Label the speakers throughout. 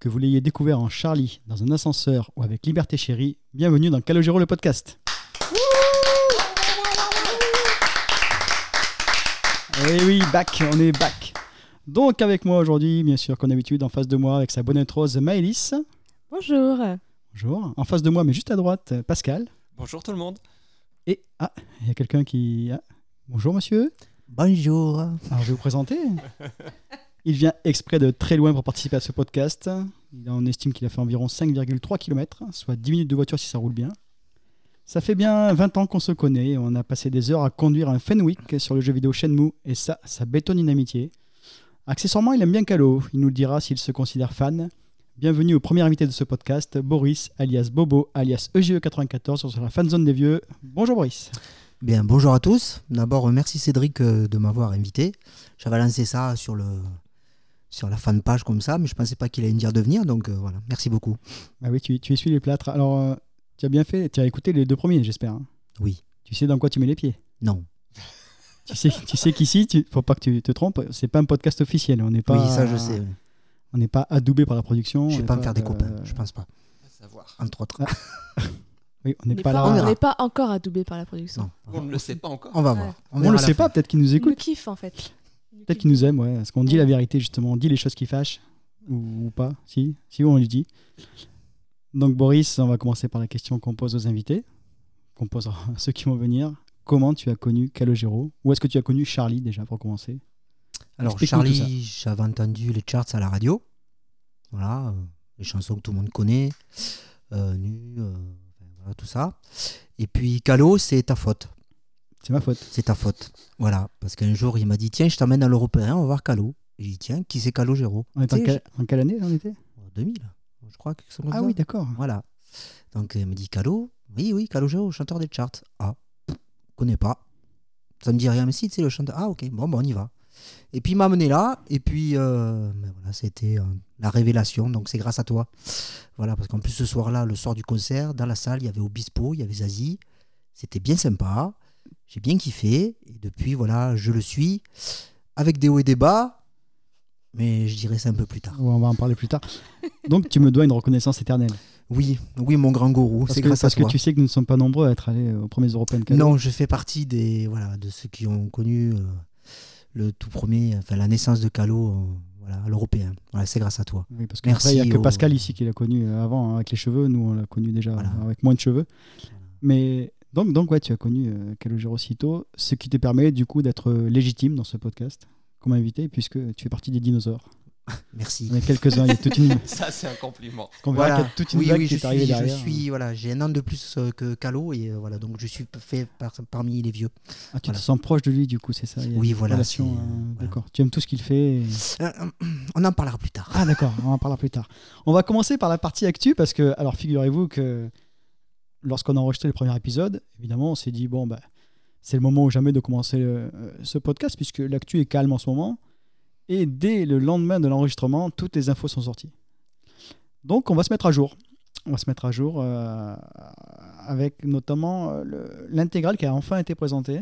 Speaker 1: Que vous l'ayez découvert en Charlie, dans un ascenseur ou avec Liberté Chérie, bienvenue dans Calogero le podcast. Et Eh oui, back, on est back. Donc avec moi aujourd'hui, bien sûr, comme d'habitude, en face de moi avec sa bonnette rose, Maëlys.
Speaker 2: Bonjour.
Speaker 1: Bonjour. En face de moi, mais juste à droite, Pascal.
Speaker 3: Bonjour tout le monde.
Speaker 1: Et ah, il y a quelqu'un qui. ah, Bonjour monsieur.
Speaker 4: Bonjour.
Speaker 1: Alors je vais vous présenter. Il vient exprès de très loin pour participer à ce podcast. Il en estime qu'il a fait environ 5,3 km, soit 10 minutes de voiture si ça roule bien. Ça fait bien 20 ans qu'on se connaît et on a passé des heures à conduire un Fenwick sur le jeu vidéo Shenmue et ça, ça bétonne une amitié. Accessoirement, il aime bien Calo. Il nous le dira s'il se considère fan. Bienvenue au premier invité de ce podcast, Boris, alias Bobo, alias E EGE94 sur la fanzone des vieux. Bonjour Boris.
Speaker 4: Bien, bonjour à tous. D'abord, euh, merci Cédric euh, de m'avoir invité. J'avais lancé ça sur le sur la fan page comme ça, mais je pensais pas qu'il allait me dire de venir, donc euh, voilà. Merci beaucoup.
Speaker 1: Ah oui, tu, tu essuies les plâtres. Alors, euh, tu as bien fait, tu as écouté les deux premiers, j'espère. hein.
Speaker 4: Oui.
Speaker 1: Tu sais dans quoi tu mets les pieds.
Speaker 4: Non.
Speaker 1: Tu sais, tu sais qu'ici, tu, faut pas que tu te trompes, c'est pas un podcast officiel. On n'est pas,
Speaker 4: Oui, ça je sais. oui.
Speaker 1: On n'est pas adoubé par la production.
Speaker 4: Je
Speaker 1: on
Speaker 4: vais
Speaker 1: n'est
Speaker 4: pas me faire des
Speaker 1: euh,
Speaker 4: copains, je pense pas.
Speaker 3: À savoir.
Speaker 4: Entre autres.
Speaker 1: Ah. oui, on n'est
Speaker 2: On n'est
Speaker 1: pas,
Speaker 2: pas,
Speaker 4: on
Speaker 1: là.
Speaker 4: verra.
Speaker 2: on n'est pas encore adoubé par la production.
Speaker 4: Non.
Speaker 3: On ne le sait pas encore.
Speaker 4: On va
Speaker 2: Ouais.
Speaker 4: voir.
Speaker 1: On
Speaker 4: verra
Speaker 1: le
Speaker 4: à la
Speaker 1: sait
Speaker 4: fin.
Speaker 1: pas, peut-être qu'ils nous
Speaker 2: Il
Speaker 1: écoutent.
Speaker 2: nous kiffe en fait.
Speaker 1: Peut-être qu'ils nous aiment, ouais. Parce qu'on dit la vérité, justement. On dit les choses qui fâchent. Ou, ou pas. Si, si, on le dit. Donc, Boris, on va commencer par la question qu'on pose aux invités, qu'on pose à ceux qui vont venir. Comment tu as connu Calogero Ou est-ce que tu as connu Charlie déjà pour commencer
Speaker 4: Alors
Speaker 1: Explique-nous tout
Speaker 4: Charlie, j'avais entendu les charts à la radio. Voilà, euh, les chansons que tout le monde connaît, euh, nu, euh, voilà, tout ça. Et puis Calo, c'est ta faute.
Speaker 1: C'est ma faute.
Speaker 4: C'est ta faute. Voilà, parce qu'un jour il m'a dit tiens, je t'emmène à l'européen, on va voir Calo. Et J'ai dit tiens, qui c'est Calo Géraud
Speaker 1: On est en,
Speaker 4: Tu sais,
Speaker 1: quelle- en quelle année là, on était
Speaker 4: je- en 2000, je crois quelque chose comme
Speaker 1: Ah
Speaker 4: ça.
Speaker 1: oui, d'accord.
Speaker 4: Voilà. Donc il me dit Calo, oui oui, Calo Géraud, chanteur des charts. Ah, pff, connais pas. Ça me dit rien mais si, tu sais le chanteur. Ah ok, bon, bon on y va. Et puis il m'a amené là et puis euh, ben voilà, c'était euh, la révélation. Donc c'est grâce à toi. Voilà, parce qu'en plus ce soir-là, le soir du concert, dans la salle, il y avait Obispo, il y avait Zazie. C'était bien sympa. J'ai bien kiffé. Et depuis, voilà, je le suis. Avec des hauts et des bas. Mais je dirais ça un peu plus tard.
Speaker 1: Ouais, On va en parler plus tard. Donc, tu me dois une reconnaissance éternelle.
Speaker 4: Oui, oui, mon grand gourou.
Speaker 1: Parce,
Speaker 4: C'est
Speaker 1: que,
Speaker 4: grâce à
Speaker 1: parce que
Speaker 4: toi.
Speaker 1: tu sais que nous ne sommes pas nombreux à être allés euh, aux premiers européennes. Calogero.
Speaker 4: Non, je fais partie des voilà de ceux qui ont connu euh, le tout premier, enfin la naissance de Calo, euh, voilà, à l'européen. Voilà, c'est grâce à toi.
Speaker 1: Oui, parce qu'après, il n'y a
Speaker 4: Merci
Speaker 1: que
Speaker 4: au-
Speaker 1: Pascal ici qui l'a connu euh, avant hein, avec les cheveux. Nous, on l'a connu déjà
Speaker 4: Voilà.
Speaker 1: euh, avec moins de cheveux. Mais donc, donc ouais, tu as connu euh, Calogero Cito, ce qui te permet du coup d'être euh, légitime dans ce podcast comme invité, puisque tu fais partie des dinosaures.
Speaker 4: Merci.
Speaker 1: Il y en a quelques-uns, il y a toute une,
Speaker 3: Ça, c'est un compliment.
Speaker 1: qu'on verra
Speaker 4: Voilà.
Speaker 1: qu'il y a toute une
Speaker 4: oui,
Speaker 1: vague
Speaker 4: oui,
Speaker 1: qui
Speaker 4: je
Speaker 1: est arrivée
Speaker 4: suis, je
Speaker 1: derrière. hein.
Speaker 4: suis, voilà, j'ai un an de plus euh, que Calo et euh, voilà, donc je suis fait par- parmi les vieux.
Speaker 1: Ah, tu
Speaker 4: voilà.
Speaker 1: te sens proche de lui, du coup, c'est ça il y a
Speaker 4: Oui,
Speaker 1: une
Speaker 4: voilà,
Speaker 1: relation,
Speaker 4: c'est-
Speaker 1: euh,
Speaker 4: voilà.
Speaker 1: D'accord. Tu aimes tout ce qu'il fait. et-
Speaker 4: Euh, on en parlera plus tard.
Speaker 1: Ah d'accord, on en parlera plus tard. On va commencer par la partie actu parce que, alors figurez-vous que lorsqu'on a enregistré le premier épisode, évidemment, on s'est dit, bon, bah, c'est le moment ou jamais de commencer euh, ce podcast puisque l'actu est calme en ce moment. Et dès le lendemain de l'enregistrement, toutes les infos sont sorties. Donc on va se mettre à jour. On va se mettre à jour euh, avec notamment euh, le- l'intégrale qui a enfin été présentée.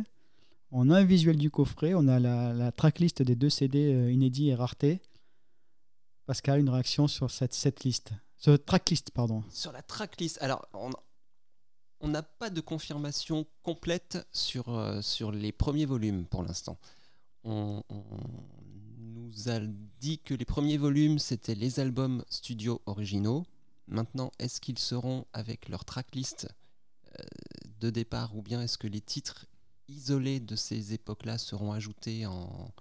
Speaker 1: On a un visuel du coffret, on a la, la tracklist des deux CD euh, inédits et raretés. Pascal, une réaction sur cette, cette liste Ce tracklist, pardon.
Speaker 3: Sur la tracklist, alors on on n'a pas de confirmation complète sur, euh, sur les premiers volumes pour l'instant. On, on nous a dit que les premiers volumes c'était les albums studio originaux. Maintenant, est-ce qu'ils seront avec leur tracklist euh, de départ ou bien est-ce que les titres isolés de ces époques-là seront ajoutés en,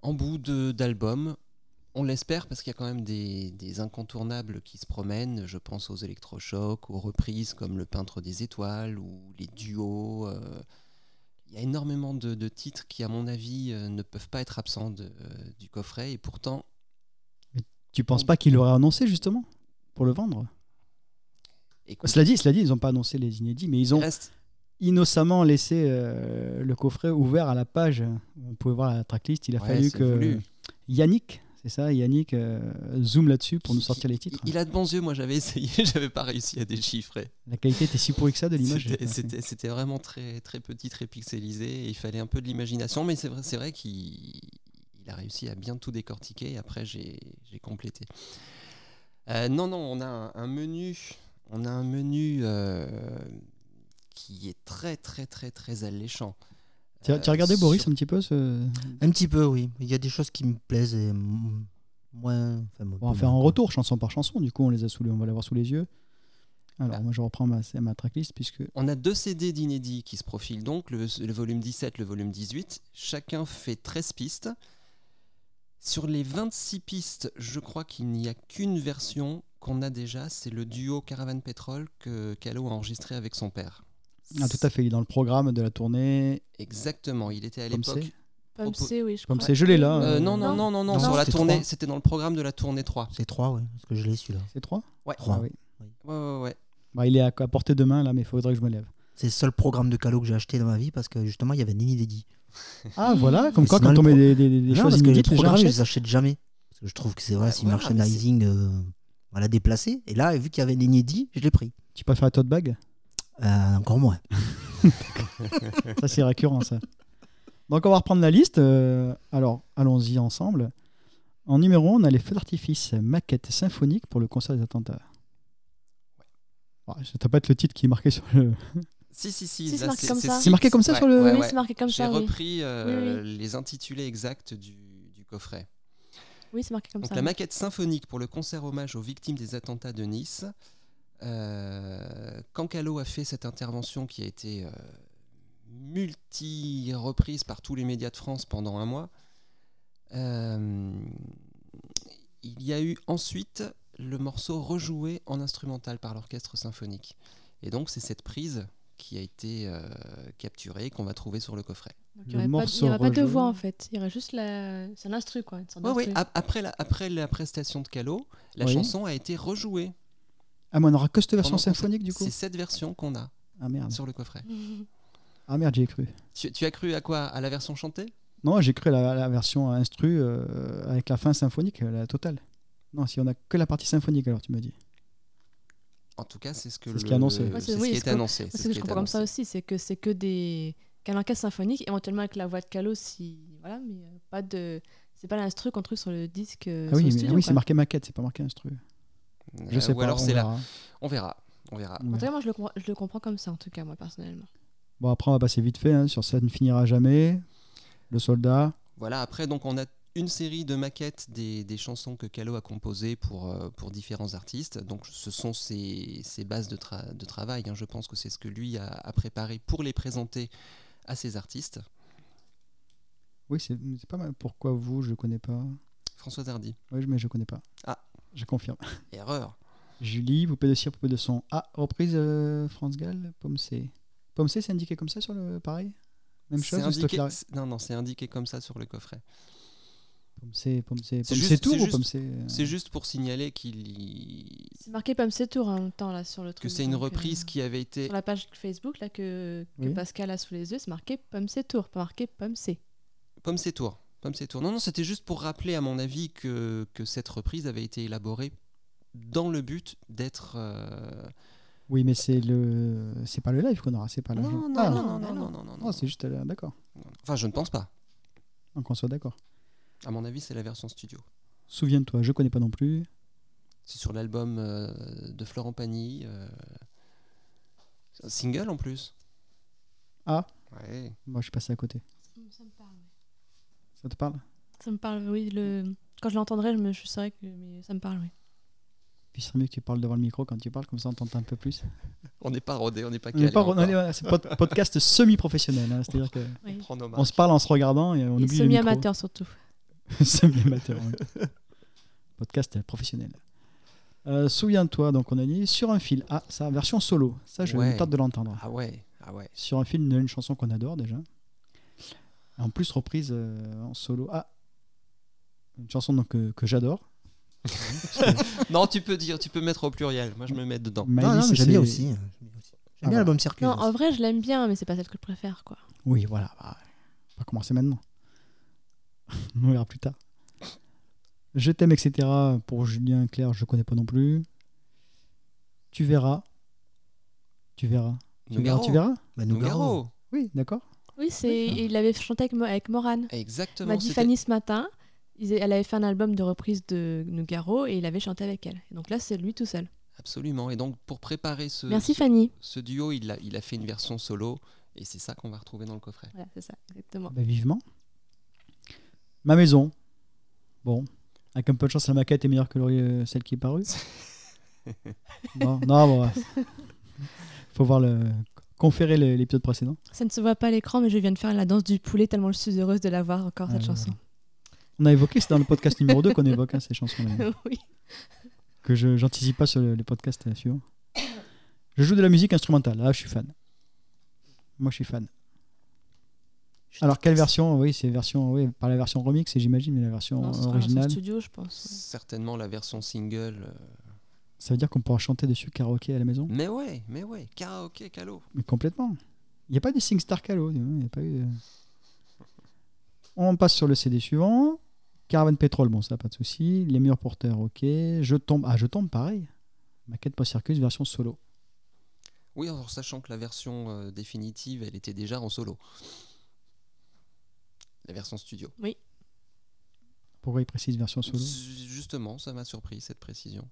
Speaker 3: en bout de- d'album on l'espère parce qu'il y a quand même des, des incontournables qui se promènent. Je pense aux électrochocs, aux reprises comme Le peintre des étoiles ou les duos. euh. Il y a énormément de, de titres qui, à mon avis, euh, ne peuvent pas être absents de- euh, du coffret. Et pourtant,
Speaker 1: Tu
Speaker 3: Oh.
Speaker 1: penses pas qu'ils l'auraient annoncé, justement, pour le vendre
Speaker 3: écoute,
Speaker 1: Cela dit, cela dit ils n'ont pas annoncé les inédits, mais ils
Speaker 3: il
Speaker 1: ont
Speaker 3: reste-
Speaker 1: innocemment laissé euh, le coffret ouvert à la page. On pouvait voir la tracklist. Il a
Speaker 3: Ouais,
Speaker 1: fallu
Speaker 3: c'est
Speaker 1: que
Speaker 3: voulu.
Speaker 1: Yannick, c'est ça, Yannick, euh, zoom là-dessus pour nous
Speaker 3: Qui-
Speaker 1: sortir les
Speaker 3: il,
Speaker 1: titres.
Speaker 3: il a de bons yeux. Moi, j'avais essayé, j'avais pas réussi à déchiffrer.
Speaker 1: La qualité était si pourrie que ça de l'image.
Speaker 3: C'était- C'était c'était vraiment très, très petit, très pixelisé. et il fallait un peu de l'imagination, mais c'est vrai, c'est vrai qu'il il il a réussi à bien tout décortiquer. Et après, j'ai j'ai complété. Euh, non, non, on a un, un menu. On a un menu euh, qui est très, très, très, très alléchant.
Speaker 1: Tu as, tu as regardé
Speaker 3: Euh,
Speaker 1: Boris un petit peu ce...
Speaker 4: Un petit peu, oui. Il y a des choses qui me plaisent et mm, moins. enfin,
Speaker 1: On
Speaker 4: un
Speaker 1: va
Speaker 4: peu
Speaker 1: faire en
Speaker 4: moins, quoi.
Speaker 1: retour, chanson par chanson. Du coup, on les a sous les- on va les voir sous les yeux. Alors,
Speaker 3: Ah.
Speaker 1: moi, je reprends ma, ma tracklist puisque
Speaker 3: On a deux CD d'inédits qui se profilent donc, le, le volume 17, le volume 18. Chacun fait 13 pistes. Sur les 26 pistes, je crois qu'il n'y a qu'une version qu'on a déjà, c'est le duo Caravane Pétrole que Calo a enregistré avec son père.
Speaker 1: Ah, tout à fait, il est dans le programme de la tournée.
Speaker 3: Exactement, il était à
Speaker 1: Comme
Speaker 3: l'époque.
Speaker 1: c'est
Speaker 2: Pomme
Speaker 3: Propos-
Speaker 2: C, oui, je
Speaker 1: Pomme
Speaker 2: crois.
Speaker 1: C, je l'ai là.
Speaker 3: Euh, non, non,
Speaker 2: Non.
Speaker 3: non, non, non,
Speaker 4: Non,
Speaker 3: sur la
Speaker 4: c'était
Speaker 3: tournée,
Speaker 4: trois.
Speaker 3: c'était dans le programme de la tournée 3.
Speaker 4: C'est trois, oui. Parce que je l'ai celui-là.
Speaker 1: C'est 3
Speaker 3: Ouais,
Speaker 4: Trois.
Speaker 1: Ah oui.
Speaker 3: ouais, ouais, ouais.
Speaker 1: Bah, il est à, à portée de main là, mais il faudrait que je me lève.
Speaker 4: C'est le seul programme de Calo que j'ai acheté dans ma vie parce que justement, il y avait Nini Dédi.
Speaker 1: Ah, voilà, comme
Speaker 4: Mais
Speaker 1: quoi,
Speaker 4: sinon,
Speaker 1: quand
Speaker 4: le
Speaker 1: on met
Speaker 4: pro-
Speaker 1: des, des- des- des
Speaker 4: Non,
Speaker 1: choses
Speaker 4: parce que les
Speaker 1: inédites, les gens
Speaker 4: programmes, je
Speaker 1: achètent.
Speaker 4: les achète jamais. Parce que je trouve que c'est voilà,
Speaker 3: Ouais,
Speaker 4: c'est
Speaker 3: voilà,
Speaker 4: merchandising euh, voilà, déplacé. Et là, vu qu'il y avait l'inédit, je l'ai pris.
Speaker 1: Tu préfères la tote bag
Speaker 4: Euh, encore moins.
Speaker 1: Bah, Ça, c'est récurrent, ça. Donc, on va reprendre la liste. euh, alors, allons-y ensemble. En numéro 1, on a les feux d'artifice, maquette symphonique pour le concert des attentats. Ouais. Ah, ça doit pas être le titre qui est marqué sur le.
Speaker 3: Si, si, si.
Speaker 2: Si, c'est
Speaker 3: là,
Speaker 2: marqué comme ça.
Speaker 1: C'est marqué comme ça
Speaker 3: ouais,
Speaker 1: sur le-
Speaker 3: ouais,
Speaker 2: oui,
Speaker 3: ouais.
Speaker 2: c'est marqué comme
Speaker 3: J'ai
Speaker 2: ça. Oui,
Speaker 3: repris euh,
Speaker 2: Oui,
Speaker 3: les intitulés exacts du- du coffret.
Speaker 2: oui c'est marqué comme
Speaker 3: Donc
Speaker 2: ça.
Speaker 3: la
Speaker 2: oui.
Speaker 3: maquette symphonique pour le concert hommage aux victimes des attentats de Nice. Euh, quand Calo a fait cette intervention qui a été euh, multi-reprise par tous les médias de France pendant un mois, euh, il y a eu ensuite le morceau rejoué en instrumental par l'orchestre symphonique. Et donc c'est cette prise qui a été euh, capturée et qu'on va trouver sur le coffret.
Speaker 2: Donc,
Speaker 1: Le
Speaker 2: il n'y aura, pas, il y
Speaker 1: morceau
Speaker 2: aura pas de
Speaker 1: rejoué.
Speaker 2: voix en fait. Il y aura juste la. C'est un instru quoi. une sorte
Speaker 3: Ouais, ouais,
Speaker 2: d'instru.
Speaker 3: ap- après, la, après la prestation de Calo, la
Speaker 1: Oui.
Speaker 3: chanson a été rejouée.
Speaker 1: Ah, mais on aura que cette version
Speaker 3: Pendant qu'on
Speaker 1: symphonique,
Speaker 3: sait-
Speaker 1: du coup
Speaker 3: C'est cette version qu'on a
Speaker 1: Ah, merde.
Speaker 3: sur le coffret.
Speaker 1: Ah, merde, j'ai cru.
Speaker 3: Tu, tu as cru à quoi À la version chantée
Speaker 1: Non, j'ai cru à la, à la version instru euh, avec la fin symphonique, euh, la totale. Non, si on a que la partie symphonique, alors tu me dis.
Speaker 3: En tout cas, c'est ce que
Speaker 1: C'est ce
Speaker 3: le-
Speaker 1: qui est annoncé.
Speaker 2: Ouais,
Speaker 3: c'est
Speaker 2: c'est-
Speaker 3: ce
Speaker 2: oui,
Speaker 3: qui
Speaker 2: c'est
Speaker 3: est
Speaker 2: que-
Speaker 3: annoncé.
Speaker 2: C'est
Speaker 3: c'est
Speaker 2: ce que je
Speaker 3: qui est
Speaker 2: comprends comme ça
Speaker 3: annoncé.
Speaker 2: aussi, c'est que c'est que des qu'un orchestre symphonique, éventuellement avec la voix de Calo, si voilà, mais euh, pas de, c'est pas l'instru qu'on trouve sur le disque. euh,
Speaker 1: Ah
Speaker 2: sur
Speaker 1: oui,
Speaker 2: le
Speaker 1: mais- ah
Speaker 2: studio,
Speaker 1: oui
Speaker 2: quoi.
Speaker 1: c'est marqué maquette, c'est pas marqué instru. Je
Speaker 3: Euh,
Speaker 1: sais
Speaker 3: ou
Speaker 1: pas.
Speaker 3: alors
Speaker 1: on
Speaker 3: c'est là.
Speaker 1: verra.
Speaker 3: On verra. On verra.
Speaker 1: On
Speaker 2: En tout
Speaker 1: verra.
Speaker 2: cas, moi je le, comprends- je le comprends comme ça, en tout cas moi personnellement.
Speaker 1: Bon, après, on va passer vite fait. hein, Sur ça ne finira jamais. Le soldat.
Speaker 3: Voilà, après, donc on a une série de maquettes des, des chansons que Calo a composées pour, euh, pour différents artistes. Donc ce sont ses, ses bases de, tra- de travail. hein. Je pense que c'est ce que lui a, a préparé pour les présenter à ses artistes.
Speaker 1: Oui, c'est c'est pas mal. Pourquoi vous, je connais pas
Speaker 3: François Hardy.
Speaker 1: Oui, mais je connais pas.
Speaker 3: Ah.
Speaker 1: Je confirme.
Speaker 3: Erreur.
Speaker 1: Julie, poupée de cire, poupée de son. Ah, reprise euh, France Gall, pomme C. Pomme C, c'est indiqué comme ça sur le. Pareil Même chose
Speaker 3: C'est
Speaker 1: ou Ah. c'est toi qui
Speaker 3: indiqué...
Speaker 1: l'as-
Speaker 3: c'est- Non, non, c'est indiqué comme ça sur le coffret.
Speaker 1: Pomme C, pomme C.
Speaker 3: C'est
Speaker 1: Pomme C
Speaker 3: juste-
Speaker 1: tour
Speaker 3: c'est
Speaker 1: ou
Speaker 3: juste-
Speaker 1: pomme C euh,
Speaker 3: C'est juste pour signaler qu'il y-
Speaker 2: C'est marqué Pomme c'est tour hein, en même temps là sur le truc.
Speaker 3: que c'est une
Speaker 2: donc, euh,
Speaker 3: reprise qui avait été
Speaker 2: sur la page Facebook là que, que
Speaker 1: Oui.
Speaker 2: Pascal a sous les yeux, c'est marqué Pomme c'est tour, pas marqué Pomme C.
Speaker 3: Pomme c'est tour. Pomme c'est tour. Non, non, c'était juste pour rappeler, à mon avis, que, que cette reprise avait été élaborée dans le but d'être. euh,
Speaker 1: Oui, mais c'est le. C'est pas le live qu'on aura, c'est pas la.
Speaker 3: Non, non,
Speaker 1: Ah,
Speaker 3: non, non,
Speaker 2: bah
Speaker 3: non, non,
Speaker 2: non.
Speaker 3: non, non,
Speaker 1: non, c'est juste. euh, D'accord.
Speaker 3: non. Enfin, je ne pense pas.
Speaker 1: Donc, on soit d'accord.
Speaker 3: À mon avis, c'est la version studio.
Speaker 1: Souviens-toi, je connais pas non plus.
Speaker 3: C'est sur l'album euh, de Florent Pagny. euh, c'est un single en plus.
Speaker 1: Ah.
Speaker 3: Ouais.
Speaker 1: Moi, je suis passé à côté.
Speaker 2: Ça me parle.
Speaker 1: Ça te parle
Speaker 2: Ça me parle, oui. Le... Quand je l'entendrai, je me je saurais que mais ça me parle, oui.
Speaker 1: Puis ce serait mieux que tu parles devant le micro quand tu parles, comme ça on t'entend un peu plus.
Speaker 3: On n'est pas rodé, on n'est pas
Speaker 1: On est
Speaker 3: calé.
Speaker 1: pas-
Speaker 3: encore.
Speaker 1: on est- ouais, C'est pod- podcast semi-professionnel, hein, c'est-à-dire que
Speaker 3: On prend nos
Speaker 1: on
Speaker 3: marques.
Speaker 1: se parle en se regardant et on
Speaker 2: Et
Speaker 1: oublie le micro.
Speaker 2: semi-amateur surtout.
Speaker 1: Semi-amateur. ouais. Podcast euh, professionnel. Euh, Souviens-toi, donc on a dit sur un fil. Ah, ça, version solo. Ça, je
Speaker 3: Ouais.
Speaker 1: tâte de l'entendre.
Speaker 3: Ah ouais, ah ouais.
Speaker 1: Sur un fil, une, une chanson qu'on adore déjà. En plus, reprise euh, en solo. Ah, une chanson donc, que, que j'adore.
Speaker 3: non, tu peux dire, tu peux mettre au pluriel. Moi, je me mets dedans.
Speaker 4: Ah, Non, non,
Speaker 1: Malice,
Speaker 4: mais j'aime bien
Speaker 1: c'est-
Speaker 4: aussi. hein. J'aime bien aussi. J'aime
Speaker 1: Ah,
Speaker 4: bien
Speaker 1: voilà.
Speaker 4: l'album Circus.
Speaker 2: Non, en vrai, je l'aime bien, mais c'est pas celle que je préfère, quoi.
Speaker 1: Oui, voilà. bah, on va commencer maintenant. on verra plus tard. Je t'aime, etc. Pour Julien Clerc, je connais pas non plus. Tu verras. Tu verras. Tu verras.
Speaker 3: Nougaro.
Speaker 1: Tu verras
Speaker 4: Bah, Nougaro.
Speaker 3: Nougaro.
Speaker 1: Oui, d'accord.
Speaker 2: Oui, c'est
Speaker 4: Ah.
Speaker 2: il avait chanté avec, Mo- avec Morane.
Speaker 3: Exactement.
Speaker 2: m'a dit
Speaker 3: c'était-
Speaker 2: Fanny ce matin. ils a- Elle avait fait un album de reprise de Nougaro et il avait chanté avec elle. Et donc là, c'est lui tout seul.
Speaker 3: Absolument. Et donc, pour préparer ce,
Speaker 2: Merci
Speaker 3: ce-
Speaker 2: Fanny.
Speaker 3: ce duo, il a, il a fait une version solo. Et c'est ça qu'on va retrouver dans le coffret.
Speaker 2: Voilà, c'est ça, exactement.
Speaker 1: Bah, vivement. Ma maison. Bon. Avec un peu de chance, la maquette est meilleure que l'ori- euh, celle qui est parue. non, non, bon. ouais. Faut voir le. Conférer le- l'épisode précédent.
Speaker 2: Ça ne se voit pas à l'écran, mais je viens de faire la danse du poulet tellement je suis heureuse de la voir encore, cette
Speaker 1: Ah,
Speaker 2: chanson.
Speaker 1: On a évoqué, c'est dans le podcast numéro 2 qu'on évoque hein, ces chansons
Speaker 2: oui.
Speaker 1: que je j'anticipe pas sur le, le podcast euh, suivant. Je joue de la musique instrumentale. Ah, je suis fan. Moi, je suis fan. Alors, quelle version Oui, c'est version. Oui, par la version remix, j'imagine, mais la version
Speaker 2: Non, ce sera
Speaker 1: originale.
Speaker 2: son studio, je pense.
Speaker 3: Certainement la version single. euh,
Speaker 1: Ça veut dire qu'on pourra chanter dessus karaoké à la maison
Speaker 3: Mais ouais, mais ouais. Karaoké, calo.
Speaker 1: Mais complètement. Il n'y a pas de SingStar Calo. dis donc, il y a pas eu de- On passe sur le CD suivant. Caravan Pétrole, bon, ça, pas de souci. Les murs porteurs, ok. Je tombe. Ah, je tombe, pareil. Maquette pour Circus, version solo.
Speaker 3: Oui, alors sachant que la version euh, définitive, elle était déjà en solo. La version studio.
Speaker 1: Pourquoi il précise version solo
Speaker 3: Ju- Justement, ça m'a surpris cette précision.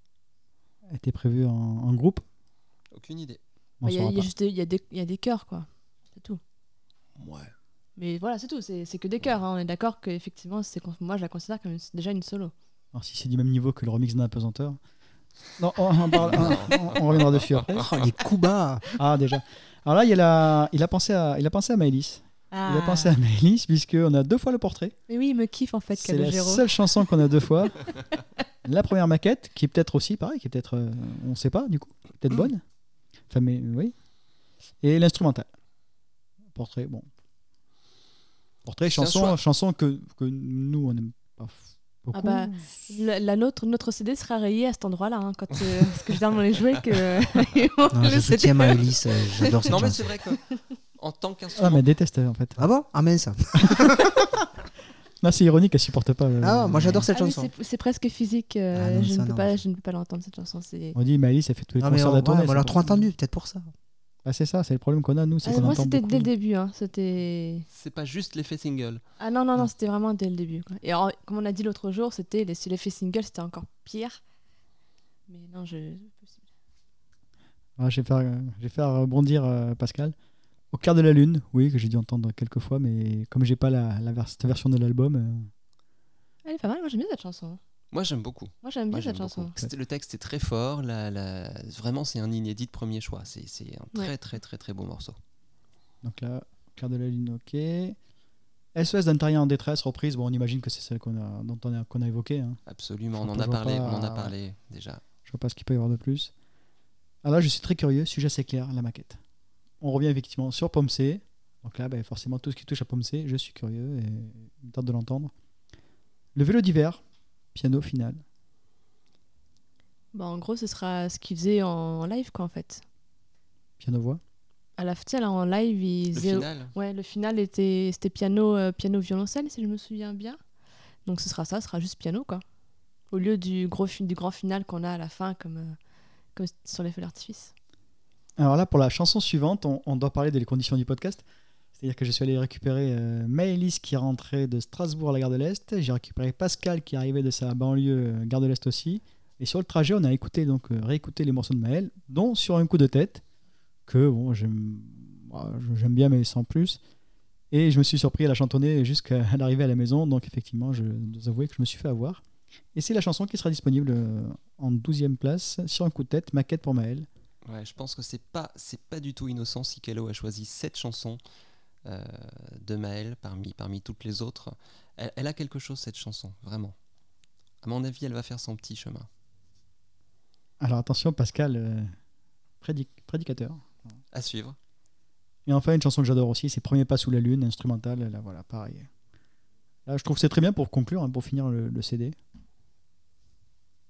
Speaker 1: Elle était prévue en, en groupe
Speaker 3: Aucune idée.
Speaker 1: On
Speaker 2: Il Bah, y, a-
Speaker 1: saura
Speaker 2: il y a
Speaker 1: pas.
Speaker 2: juste des- il y a des- il y a des chœurs, quoi. C'est tout.
Speaker 3: Ouais.
Speaker 2: Mais voilà, c'est tout. C'est c'est que des chœurs. hein. On est d'accord qu'effectivement, c'est con- moi, je la considère comme une- déjà une solo.
Speaker 1: Alors, si c'est du même niveau que le remix d'un apesanteur. Non, on, on parle- on- on- on reviendra dessus après.
Speaker 4: Oh, les coups bas
Speaker 1: Ah, déjà. Alors là, il, y a la- il, a, pensé à, il a pensé à Maëlys. Il
Speaker 2: Ah.
Speaker 1: a pensé à Maëlys, puisqu'on a deux fois le portrait.
Speaker 2: Mais oui, il me kiffe en fait,
Speaker 1: C'est la
Speaker 2: Calogero.
Speaker 1: seule chanson qu'on a deux fois. la première maquette, qui est peut-être aussi pareil, qui est peut-être, euh, on sait pas du coup, peut-être bonne. Enfin, mais oui. Et l'instrumental. Portrait, bon. Portrait,
Speaker 3: C'est un
Speaker 1: chanson,
Speaker 3: choix.
Speaker 1: chanson que, que nous, on aime pas f- beaucoup.
Speaker 2: Ah bah, La, la nôtre, notre CD sera rayé à cet endroit-là, hein, quand euh, parce que généralement on les jouait que. ils vont
Speaker 4: Non, je
Speaker 2: le
Speaker 4: soutiens
Speaker 2: CD.
Speaker 4: Maëlys, euh, j'adore cette
Speaker 3: Non, mais
Speaker 4: chanson.
Speaker 3: c'est vrai que en tant
Speaker 1: Ah, mais
Speaker 3: qu'instrument,
Speaker 1: elle déteste en fait.
Speaker 4: Ah bon Ah
Speaker 1: Euh,
Speaker 4: mince
Speaker 1: Non, c'est ironique, elle supporte pas. euh,
Speaker 4: Ah, moi j'adore
Speaker 2: Ah
Speaker 4: cette
Speaker 2: oui,
Speaker 4: chanson.
Speaker 2: c'est- c'est presque physique. euh,
Speaker 4: Ah non,
Speaker 2: je,
Speaker 4: ça,
Speaker 2: ne peux
Speaker 4: non.
Speaker 2: pas, je ne peux pas l'entendre cette chanson. C'est.
Speaker 1: On dit Maëlys, elle fait tous les
Speaker 4: Non, Ah, mais
Speaker 1: concerts
Speaker 4: on,
Speaker 1: de la tournée.
Speaker 4: ouais, on
Speaker 1: c'est
Speaker 4: l'a
Speaker 1: pour
Speaker 4: trop
Speaker 1: ça.
Speaker 4: entendu, peut-être pour ça.
Speaker 1: Bah, c'est ça, c'est le problème qu'on a nous, c'est
Speaker 2: Ah,
Speaker 1: qu'on
Speaker 2: moi
Speaker 1: entend
Speaker 2: c'était
Speaker 1: beaucoup.
Speaker 2: dès le début. hein, C'était.
Speaker 3: c'est pas juste l'effet single.
Speaker 2: Ah non non non, c'était vraiment dès le début. quoi. Et en- comme on a dit l'autre jour, c'était les- l'effet single, c'était encore pire. Mais non, je.
Speaker 1: Ah, je, vais faire, euh, je vais faire rebondir euh, Pascal. Au quart de la lune, oui, que j'ai dû entendre quelques fois, mais comme j'ai pas la, la vers- cette version de l'album, euh,
Speaker 2: Elle est pas mal. Moi j'aime bien cette chanson.
Speaker 3: Moi, j'aime beaucoup.
Speaker 2: Moi j'aime bien
Speaker 3: Moi,
Speaker 2: cette
Speaker 3: j'aime
Speaker 2: chanson.
Speaker 3: beaucoup. C'était- Le texte est très fort. La, la- Vraiment, c'est un inédit de premier choix. C'est c'est un très,
Speaker 2: Ouais.
Speaker 3: très, très, très beau morceau.
Speaker 1: donc là, au quart de la lune, ok. SOS d'un terrien en détresse, reprise. Bon, on imagine que c'est celle qu'on a, dont on a, qu'on a évoquée. hein.
Speaker 3: Absolument,
Speaker 1: Je
Speaker 3: on en
Speaker 1: vois
Speaker 3: a
Speaker 1: pas-
Speaker 3: parlé,
Speaker 1: je vois
Speaker 3: on en
Speaker 1: pas,
Speaker 3: a
Speaker 1: ouais.
Speaker 3: parlé déjà.
Speaker 1: Je vois pas ce qu'il peut y avoir de plus. Alors là, je suis très curieux. Sujet assez clair, la maquette. On revient effectivement sur Pomme C. Donc là, ben, forcément, tout ce qui touche à Pomme C, je suis curieux et il me tente de l'entendre. Le vélo d'hiver, piano final.
Speaker 2: Bah, en gros, ce sera ce qu'ils faisaient en, en live quoi en fait.
Speaker 1: Piano voix.
Speaker 2: À la fin, en live, ils
Speaker 3: Le
Speaker 2: faisaient-
Speaker 3: final,
Speaker 2: Ouais, le final était c'était piano euh, piano violoncelle si je me souviens bien. Donc ce sera ça, ce sera juste piano quoi. Au lieu du gros fi- du grand final qu'on a à la fin comme euh, comme sur les feux d'artifice.
Speaker 1: Alors là, pour la chanson suivante, on, on doit parler des conditions du podcast. C'est-à-dire que je suis allé récupérer euh, Maëlys qui rentrait de Strasbourg à la gare de l'Est. J'ai récupéré Pascal qui arrivait de sa banlieue euh, gare de l'Est aussi. Et sur le trajet, on a écouté, donc euh, réécouté les morceaux de Maël, dont sur un coup de tête, que bon, j'aime bah, je- j'aime bien, mais sans plus. Et je me suis surpris à la chantonner jusqu'à l'arrivée à la maison. Donc effectivement, je dois avouer que je me suis fait avoir. Et c'est la chanson qui sera disponible euh, en 12e place, sur un coup de tête, maquette pour Maël.
Speaker 3: ouais, je pense que c'est pas, c'est pas du tout innocent si Calo a choisi cette chanson euh, de Maël parmi, parmi toutes les autres. Elle, elle a quelque chose cette chanson, vraiment. À mon avis, elle va faire son petit chemin.
Speaker 1: Alors attention, Pascal, euh, prédic- prédicateur.
Speaker 3: À suivre.
Speaker 1: Et enfin, une chanson que j'adore aussi, c'est Premier pas sous la lune, instrumentale. Là, voilà, pareil. Là, je trouve que c'est très bien pour conclure, hein, pour finir le, le CD.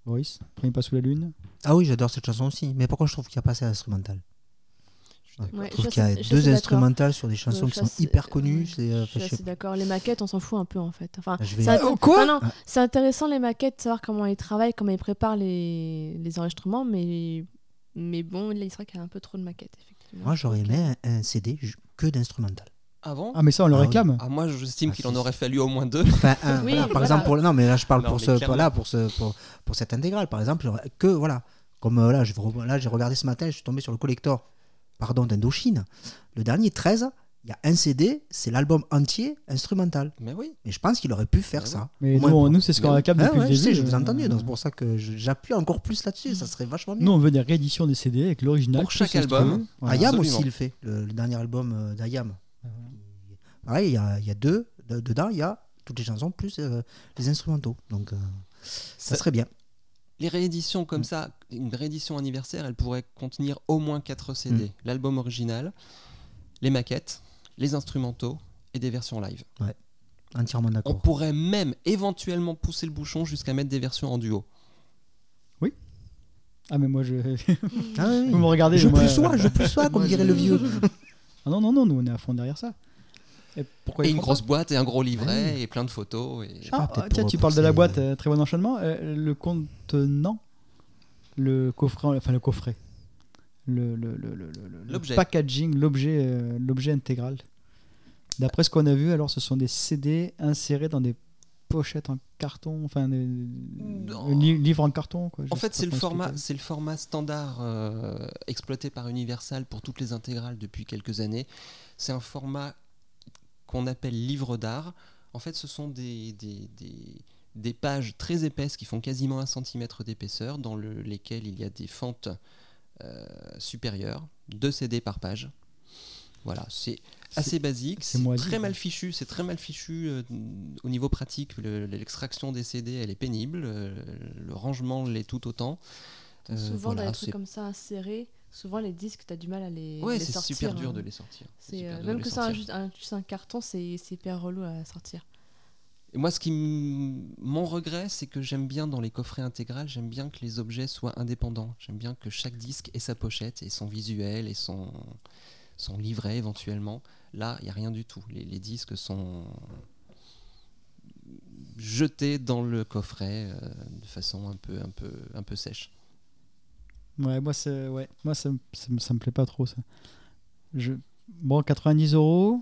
Speaker 1: Boris, Premier pas sous la lune.
Speaker 4: Ah oui, j'adore cette chanson aussi. Mais pourquoi je trouve qu'il n'y a pas assez d'instrumental
Speaker 3: Je suis d'accord.
Speaker 2: Ouais,
Speaker 4: Je trouve
Speaker 2: je
Speaker 4: qu'il y a
Speaker 2: suis- je suis
Speaker 4: deux
Speaker 2: d'accord.
Speaker 4: instrumentales sur des chansons
Speaker 2: Euh,
Speaker 4: qui
Speaker 2: je
Speaker 4: sont
Speaker 2: suis-
Speaker 4: hyper
Speaker 2: ouais,
Speaker 4: connues. C'est, euh,
Speaker 2: je suis
Speaker 4: je sais
Speaker 2: assez d'accord. Les maquettes, on s'en fout un peu en fait. Enfin,
Speaker 4: pas, je vais-
Speaker 2: ça-
Speaker 1: Oh, quoi
Speaker 2: non, non,
Speaker 4: Ah.
Speaker 2: c'est intéressant les maquettes, savoir comment ils travaillent, comment ils préparent les, les enregistrements, mais mais bon, là, il serait qu'il y a un peu trop de maquettes effectivement.
Speaker 4: Moi, j'aurais aimé un, un CD ju- que d'instrumental.
Speaker 3: avant
Speaker 1: Ah, mais ça, on le
Speaker 4: Ah oui.
Speaker 1: réclame.
Speaker 3: Ah, moi, j'estime
Speaker 4: Ah,
Speaker 3: qu'il
Speaker 4: si,
Speaker 3: en
Speaker 4: si.
Speaker 3: aurait fallu au moins deux.
Speaker 4: Enfin, un,
Speaker 2: Oui,
Speaker 4: voilà, par
Speaker 2: voilà.
Speaker 4: exemple, pour, non, mais là, je parle
Speaker 3: Non,
Speaker 4: pour
Speaker 3: mais
Speaker 4: ce,
Speaker 3: clairement.
Speaker 4: là, pour ce, pour, pour cette intégrale, par exemple, j'aurais- que voilà, comme euh, là, je, re- là, j'ai regardé ce matin, je suis tombé sur le collector, pardon, d'Indochine, le dernier 13, il y a un CD, c'est l'album entier instrumental.
Speaker 3: Mais oui.
Speaker 4: Mais je pense qu'il aurait pu faire
Speaker 3: Ah
Speaker 4: ça.
Speaker 1: Mais
Speaker 4: Au moins
Speaker 1: nous, on-
Speaker 4: pour-
Speaker 1: nous, c'est ce qu'on
Speaker 3: Mais-
Speaker 1: réclame
Speaker 4: Hein,
Speaker 1: depuis
Speaker 4: ouais,
Speaker 1: le
Speaker 4: je
Speaker 1: début.
Speaker 4: sais, je vous ai
Speaker 1: euh,
Speaker 4: entendu,
Speaker 1: euh,
Speaker 4: donc c'est pour ça que je- j'appuie encore plus là-dessus, ça serait vachement mieux.
Speaker 1: Nous, on veut des rééditions des CD avec l'original.
Speaker 3: Pour
Speaker 1: plus
Speaker 3: chaque
Speaker 1: les
Speaker 3: album.
Speaker 1: instruments. Voilà.
Speaker 4: Ayam
Speaker 3: absolument.
Speaker 4: aussi le fait, le, le dernier album euh, d'Ayam.
Speaker 1: Ah
Speaker 4: Pareil, il y a, il y a deux, de- dedans, il y a toutes les chansons plus euh, les instrumentaux. Donc, euh, ça
Speaker 3: Ça-
Speaker 4: serait bien.
Speaker 3: Les rééditions
Speaker 1: Mm.
Speaker 3: comme ça, une réédition anniversaire, elle pourrait contenir au moins
Speaker 1: Mm.
Speaker 3: 4 CD. L'album original, les maquettes, les instrumentaux et des versions live.
Speaker 4: Entièrement
Speaker 3: On
Speaker 4: d'accord.
Speaker 3: pourrait même éventuellement pousser le bouchon jusqu'à mettre des versions en duo.
Speaker 1: Ah, mais moi, je...
Speaker 4: Ah oui, oui.
Speaker 1: Oh, vous me regardez.
Speaker 4: je
Speaker 1: moi,
Speaker 4: plus
Speaker 1: euh,
Speaker 4: sois, je plus sois, comme
Speaker 1: moi,
Speaker 4: dirait
Speaker 1: je-
Speaker 4: le vieux.
Speaker 1: Ah non, non, non, nous, on est à fond derrière ça. Et pourquoi
Speaker 3: Et
Speaker 1: ils
Speaker 3: une
Speaker 1: font
Speaker 3: grosse
Speaker 1: ça
Speaker 3: boîte et un gros livret et plein de photos. Et...
Speaker 4: Ah,
Speaker 1: Ah,
Speaker 4: peut-être
Speaker 1: tiens,
Speaker 4: pour-
Speaker 1: tu
Speaker 4: pour
Speaker 1: parles de la
Speaker 4: ces-
Speaker 1: boîte, euh, très bon enchaînement. Euh, le contenant, le coffret, enfin le coffret, le, le, le, le- le- le- le
Speaker 3: L'objet.
Speaker 1: packaging, l'objet euh, l'objet intégral. D'après ce qu'on a vu, alors ce sont des CD insérés dans des pochettes en carton, enfin des
Speaker 3: Non.
Speaker 1: li- livres en carton. Quoi, je
Speaker 3: En
Speaker 1: sais
Speaker 3: fait,
Speaker 1: pas
Speaker 3: c'est le
Speaker 1: comment
Speaker 3: format,
Speaker 1: expliquer.
Speaker 3: c'est le format standard euh, exploité par Universal pour toutes les intégrales depuis quelques années. C'est un format qu'on appelle livre d'art. En fait, ce sont des, des, des- des pages très épaisses qui font quasiment un centimètre d'épaisseur, dans le- lesquelles il y a des fentes euh, supérieures, deux CD par page. Voilà, c'est assez basique,
Speaker 1: c'est
Speaker 3: c'est
Speaker 1: moisi,
Speaker 3: très
Speaker 1: quoi.
Speaker 3: mal fichu, c'est très mal fichu euh, au niveau pratique. le- L'extraction des CD, elle est pénible, euh, le rangement l'est tout autant. Euh,
Speaker 2: souvent,
Speaker 3: voilà,
Speaker 2: dans les
Speaker 3: c'est-
Speaker 2: trucs comme ça insérés, souvent les disques, t'as du mal à les,
Speaker 3: Ouais,
Speaker 2: les
Speaker 3: c'est
Speaker 2: sortir.
Speaker 3: super dur
Speaker 2: hein.
Speaker 3: de les sortir. C'est
Speaker 2: C'est,
Speaker 3: super
Speaker 2: euh,
Speaker 3: dur de
Speaker 2: même
Speaker 3: les
Speaker 2: que c'est
Speaker 3: sortir.
Speaker 2: un, juste un, juste un carton, c'est c'est hyper relou à sortir.
Speaker 3: Et Moi, ce qui m- mon regret, c'est que j'aime bien dans les coffrets intégrales, j'aime bien que les objets soient indépendants. J'aime bien que chaque disque ait sa pochette et son visuel et son, son livret éventuellement. Là, il n'y a rien du tout. Les, les disques sont jetés dans le coffret euh, de façon un peu, un peu, un peu sèche.
Speaker 1: Ouais, moi, c'est- ouais, moi ça, me- ça, me- ça me plaît pas trop ça. Je... Bon, 90 euros.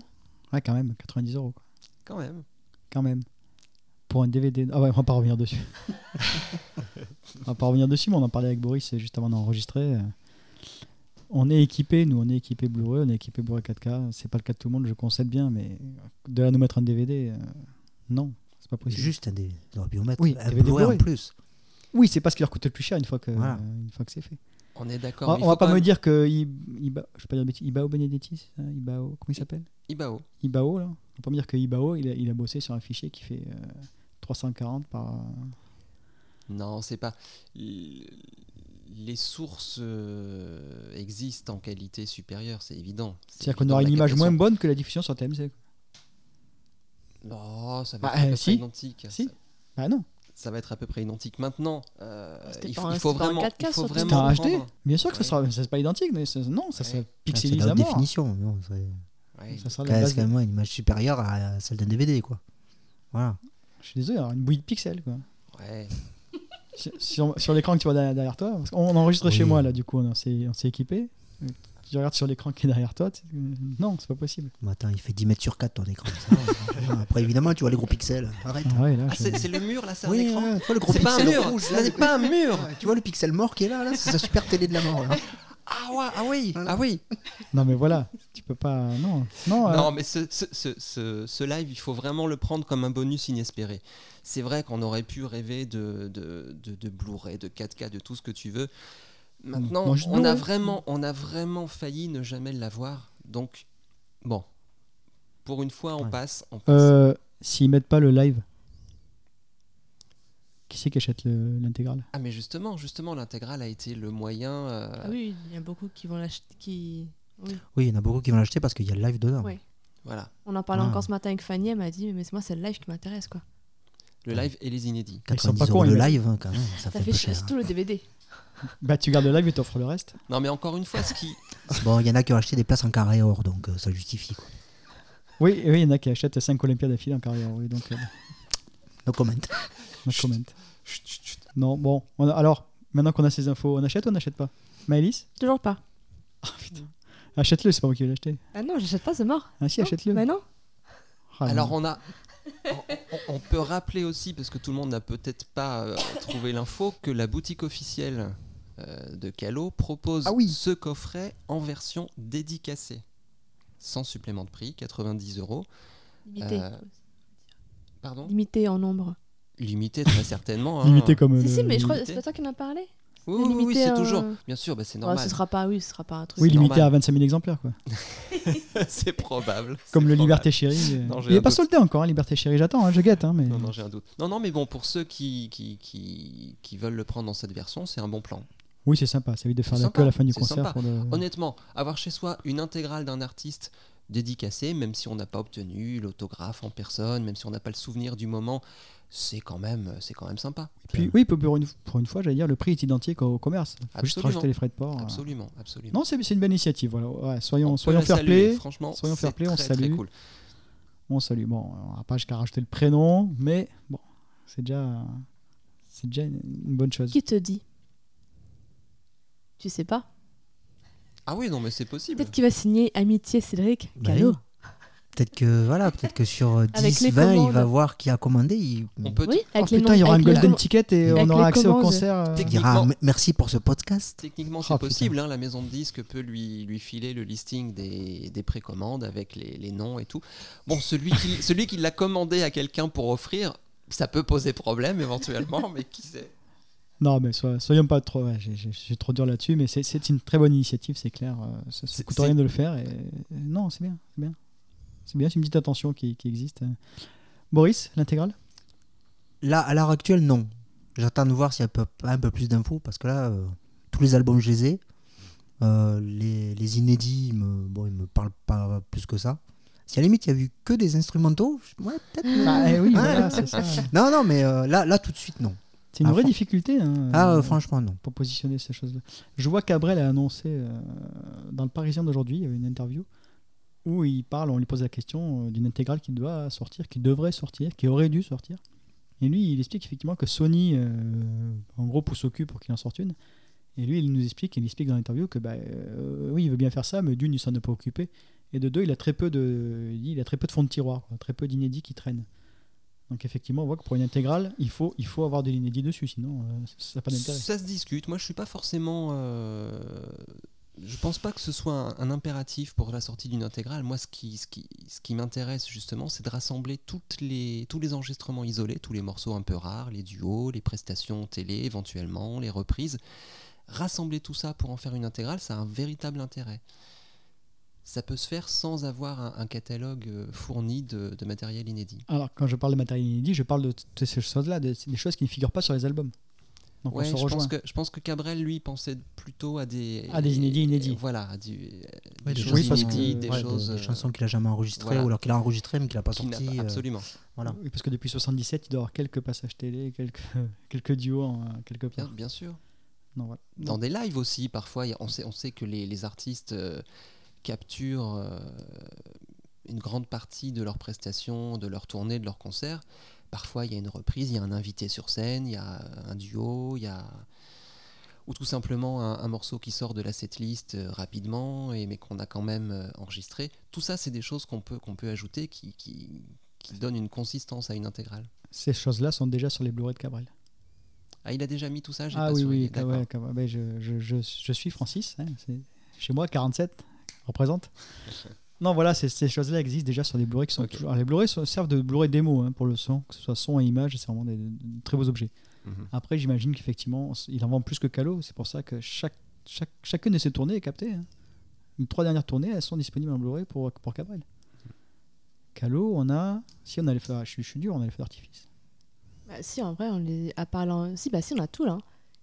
Speaker 1: Ouais, quand même, 90 euros. quoi.
Speaker 3: Quand même.
Speaker 1: quand même. Pour un DVD. Ah ouais, on va pas revenir dessus. on va pas revenir dessus, mais on en parlait avec Boris euh, juste avant d'enregistrer. euh. On est équipé, nous, on est équipé Blu-ray, on est équipé Blu-ray 4K. C'est pas le cas de tout le monde, je concède bien, mais de là à nous mettre un DVD, euh, non, c'est pas possible.
Speaker 4: Juste un des ils auraient pu en mettre
Speaker 1: Oui,
Speaker 4: un
Speaker 1: il y avait des
Speaker 4: Blu-ray en
Speaker 1: Blu-ray.
Speaker 4: plus.
Speaker 1: Oui, c'est parce qu'il leur coûte le plus cher une fois que,
Speaker 4: Voilà.
Speaker 1: euh, une fois que c'est fait.
Speaker 3: On est d'accord.
Speaker 1: On,
Speaker 3: mais il
Speaker 1: on
Speaker 3: faut
Speaker 1: va pas
Speaker 3: quand
Speaker 1: me
Speaker 3: même-
Speaker 1: dire que I- Iba- je vais pas dire de bêtises, Ibao Benedetti, c'est ça Ibao, comment il s'appelle
Speaker 3: Ibao.
Speaker 1: Ibao, là. On va pas me dire que Ibao, il a, il a bossé sur un fichier qui fait euh, 340 par. euh,
Speaker 3: Non, c'est pas. L- Les sources euh, existent en qualité supérieure, c'est évident.
Speaker 1: C'est-à-dire
Speaker 3: évident,
Speaker 1: qu'on aura
Speaker 3: la
Speaker 1: une image
Speaker 3: captation-
Speaker 1: moins bonne que la diffusion sur TMC.
Speaker 3: Non, Oh, ça va
Speaker 1: Bah,
Speaker 3: être à
Speaker 1: euh,
Speaker 3: peu
Speaker 1: si.
Speaker 3: près identique.
Speaker 1: Si.
Speaker 3: Ça,
Speaker 1: Ah non,
Speaker 3: ça va être à peu près identique. Maintenant, euh,
Speaker 2: C'était
Speaker 3: il,
Speaker 2: pas
Speaker 3: faut,
Speaker 2: un-
Speaker 3: il faut
Speaker 2: c'était pas un
Speaker 3: vraiment,
Speaker 2: 4K
Speaker 3: il faut
Speaker 2: surtout.
Speaker 1: c'est un
Speaker 3: vraiment
Speaker 1: HD.
Speaker 3: prendre.
Speaker 1: Bien sûr que ça
Speaker 3: Ouais.
Speaker 1: sera, ça, c'est pas identique, mais ça- non, ça sera
Speaker 3: Ouais.
Speaker 4: Ah, C'est
Speaker 1: pixelise
Speaker 4: la
Speaker 1: à
Speaker 4: haute
Speaker 1: mort.
Speaker 4: définition. non, c'est-
Speaker 3: Ouais.
Speaker 1: Ça sera
Speaker 4: quand
Speaker 1: la
Speaker 4: même-
Speaker 1: base
Speaker 4: C'est quand même une image supérieure à celle d'un DVD, quoi. Voilà.
Speaker 1: de- Je suis désolé, il y aura une bouillie de pixels quoi.
Speaker 3: Ouais.
Speaker 1: Sur, sur- sur l'écran que tu vois derrière, derrière toi, parce qu'on on enregistre
Speaker 4: Oui.
Speaker 1: chez moi là, du coup, on s'est on s'est équipé. Tu regardes sur l'écran qui est derrière toi, tu- non, c'est pas possible.
Speaker 4: Bon, attends, il fait 10 mètres sur 4 ton écran. ça va. Après, évidemment, tu vois les gros pixels. Arrête.
Speaker 1: Ah ouais, là,
Speaker 3: Ah,
Speaker 1: je-
Speaker 3: c'est c'est le mur là, c'est un
Speaker 4: Oui,
Speaker 3: écran.
Speaker 1: hein.
Speaker 4: ouais, tu vois le gros
Speaker 3: C'est pas un
Speaker 4: pixel
Speaker 3: mur,
Speaker 4: rouge,
Speaker 3: ce
Speaker 4: là,
Speaker 3: n'est
Speaker 4: le-
Speaker 3: pas un mur.
Speaker 4: Ouais, Tu vois le pixel mort qui est là, là c'est sa super télé de la mort. là.
Speaker 3: Ah ouais, ah oui,
Speaker 4: Voilà.
Speaker 3: ah oui.
Speaker 1: Non, mais voilà, tu peux pas. Non, non, euh,
Speaker 3: Non, mais ce, ce- ce- ce- ce live, il faut vraiment le prendre comme un bonus inespéré. C'est vrai qu'on aurait pu rêver de, de, de, de Blu-ray, de 4K, de tout ce que tu veux. Maintenant,
Speaker 1: Moi, je-
Speaker 3: on, a
Speaker 1: Blu-ray.
Speaker 3: vraiment, on a vraiment failli ne jamais l'avoir. Donc, bon. Pour une fois, on
Speaker 4: Ouais.
Speaker 3: passe. On passe.
Speaker 1: euh, s'ils mettent pas le live, qui c'est qui achète le- l'intégrale
Speaker 3: Ah, mais justement, justement l'intégrale a été le moyen. euh,
Speaker 2: Ah oui, il y a beaucoup qui vont l'acheter. Qui... oui.
Speaker 4: Oui, il y en a beaucoup qui vont l'acheter parce qu'il y a le live dedans.
Speaker 2: Ouais.
Speaker 3: Voilà.
Speaker 2: On en parlait
Speaker 4: Ah.
Speaker 2: encore ce matin avec Fanny, elle m'a dit Mais c'est moi, c'est le live qui m'intéresse. quoi.
Speaker 3: Le live et les inédits.
Speaker 1: Ils sont
Speaker 4: 90
Speaker 1: pas
Speaker 4: euros
Speaker 1: cons,
Speaker 4: le
Speaker 1: les mecs.
Speaker 4: live, hein, quand même, ça,
Speaker 2: Ça
Speaker 4: fait,
Speaker 2: fait
Speaker 4: peu cher. hein.
Speaker 2: surtout le DVD.
Speaker 1: Bah, tu gardes le live et t'offres le reste.
Speaker 3: Non, mais encore une fois, ce qui.
Speaker 4: Bon, il y en a qui ont acheté des places en carré or, donc euh, ça justifie. Quoi.
Speaker 1: Oui, oui, il y en a qui achètent 5 Olympiades d'affilée en carrière. Oui, donc, euh,
Speaker 4: No comment.
Speaker 1: no comment. Non, bon. on a- alors, maintenant qu'on a ces infos, on achète ou on n'achète pas Maëlys
Speaker 2: Toujours pas.
Speaker 1: Ah putain. Achète-le, c'est pas moi qui vais l'acheter.
Speaker 2: Ah non, j'achète pas, c'est mort.
Speaker 1: Ah si,
Speaker 2: Non,
Speaker 1: achète-le.
Speaker 2: Bah non.
Speaker 1: Ah,
Speaker 3: Alors
Speaker 1: non.
Speaker 3: on a, on, on- on peut rappeler aussi parce que tout le monde n'a peut-être pas euh, trouvé l'info que la boutique officielle euh, de Calo propose
Speaker 1: Ah oui.
Speaker 3: ce coffret en version dédicacée, sans supplément de prix, 90 euros.
Speaker 2: Limité.
Speaker 3: Euh, Pardon
Speaker 2: Limité en nombre.
Speaker 3: Limité très certainement. hein.
Speaker 1: Euh, Limité comme.
Speaker 2: si,
Speaker 1: le-
Speaker 2: si, mais je crois
Speaker 3: limité.
Speaker 2: c'est pas toi qui en as parlé.
Speaker 3: Oui, oui, oui, oui,
Speaker 2: limité
Speaker 3: c'est
Speaker 2: en-
Speaker 3: toujours. Bien sûr, bah, c'est
Speaker 2: Ouais,
Speaker 3: normal.
Speaker 2: ce sera pas, oui, ce sera pas un truc.
Speaker 1: Oui,
Speaker 3: c'est
Speaker 1: limité
Speaker 3: normal.
Speaker 1: à 25 000 exemplaires, quoi.
Speaker 3: c'est probable.
Speaker 1: Comme
Speaker 3: c'est
Speaker 1: le
Speaker 3: probable.
Speaker 1: Liberté Chérie. euh,
Speaker 3: Non, j'ai
Speaker 1: Il est
Speaker 3: un
Speaker 1: pas
Speaker 3: doute.
Speaker 1: soldé encore, hein, Liberté Chérie. J'attends, hein, je guette. Hein, mais...
Speaker 3: Non, non, j'ai un doute. Non, non, mais bon, pour ceux qui, qui, qui, qui veulent le prendre dans cette version, c'est un bon plan.
Speaker 1: Oui, c'est sympa. Ça évite de faire
Speaker 3: C'est
Speaker 1: la queue à la
Speaker 3: sympa,
Speaker 1: fin du
Speaker 3: c'est
Speaker 1: concert.
Speaker 3: sympa.
Speaker 1: Pour le...
Speaker 3: Honnêtement, avoir chez soi une intégrale d'un artiste dédicacé, même si on n'a pas obtenu l'autographe en personne, même si on n'a pas le souvenir du moment, c'est quand même, c'est quand même sympa.
Speaker 1: Puis, oui, pour une, pour une fois, j'allais dire, le prix est identique au commerce. Faut juste
Speaker 3: Absolument.
Speaker 1: rajouter les frais de port. euh.
Speaker 3: Absolument, absolument.
Speaker 1: Non, c'est c'est une belle initiative. Voilà. Ouais, soyons
Speaker 3: peut
Speaker 1: soyons
Speaker 3: la
Speaker 1: fair
Speaker 3: saluer,
Speaker 1: play.
Speaker 3: Franchement,
Speaker 1: soyons
Speaker 3: c'est
Speaker 1: fair play, on
Speaker 3: très, très
Speaker 1: salue.
Speaker 3: cool.
Speaker 1: Bon, salut. Bon, on n'a pas jusqu'à rajouter le prénom, mais bon, c'est déjà, euh, c'est déjà une, une bonne chose.
Speaker 2: Qui te dit Tu sais pas
Speaker 3: Ah oui, non, mais c'est possible.
Speaker 2: Peut-être qu'il va signer Amitié Cédric
Speaker 4: Bah
Speaker 2: Calo.
Speaker 4: oui. Peut-être que, voilà, peut-être que sur euh, 10,
Speaker 2: Avec les
Speaker 4: 20, il va
Speaker 2: commandes.
Speaker 4: voir qui a commandé. Il,
Speaker 3: On peut
Speaker 2: Oui,
Speaker 1: Oh,
Speaker 2: avec les
Speaker 1: putain, il y
Speaker 2: noms-
Speaker 1: aura un
Speaker 2: avec les
Speaker 1: golden
Speaker 2: noms-
Speaker 1: ticket et
Speaker 2: avec
Speaker 1: on aura
Speaker 2: les
Speaker 1: accès au
Speaker 2: commandes.
Speaker 1: concert. euh,
Speaker 4: il
Speaker 3: Technique.
Speaker 4: dira
Speaker 3: Techniquement-
Speaker 4: merci pour ce podcast.
Speaker 3: Techniquement, c'est
Speaker 1: Ah, putain.
Speaker 3: possible. hein, la maison de disques peut lui, lui filer le listing des, des précommandes avec les, les noms et tout. Bon, celui qui, celui qui l'a commandé à quelqu'un pour offrir, ça peut poser problème éventuellement, mais qui sait
Speaker 1: Non, mais so- soyons pas trop. ouais, j'ai- j'ai- je suis trop dur là-dessus, mais c'est- c'est une très bonne initiative, c'est clair. euh, Ça, ça
Speaker 3: C'est-
Speaker 1: coûte
Speaker 3: c'est-
Speaker 1: rien de le faire. Et... et Non, c'est bien, c'est bien. C'est bien, c'est une petite attention qui, qui existe. euh. Boris, l'intégrale
Speaker 4: Là, à l'heure actuelle, non. J'attends de voir s'il y a peu- un peu plus d'infos parce que là, euh, tous les albums, je les ai. Euh, les, les inédits, ils me, bon, ils me parlent pas plus que ça. Si à la limite, il y a eu que des instrumentaux, je- ouais, peut-être.
Speaker 1: Bah, eh oui,
Speaker 4: Ouais.
Speaker 1: voilà, c'est ça. C'est
Speaker 4: Non, non, mais euh, là, là, tout de suite, non.
Speaker 1: une
Speaker 4: Ah,
Speaker 1: vraie
Speaker 4: fran-
Speaker 1: difficulté. hein,
Speaker 4: Ah,
Speaker 1: euh,
Speaker 4: euh, franchement, non.
Speaker 1: pour positionner ces choses-là. Je vois Cabrel a annoncé euh, dans le Parisien d'aujourd'hui, il y avait une interview où il parle, on lui pose la question euh, d'une intégrale qui doit sortir, qui devrait sortir, qui aurait dû sortir. Et lui, il explique effectivement que Sony, euh, en gros, pousse au cul pour qu'il en sorte une. Et lui, il nous explique, il explique dans l'interview que bah, euh, oui, il veut bien faire ça, mais d'une, il s'en est pas occupé, et de deux, il a très peu de, il dit, il a très peu de fonds de tiroir, quoi, très peu d'inédits qui traînent. Donc effectivement, on voit que pour une intégrale, il faut, il faut avoir de l'inédit dessus, sinon euh, ça n'a pas d'intérêt.
Speaker 3: Ça se discute. Moi, je suis pas forcément. euh, Je pense pas que ce soit un, un impératif pour la sortie d'une intégrale. Moi, ce qui, ce qui, ce qui m'intéresse justement, c'est de rassembler toutes les, tous les enregistrements isolés, tous les morceaux un peu rares, les duos, les prestations télé éventuellement, les reprises. Rassembler tout ça pour en faire une intégrale, ça a un véritable intérêt. Ça peut se faire sans avoir un, un catalogue euh, fourni de, de matériel inédit.
Speaker 1: Alors, quand je parle de matériel inédit, je parle de toutes ces choses-là, de- des choses qui ne figurent pas sur les albums. Donc,
Speaker 3: Ouais,
Speaker 1: on se
Speaker 3: je,
Speaker 1: rejoint.
Speaker 3: pense que, je pense que Cabrel, lui, pensait plutôt à des... euh,
Speaker 1: À des inédits, inédits.
Speaker 3: Voilà, à du- euh, des
Speaker 4: Ouais,
Speaker 1: des
Speaker 3: choses
Speaker 1: choses parce que-
Speaker 3: inédites, des
Speaker 4: ouais,
Speaker 3: choses...
Speaker 4: des
Speaker 3: euh,
Speaker 4: chansons qu'il a jamais enregistrées
Speaker 3: voilà.
Speaker 4: ou alors qu'il a enregistrées mais qu'il a pas
Speaker 3: qui n'a
Speaker 4: sorti.
Speaker 3: pas-
Speaker 4: euh,
Speaker 3: absolument.
Speaker 4: voilà.
Speaker 1: Oui, parce que depuis 77, il doit y avoir quelques passages télé, quelques, quelques duos, en- quelque
Speaker 3: Bien,
Speaker 1: part.
Speaker 3: bien sûr.
Speaker 1: Non, voilà.
Speaker 3: Dans des lives aussi, parfois, y a- on sait, on sait que les, les artistes euh, capturent euh, une grande partie de leurs prestations, de leurs tournées, de leurs concerts. Parfois, il y a une reprise, il y a un invité sur scène, il y a un duo, il y a... Ou tout simplement un, un morceau qui sort de la setlist euh, rapidement, et, mais qu'on a quand même euh, enregistré. Tout ça, c'est des choses qu'on peut, qu'on peut ajouter qui, qui, qui donnent une consistance à une intégrale.
Speaker 1: Ces choses-là sont déjà sur les Blu-ray de Cabrel.
Speaker 3: Ah, il a déjà mis tout ça j'ai
Speaker 1: Ah
Speaker 3: pas
Speaker 1: oui,
Speaker 3: surveillé,
Speaker 1: oui,
Speaker 3: d'accord.
Speaker 1: Cabrel, Cabrel. Ben, je, je- je- je suis Francis. hein, c'est- Chez moi, 47, représente. non, voilà, ces, ces choses-là existent déjà sur les Blu-ray qui sont
Speaker 3: Ok.
Speaker 1: toujours. Alors, les Blu-ray sont- servent de Blu-ray démo hein, pour le son, que ce soit son et image, c'est vraiment des, des très beaux objets.
Speaker 3: Mhm.
Speaker 1: Après, j'imagine qu'effectivement, il en vend plus que Calo. C'est pour ça que chaque, chaque- chacune de ses tournées est captée. hein. Les trois dernières tournées, elles sont disponibles en Blu-ray pour, pour Cabrel. Calo, on a. Si on allait faire. Je, suis- je suis dur, on allait faire d'artifice.
Speaker 2: Bah, si, en vrai, on les à part l'en- Si, bah si, on a tout là.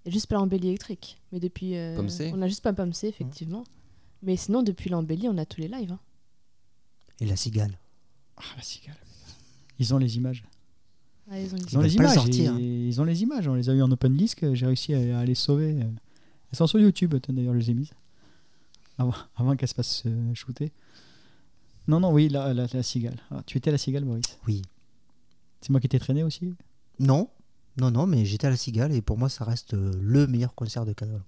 Speaker 2: Il y a juste pas l'embellie électrique. Mais depuis. euh,
Speaker 3: Pomme C.
Speaker 2: On a juste pas Pomme C, effectivement.
Speaker 1: Mmh.
Speaker 2: Mais sinon, depuis l'embellie, on a tous les lives. hein.
Speaker 4: Et la cigale.
Speaker 1: Ah,
Speaker 4: bah,
Speaker 1: la cigale. Ils ont les images.
Speaker 2: Ah, ils ont dit-
Speaker 1: Ils ont
Speaker 4: veulent
Speaker 1: les
Speaker 4: pas le
Speaker 1: images.
Speaker 4: sortir.
Speaker 1: et- Ils ont les images. On les a eu en open disc. euh, J'ai réussi à, à les sauver. euh. Elles sont sur YouTube, euh, tiens, d'ailleurs, je les ai mises. Avant, avant qu'elles se fassent euh, shooter. Non, non, oui, la, la, la cigale. Ah, tu étais à la cigale, Boris
Speaker 4: Oui.
Speaker 1: C'est moi qui t'ai traîné aussi
Speaker 4: Non, non, non, mais j'étais à la cigale et pour moi, ça reste euh, le meilleur concert de Cadol.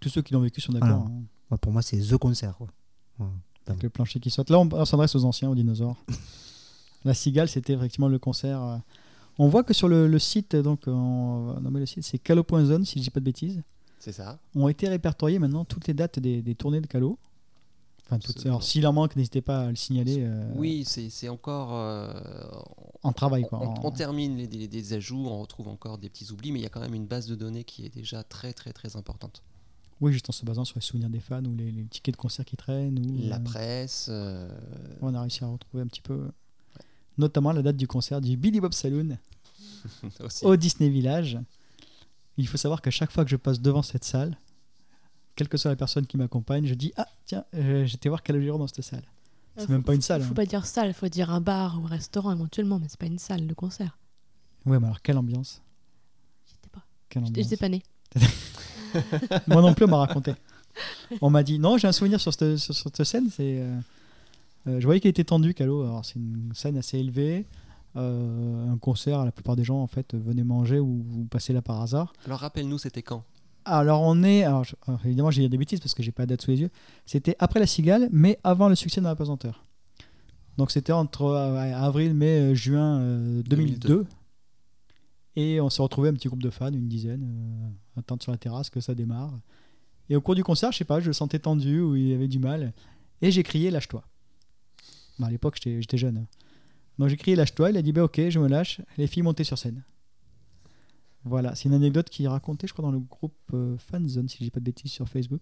Speaker 1: Tous ceux qui l'ont vécu sont d'accord.
Speaker 4: Voilà.
Speaker 1: hein.
Speaker 4: Moi, pour moi, c'est The Concert. quoi. Enfin,
Speaker 1: Avec le plancher qui saute. Là, on, on s'adresse aux anciens, aux dinosaures. La cigale, c'était effectivement le concert. euh. On voit que sur le, le site, donc euh, on va nommer le site, c'est calo.zone, si je dis pas de bêtises,
Speaker 3: C'est ça.
Speaker 1: ont été répertoriées maintenant toutes les dates des, des tournées de calo. Enfin, toutes,
Speaker 3: C'est-
Speaker 1: alors, s'il en manque, n'hésitez pas à le signaler euh,
Speaker 3: Oui, c'est c'est encore. euh,
Speaker 1: en travail. Quoi,
Speaker 3: on,
Speaker 1: en-
Speaker 3: on termine les, les- les ajouts, on retrouve encore des petits oublis, mais il y a quand même une base de données qui est déjà très très très importante.
Speaker 1: Oui, juste en se basant sur les souvenirs des fans ou les, les tickets de concert qui traînent. Ou,
Speaker 3: La
Speaker 1: euh,
Speaker 3: presse. euh,
Speaker 1: on a réussi à retrouver un petit peu, euh, notamment la date du concert du Billy Bob Saloon
Speaker 3: aussi.
Speaker 1: au Disney Village. Il faut savoir qu'à chaque fois que je passe devant cette salle, quelle que soit la personne qui m'accompagne, je dis Ah, tiens, euh, j'étais voir Calogero dans cette salle. C'est même pas une salle.
Speaker 2: Il faut
Speaker 1: hein.
Speaker 2: pas dire salle, il faut dire un bar ou un restaurant éventuellement, mais c'est pas une salle de concert.
Speaker 1: Ouais, mais alors quelle ambiance.
Speaker 2: J'étais pas.
Speaker 1: Quelle
Speaker 2: J'étais
Speaker 1: ambiance.
Speaker 2: j'étais pas née.
Speaker 1: Moi non plus, on m'a raconté. On m'a dit Non, j'ai un souvenir sur cette, sur, sur cette scène. C'est, euh, euh, je voyais qu'il était tendu, Calo. Alors, c'est une scène assez élevée. Euh, un concert, la plupart des gens en fait venaient manger ou, ou passer là par hasard.
Speaker 3: Alors rappelle-nous, c'était quand
Speaker 1: Alors on est, alors, je- alors, évidemment j'ai dit des bêtises parce que j'ai pas la date sous les yeux. C'était après la cigale, mais avant le succès de la pesanteur. Donc c'était entre euh, ouais, avril, mai, euh, juin euh, 2002.
Speaker 3: 2002.
Speaker 1: Et on s'est retrouvé un petit groupe de fans, une dizaine, euh, à attendre sur la terrasse que ça démarre. Et au cours du concert, je sais pas, je le sentais tendu ou il y avait du mal. Et j'ai crié lâche-toi. Bah, à l'époque j'étais j'étais jeune. hein. Donc j'ai crié lâche-toi, il a dit bah ok je me lâche. Les filles montaient sur scène. Voilà, c'est une anecdote qui est racontée, je crois, dans le groupe euh, Fanzone, si je dis pas de bêtises, sur Facebook.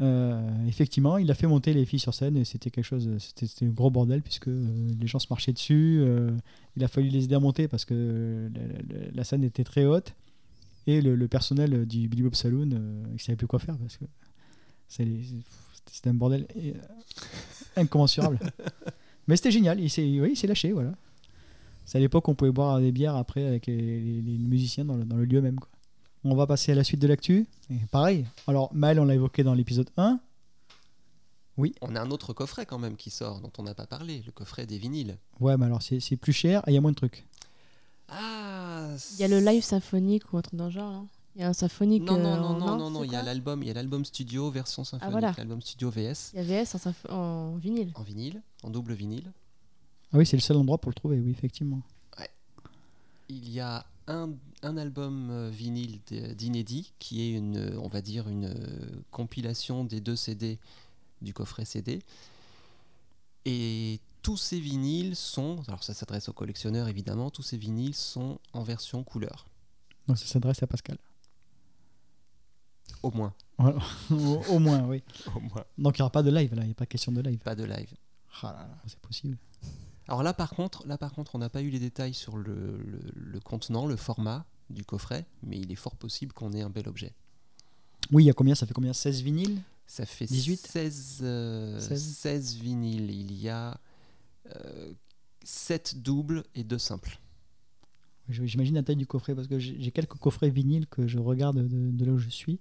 Speaker 1: Euh, effectivement, il a fait monter les filles sur scène et c'était quelque chose, c'était c'était un gros bordel puisque euh, les gens se marchaient dessus. euh, il a fallu les aider à monter parce que euh, la, la- la scène était très haute et le, le personnel euh, du Billy Bob Saloon, euh, il savait plus quoi faire parce que c'est- c'est- c'était un bordel euh, incommensurable. Mais c'était génial, il s'est oui, il s'est lâché, voilà. C'est à l'époque on pouvait boire des bières après avec les, les- les musiciens dans le, dans le lieu même. quoi. On va passer à la suite de l'actu. Et Pareil. Alors, Maël, on l'a évoqué dans l'épisode 1.
Speaker 3: On a un autre coffret quand même qui sort, dont on n'a pas parlé, le coffret des vinyles.
Speaker 1: Ouais, mais alors c'est c'est plus cher et il y a moins de trucs.
Speaker 3: Ah
Speaker 2: Il y a le live symphonique ou un truc dans le genre. hein. Il y a un symphonique.
Speaker 3: Non, non,
Speaker 2: euh,
Speaker 3: non,
Speaker 2: en-
Speaker 3: non, non, non,
Speaker 2: c'est
Speaker 3: il y
Speaker 2: quoi
Speaker 3: a
Speaker 2: Ah,
Speaker 3: l'album, il y a l'album studio version symphonique,
Speaker 2: voilà.
Speaker 3: l'album studio VS
Speaker 2: Il y a VS en, symph- en vinyle.
Speaker 3: en vinyle, en double vinyle.
Speaker 1: Ah oui, c'est le seul endroit pour le trouver, oui, effectivement.
Speaker 3: Il y a un, un album euh, vinyle d- d'inédit qui est une, euh, on va dire, une euh, compilation des deux CD du coffret CD. Et tous ces vinyles sont, alors ça s'adresse aux collectionneurs évidemment, tous ces vinyles sont en version couleur,
Speaker 1: Donc ça s'adresse à Pascal.
Speaker 3: au moins.
Speaker 1: Voilà. au, au moins, oui.
Speaker 3: Au moins.
Speaker 1: Donc il n'y aura pas de live là, il n'y a pas question de live.
Speaker 3: Pas de live.
Speaker 1: Ah là là, c'est possible.
Speaker 3: Alors là, par contre, là, par contre on n'a pas eu les détails sur le, le- le contenant, le format du coffret, mais il est fort possible qu'on ait un bel objet.
Speaker 1: Oui, il y a combien Ça fait combien 16 vinyles
Speaker 3: Ça fait
Speaker 1: 18?
Speaker 3: 16, euh,
Speaker 1: 16.
Speaker 3: 16 vinyles. Il y a 7 doubles et 2 simples.
Speaker 1: Je- J'imagine la taille du coffret parce que j'ai j'ai quelques coffrets vinyles que je regarde de, de là où je suis.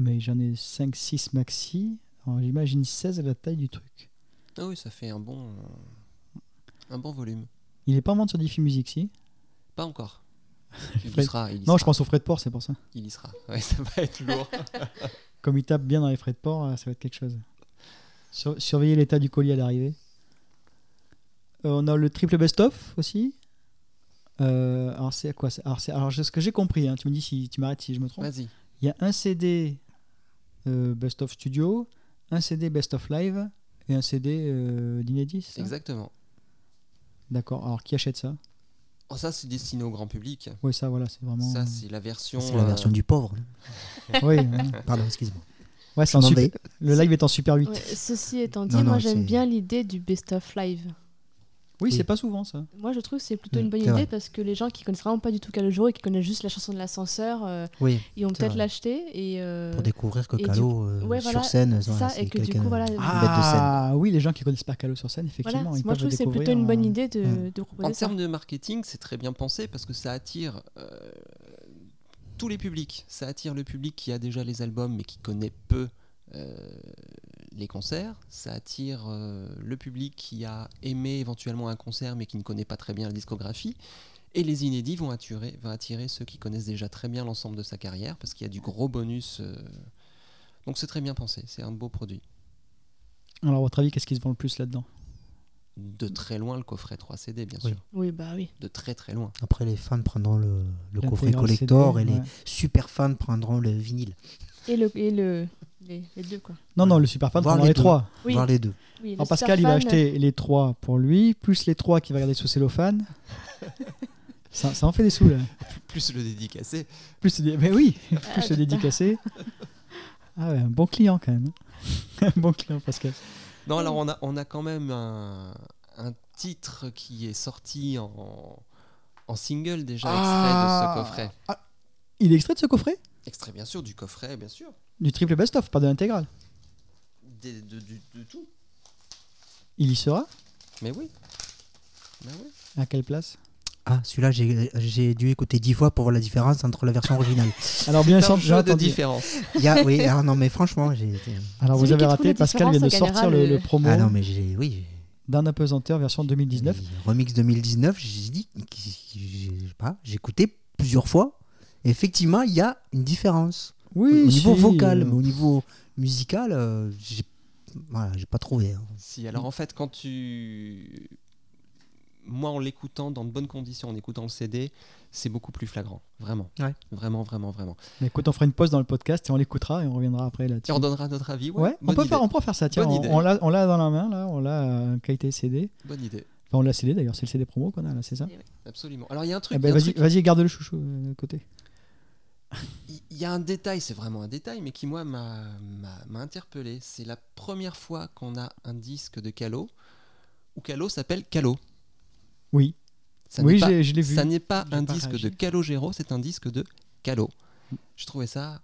Speaker 1: Mais j'en ai 5, 6 maxi. Alors, J'imagine 16 à la taille du truc.
Speaker 3: Ah oui, ça fait un bon, un bon volume.
Speaker 1: Il n'est pas en vente sur Diffie Music, si
Speaker 3: Pas encore. Il y
Speaker 1: Fred-
Speaker 3: sera. Il
Speaker 1: Non,
Speaker 3: y sera.
Speaker 1: je pense aux frais de port, c'est pour ça.
Speaker 3: Il y sera. Ouais, ça va être lourd.
Speaker 1: Comme il tape bien dans les frais de port, euh, ça va être quelque chose. Sur- surveiller l'état du colis à l'arrivée. Euh, on a le triple best-of aussi. Euh, alors, c'est quoi c'est- Alors, c'est- alors, ce que j'ai compris, hein, tu me dis si tu m'arrêtes si je me trompe.
Speaker 3: Vas-y.
Speaker 1: Il y a un CD euh, best-of studio, un CD best-of live et un CD euh, d'inédit. c'est ça
Speaker 3: Exactement.
Speaker 1: D'accord. Alors, qui achète ça
Speaker 3: Oh, ça, c'est destiné au grand public.
Speaker 1: Oui, ça, voilà, c'est vraiment.
Speaker 3: Ça, c'est la version.
Speaker 4: C'est la
Speaker 3: euh,
Speaker 4: version du pauvre.
Speaker 1: Oui, hein.
Speaker 4: Pardon, excuse-moi.
Speaker 1: Ouais, c'est en
Speaker 4: M'en
Speaker 1: super-
Speaker 4: vais.
Speaker 1: Le live est en Super 8.
Speaker 2: Ouais, ceci étant dit,
Speaker 4: Non, non,
Speaker 2: moi j'aime
Speaker 4: c'est-
Speaker 2: bien l'idée du best-of live.
Speaker 1: Oui,
Speaker 4: Oui.
Speaker 1: c'est pas souvent ça.
Speaker 2: Moi je trouve que c'est plutôt
Speaker 4: Mm,
Speaker 2: une bonne
Speaker 4: c'est
Speaker 2: idée
Speaker 4: vrai.
Speaker 2: parce que les gens qui connaissent vraiment pas du tout Calogero et qui connaissent juste la chanson de l'ascenseur, euh,
Speaker 4: Oui,
Speaker 2: ils vont
Speaker 4: C'est
Speaker 2: peut-être
Speaker 4: vrai.
Speaker 2: l'acheter. et euh,
Speaker 4: pour découvrir que
Speaker 2: et du-
Speaker 4: Calo euh,
Speaker 2: ouais, voilà,
Speaker 4: sur scène,
Speaker 2: c'est
Speaker 4: voilà,
Speaker 2: ça, et
Speaker 4: c'est
Speaker 2: que du
Speaker 4: quelqu'un
Speaker 2: coup, voilà,
Speaker 4: une bête
Speaker 2: Ah,
Speaker 4: de
Speaker 1: Ah oui, les gens qui connaissent pas Calo sur scène,
Speaker 2: Voilà,
Speaker 1: effectivement, ils
Speaker 2: moi
Speaker 1: peuvent
Speaker 2: je trouve que c'est
Speaker 1: découvrir,
Speaker 2: plutôt une bonne
Speaker 1: euh,
Speaker 2: idée de,
Speaker 4: Mm.
Speaker 2: de
Speaker 3: En
Speaker 2: proposer ça.
Speaker 3: termes de marketing, c'est très bien pensé parce que ça attire euh, tous les publics. Ça attire le public qui a déjà les albums mais qui connaît peu euh, les concerts. Ça attire euh, le public qui a aimé éventuellement un concert mais qui ne connaît pas très bien la discographie. Et les inédits vont attirer, vont attirer ceux qui connaissent déjà très bien l'ensemble de sa carrière parce qu'il y a du gros bonus. euh. Donc c'est très bien pensé, c'est un beau produit.
Speaker 1: Alors, à votre avis, qu'est-ce qui se vend le plus là-dedans
Speaker 3: De très loin, le coffret 3 CD, bien
Speaker 4: Oui.
Speaker 3: sûr.
Speaker 2: Oui, bah oui.
Speaker 3: De très très loin.
Speaker 4: Après, les fans prendront le, le coffret
Speaker 1: L'intégral
Speaker 4: collector
Speaker 1: CD,
Speaker 4: et les
Speaker 1: ouais.
Speaker 4: super fans prendront le vinyle.
Speaker 2: Et le, et le les, les deux quoi.
Speaker 1: Non, non, le super fan
Speaker 4: Voir
Speaker 1: prendra
Speaker 4: les
Speaker 1: les
Speaker 4: deux.
Speaker 1: trois.
Speaker 2: Oui.
Speaker 4: Voir les deux.
Speaker 2: Oui, le euh,
Speaker 1: Alors, Pascal, il va
Speaker 2: superfan,
Speaker 1: acheter les trois pour lui, plus les trois qu'il va garder sous cellophane. ça, ça en fait des sous, là.
Speaker 3: Plus le dédicacé.
Speaker 1: Plus des- Mais oui, plus
Speaker 2: Ah,
Speaker 1: le
Speaker 2: putain.
Speaker 1: dédicacé. Ah ouais, un bon client quand même. un bon client, Pascal.
Speaker 3: Non, alors on a, on a quand même un, un titre qui est sorti en, en single déjà,
Speaker 1: Ah.
Speaker 3: extrait de ce coffret.
Speaker 1: Il est extrait de ce coffret
Speaker 3: Extrait bien sûr du coffret, bien sûr.
Speaker 1: Du triple best-of, pas de l'intégrale.
Speaker 3: Des- de, du- de tout.
Speaker 1: Il y sera
Speaker 3: Mais oui. Mais oui.
Speaker 1: À quelle place
Speaker 4: Ah, celui-là, j'ai- j'ai dû écouter dix fois pour voir la différence entre la version originale.
Speaker 1: Alors, bien
Speaker 3: C'est un
Speaker 1: sûr, j'ai
Speaker 3: jeu de
Speaker 1: entendu.
Speaker 3: différence.
Speaker 4: Il y a- oui, ah non, mais franchement, j'ai.
Speaker 1: Alors, vous avez
Speaker 2: Celui qui trouve
Speaker 1: raté,
Speaker 2: la
Speaker 1: Pascal vient de
Speaker 2: différence
Speaker 1: sortir
Speaker 2: gagnera
Speaker 1: le,
Speaker 2: le-
Speaker 1: le promo
Speaker 4: Ah non, mais j'ai. Oui.
Speaker 1: d'un apesanteur version 2019.
Speaker 4: j'ai- Remix 2019, j'ai dit. j'ai- je sais pas, J'ai écouté plusieurs fois. Effectivement, il y a une différence.
Speaker 1: Oui,
Speaker 4: au niveau
Speaker 1: si,
Speaker 4: vocal,
Speaker 1: euh,
Speaker 4: mais au niveau musical, euh, j'ai voilà, j'ai pas trouvé. hein.
Speaker 3: Si, alors en fait, quand tu. Moi, en l'écoutant dans de bonnes conditions, en écoutant le CD, c'est beaucoup plus flagrant. Vraiment.
Speaker 4: Ouais.
Speaker 3: Vraiment, vraiment, vraiment.
Speaker 1: mais écoute, on fera une pause dans le podcast et on l'écoutera et on reviendra après là-dessus.
Speaker 3: Tu en donneras notre avis
Speaker 1: Ouais, on,
Speaker 3: bonne
Speaker 1: peut
Speaker 3: idée.
Speaker 1: faire, on peut faire ça. Tiens,
Speaker 3: Bonne
Speaker 1: on,
Speaker 3: idée.
Speaker 1: on l'a on l'a dans la main, là, on l'a euh, qualité CD.
Speaker 3: Bonne idée,
Speaker 1: Enfin, on l'a CD d'ailleurs, c'est le CD promo qu'on a là, c'est ça
Speaker 3: absolument. Alors, il y a un truc.
Speaker 1: Eh
Speaker 3: il
Speaker 1: ben,
Speaker 3: y a un
Speaker 1: Vas-y,
Speaker 3: truc-
Speaker 1: vas-y, garde le chouchou euh, de côté.
Speaker 3: Il il y a un détail, c'est vraiment un détail, mais qui moi m'a m'a- m'a interpellé. C'est la première fois qu'on a un disque de Calo où Calo s'appelle Calo.
Speaker 1: Oui,
Speaker 3: Ça
Speaker 1: oui
Speaker 3: n'est pas-
Speaker 1: j'ai- je l'ai vu.
Speaker 3: ça n'est pas,
Speaker 1: J'ai
Speaker 3: un
Speaker 1: pas
Speaker 3: disque
Speaker 1: réagi.
Speaker 3: de Calogero, c'est un disque de Calo. Je trouvais ça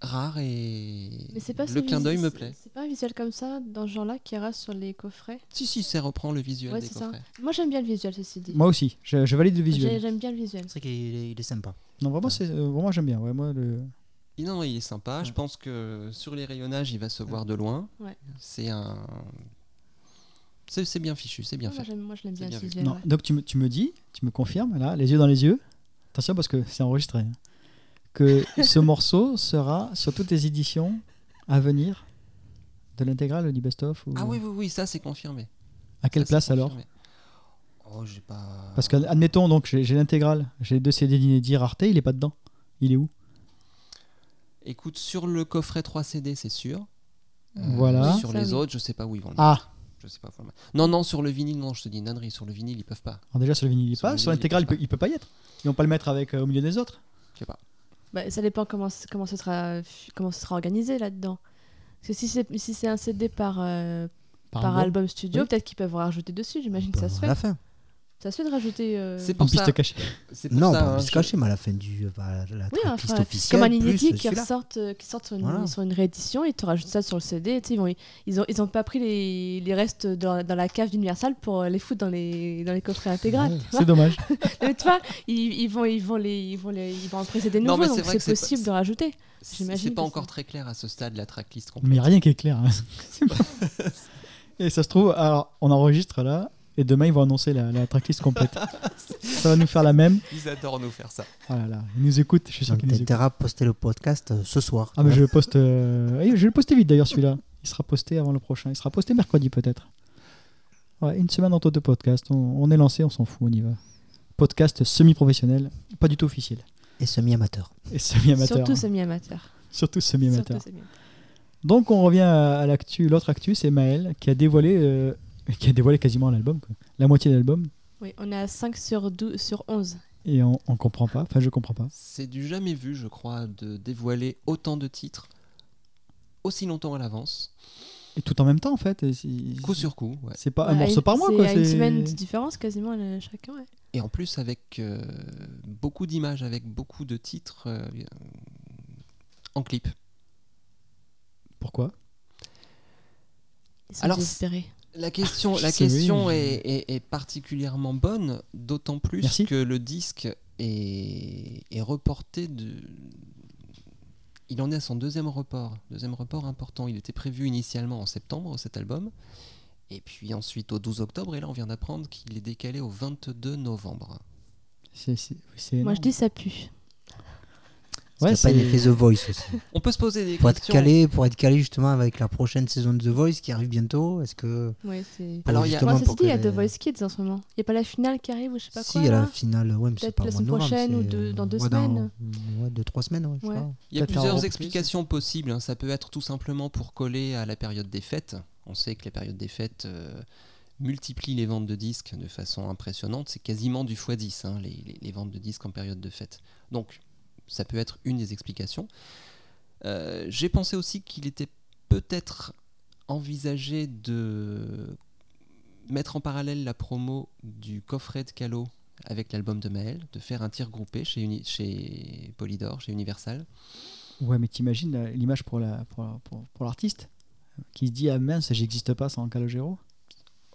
Speaker 3: rare et
Speaker 2: Mais c'est pas
Speaker 3: le
Speaker 2: ce
Speaker 3: clin d'œil
Speaker 2: visu-
Speaker 3: me
Speaker 2: c'est-
Speaker 3: plaît.
Speaker 2: C'est pas un visuel comme ça dans ce genre-là qui reste sur les coffrets.
Speaker 3: Si si, ça reprend le visuel
Speaker 2: Ouais,
Speaker 3: des
Speaker 2: c'est ça.
Speaker 3: coffrets.
Speaker 2: Moi j'aime bien le visuel ceci dit.
Speaker 1: Moi aussi, je, je valide le
Speaker 2: J'ai-
Speaker 1: visuel.
Speaker 2: J'aime bien le visuel.
Speaker 4: C'est vrai qu'il est, il est sympa.
Speaker 1: Non, vraiment, c'est euh, vraiment j'aime bien. Ouais, moi, le...
Speaker 3: Et non, il est sympa. Je
Speaker 1: Ouais.
Speaker 3: pense que sur les rayonnages, il va se voir de loin.
Speaker 2: Ouais.
Speaker 3: C'est un, c'est c'est bien fichu, c'est bien
Speaker 2: Moi
Speaker 3: fait.
Speaker 2: j'aime moi, je l'aime
Speaker 3: C'est
Speaker 2: bien,
Speaker 3: bien
Speaker 2: ce
Speaker 3: vu.
Speaker 2: visuel.
Speaker 1: Non,
Speaker 2: ouais.
Speaker 1: Donc tu me, tu me dis, tu me confirmes, là, les yeux dans les yeux, attention parce que c'est enregistré, hein, que ce morceau sera sur toutes les éditions à venir de l'intégrale du best-of ou...
Speaker 3: Ah oui oui oui, ça c'est confirmé.
Speaker 1: À quelle
Speaker 3: Ça, c'est
Speaker 1: place alors
Speaker 3: confirmé. Oh, j'ai pas.
Speaker 1: Parce que, admettons, donc, j'ai j'ai l'intégrale, j'ai les deux CD d'inédit rareté, il est pas dedans. Il est où
Speaker 3: Écoute, sur le coffret 3 CD, c'est sûr. Euh,
Speaker 1: Voilà.
Speaker 3: Sur
Speaker 2: Ça,
Speaker 3: les
Speaker 2: oui.
Speaker 3: autres, je sais pas où ils vont. le mettre.
Speaker 1: Ah
Speaker 3: Je sais pas. où ils vont le mettre. Non, non, sur le vinyle, non, je te dis une ânerie. Sur le vinyle, ils peuvent pas.
Speaker 1: Alors déjà, sur le vinyle, il est
Speaker 3: Sur
Speaker 1: pas.
Speaker 3: le
Speaker 1: Sur
Speaker 3: vinyle,
Speaker 1: l'intégrale,
Speaker 3: il
Speaker 1: il, peut-
Speaker 3: est
Speaker 1: il peut pas y être. Ils vont pas le mettre avec, euh, au milieu des autres.
Speaker 3: Je sais pas.
Speaker 2: Bah, ça dépend comment, c- comment, ce, sera, comment ce sera organisé là-dedans. Parce que si c'est si c'est un CD par, euh, par, album. studio,
Speaker 1: Oui.
Speaker 2: peut-être qu'ils peuvent rajouter dessus. J'imagine que ça se
Speaker 4: à
Speaker 2: fait.
Speaker 4: la fin.
Speaker 2: Ça se fait de rajouter. euh,
Speaker 1: En
Speaker 3: C'est pour ça.
Speaker 1: piste cachée.
Speaker 3: C'est pour
Speaker 4: Non,
Speaker 3: ça,
Speaker 4: pas
Speaker 3: hein,
Speaker 4: plus
Speaker 3: je-
Speaker 4: caché, mais à la fin du. euh, bah, la
Speaker 2: Oui,
Speaker 4: tracklist
Speaker 2: enfin,
Speaker 4: officielle.
Speaker 2: comme un
Speaker 4: plus
Speaker 2: inédit qui
Speaker 4: celui-là.
Speaker 2: ressortent, euh, qui sortent sur, une,
Speaker 4: Voilà.
Speaker 2: sur une réédition et tu rajoutes ça sur le CD. et tu sais, Ils, vont, ils, ont, ils ont pas pris les, les restes dans, dans la cave d'Universal pour euh, les foutre dans les, dans les coffrets intégrales. tu vois.
Speaker 1: C'est dommage.
Speaker 2: Mais tu vois, ils, ils vont, ils, vont les, ils, vont les, ils vont en presser des
Speaker 3: Non,
Speaker 2: nouveaux,
Speaker 3: mais c'est
Speaker 2: donc
Speaker 3: vrai
Speaker 2: c'est
Speaker 3: que c'est pas-
Speaker 2: possible de rajouter.
Speaker 3: C'est
Speaker 2: J'imagine
Speaker 3: c'est pas
Speaker 2: que
Speaker 3: encore
Speaker 2: c'est-
Speaker 3: très clair à ce stade la tracklist
Speaker 1: Mais y
Speaker 3: complète.
Speaker 1: a rien qui est clair. hein. C'est pas- Et ça se trouve, alors, on enregistre là, et demain, ils vont annoncer la, la tracklist complète. ça va nous faire la même.
Speaker 3: Ils adorent nous faire ça.
Speaker 1: Oh là là, ils nous écoutent, je suis sûr
Speaker 4: Donc,
Speaker 1: qu'ils nous
Speaker 4: t'as
Speaker 1: écoutent.
Speaker 4: intérêt à poster le podcast euh, ce soir.
Speaker 1: Ah, mais je le poste. euh, eh, Je vais le poster vite d'ailleurs, celui-là. Il sera posté avant le prochain. Il sera posté mercredi peut-être. Ouais, une semaine en taux de podcast. On, on est lancé, on s'en fout, on y va. Podcast semi-professionnel, pas du tout officiel.
Speaker 4: Et semi-amateur.
Speaker 1: Et semi-amateur.
Speaker 2: Surtout
Speaker 1: hein.
Speaker 2: semi-amateur.
Speaker 1: Surtout
Speaker 2: Surtout
Speaker 1: semi-amateur.
Speaker 2: semi-amateur.
Speaker 1: Donc on revient à, à l'actu. L'autre actu, c'est Maël qui a dévoilé, euh, qui a dévoilé quasiment l'album, quoi. la moitié de l'album.
Speaker 2: Oui, on est à 5 sur, 12, sur 11.
Speaker 1: Et on, on comprend pas. Enfin, je comprends pas.
Speaker 3: C'est du jamais vu, je crois, de dévoiler autant de titres aussi longtemps à l'avance,
Speaker 1: Et tout en même temps, en fait. et c'est-
Speaker 3: coup sur coup. ouais.
Speaker 1: C'est pas Ah, un
Speaker 2: Ouais,
Speaker 1: morceau
Speaker 2: à
Speaker 1: par
Speaker 2: une-
Speaker 1: mois,
Speaker 2: c'est
Speaker 1: quoi.
Speaker 2: à une
Speaker 1: c'est-
Speaker 2: semaine de différence quasiment euh, chacun. ouais.
Speaker 3: Et en plus avec euh, beaucoup d'images, avec beaucoup de titres euh, en clip.
Speaker 1: Pourquoi
Speaker 2: Ils sont
Speaker 3: Alors,
Speaker 2: désespérés.
Speaker 3: La question, la
Speaker 1: C'est-
Speaker 3: question
Speaker 1: oui, Ah, je-
Speaker 3: est, est- est particulièrement bonne, d'autant plus
Speaker 1: Merci.
Speaker 3: que le disque est, est reporté de. Il en est à son deuxième report, deuxième report important. Il était prévu initialement en septembre cet album, et puis ensuite au 12 octobre. Et là, on vient d'apprendre qu'il est décalé au 22 novembre.
Speaker 1: C'est- c'est- c'est
Speaker 2: Moi
Speaker 1: énorme.
Speaker 2: je dis ça pue.
Speaker 4: Parce
Speaker 1: Ouais,
Speaker 4: qu'il y a pas un
Speaker 1: c'est-
Speaker 4: effet The Voice aussi.
Speaker 3: On peut se poser des
Speaker 4: pour être
Speaker 3: questions.
Speaker 4: calé, pour être calé justement avec la prochaine saison de The Voice qui arrive bientôt. Est-ce que
Speaker 2: Ouais, c'est.
Speaker 4: pour
Speaker 3: Alors, il y a-
Speaker 4: justement
Speaker 2: Ouais, ça
Speaker 4: pour
Speaker 2: se dit, il y
Speaker 4: que
Speaker 2: a The
Speaker 4: les-
Speaker 2: Voice Kids en ce moment. Il n'y a pas la finale qui arrive ou je sais pas
Speaker 4: si,
Speaker 2: quoi.
Speaker 4: il y a la
Speaker 2: là
Speaker 4: finale, ouais, mais c'est
Speaker 2: Peut-être
Speaker 4: pas
Speaker 2: la
Speaker 4: au mois
Speaker 2: semaine
Speaker 4: de novembre,
Speaker 2: prochaine ou
Speaker 4: c'est,
Speaker 2: deux- dans
Speaker 4: euh,
Speaker 2: deux
Speaker 4: ouais, dans-
Speaker 2: semaines.
Speaker 4: ouais, deux, trois semaines, ouais, je
Speaker 2: Ouais.
Speaker 4: crois.
Speaker 3: Il
Speaker 1: Peut-être
Speaker 3: y a
Speaker 1: la
Speaker 3: plusieurs
Speaker 1: reprise.
Speaker 3: explications possibles. hein. Ça peut être tout simplement pour coller à la période des fêtes. On sait que la période des fêtes euh, multiplie les ventes de disques de façon impressionnante. C'est quasiment du x10 hein, les, les- les ventes de disques en période de fête. Donc ça peut être une des explications. Euh, J'ai pensé aussi qu'il était peut-être envisagé de mettre en parallèle la promo du coffret de Calo avec l'album de Maël, de faire un tir groupé chez, Uni- chez Polydor, chez Universal.
Speaker 1: Ouais, mais t'imagines la- l'image pour la- pour, pour, pour l'artiste qui se dit Ah mince, j'existe pas sans Calogero.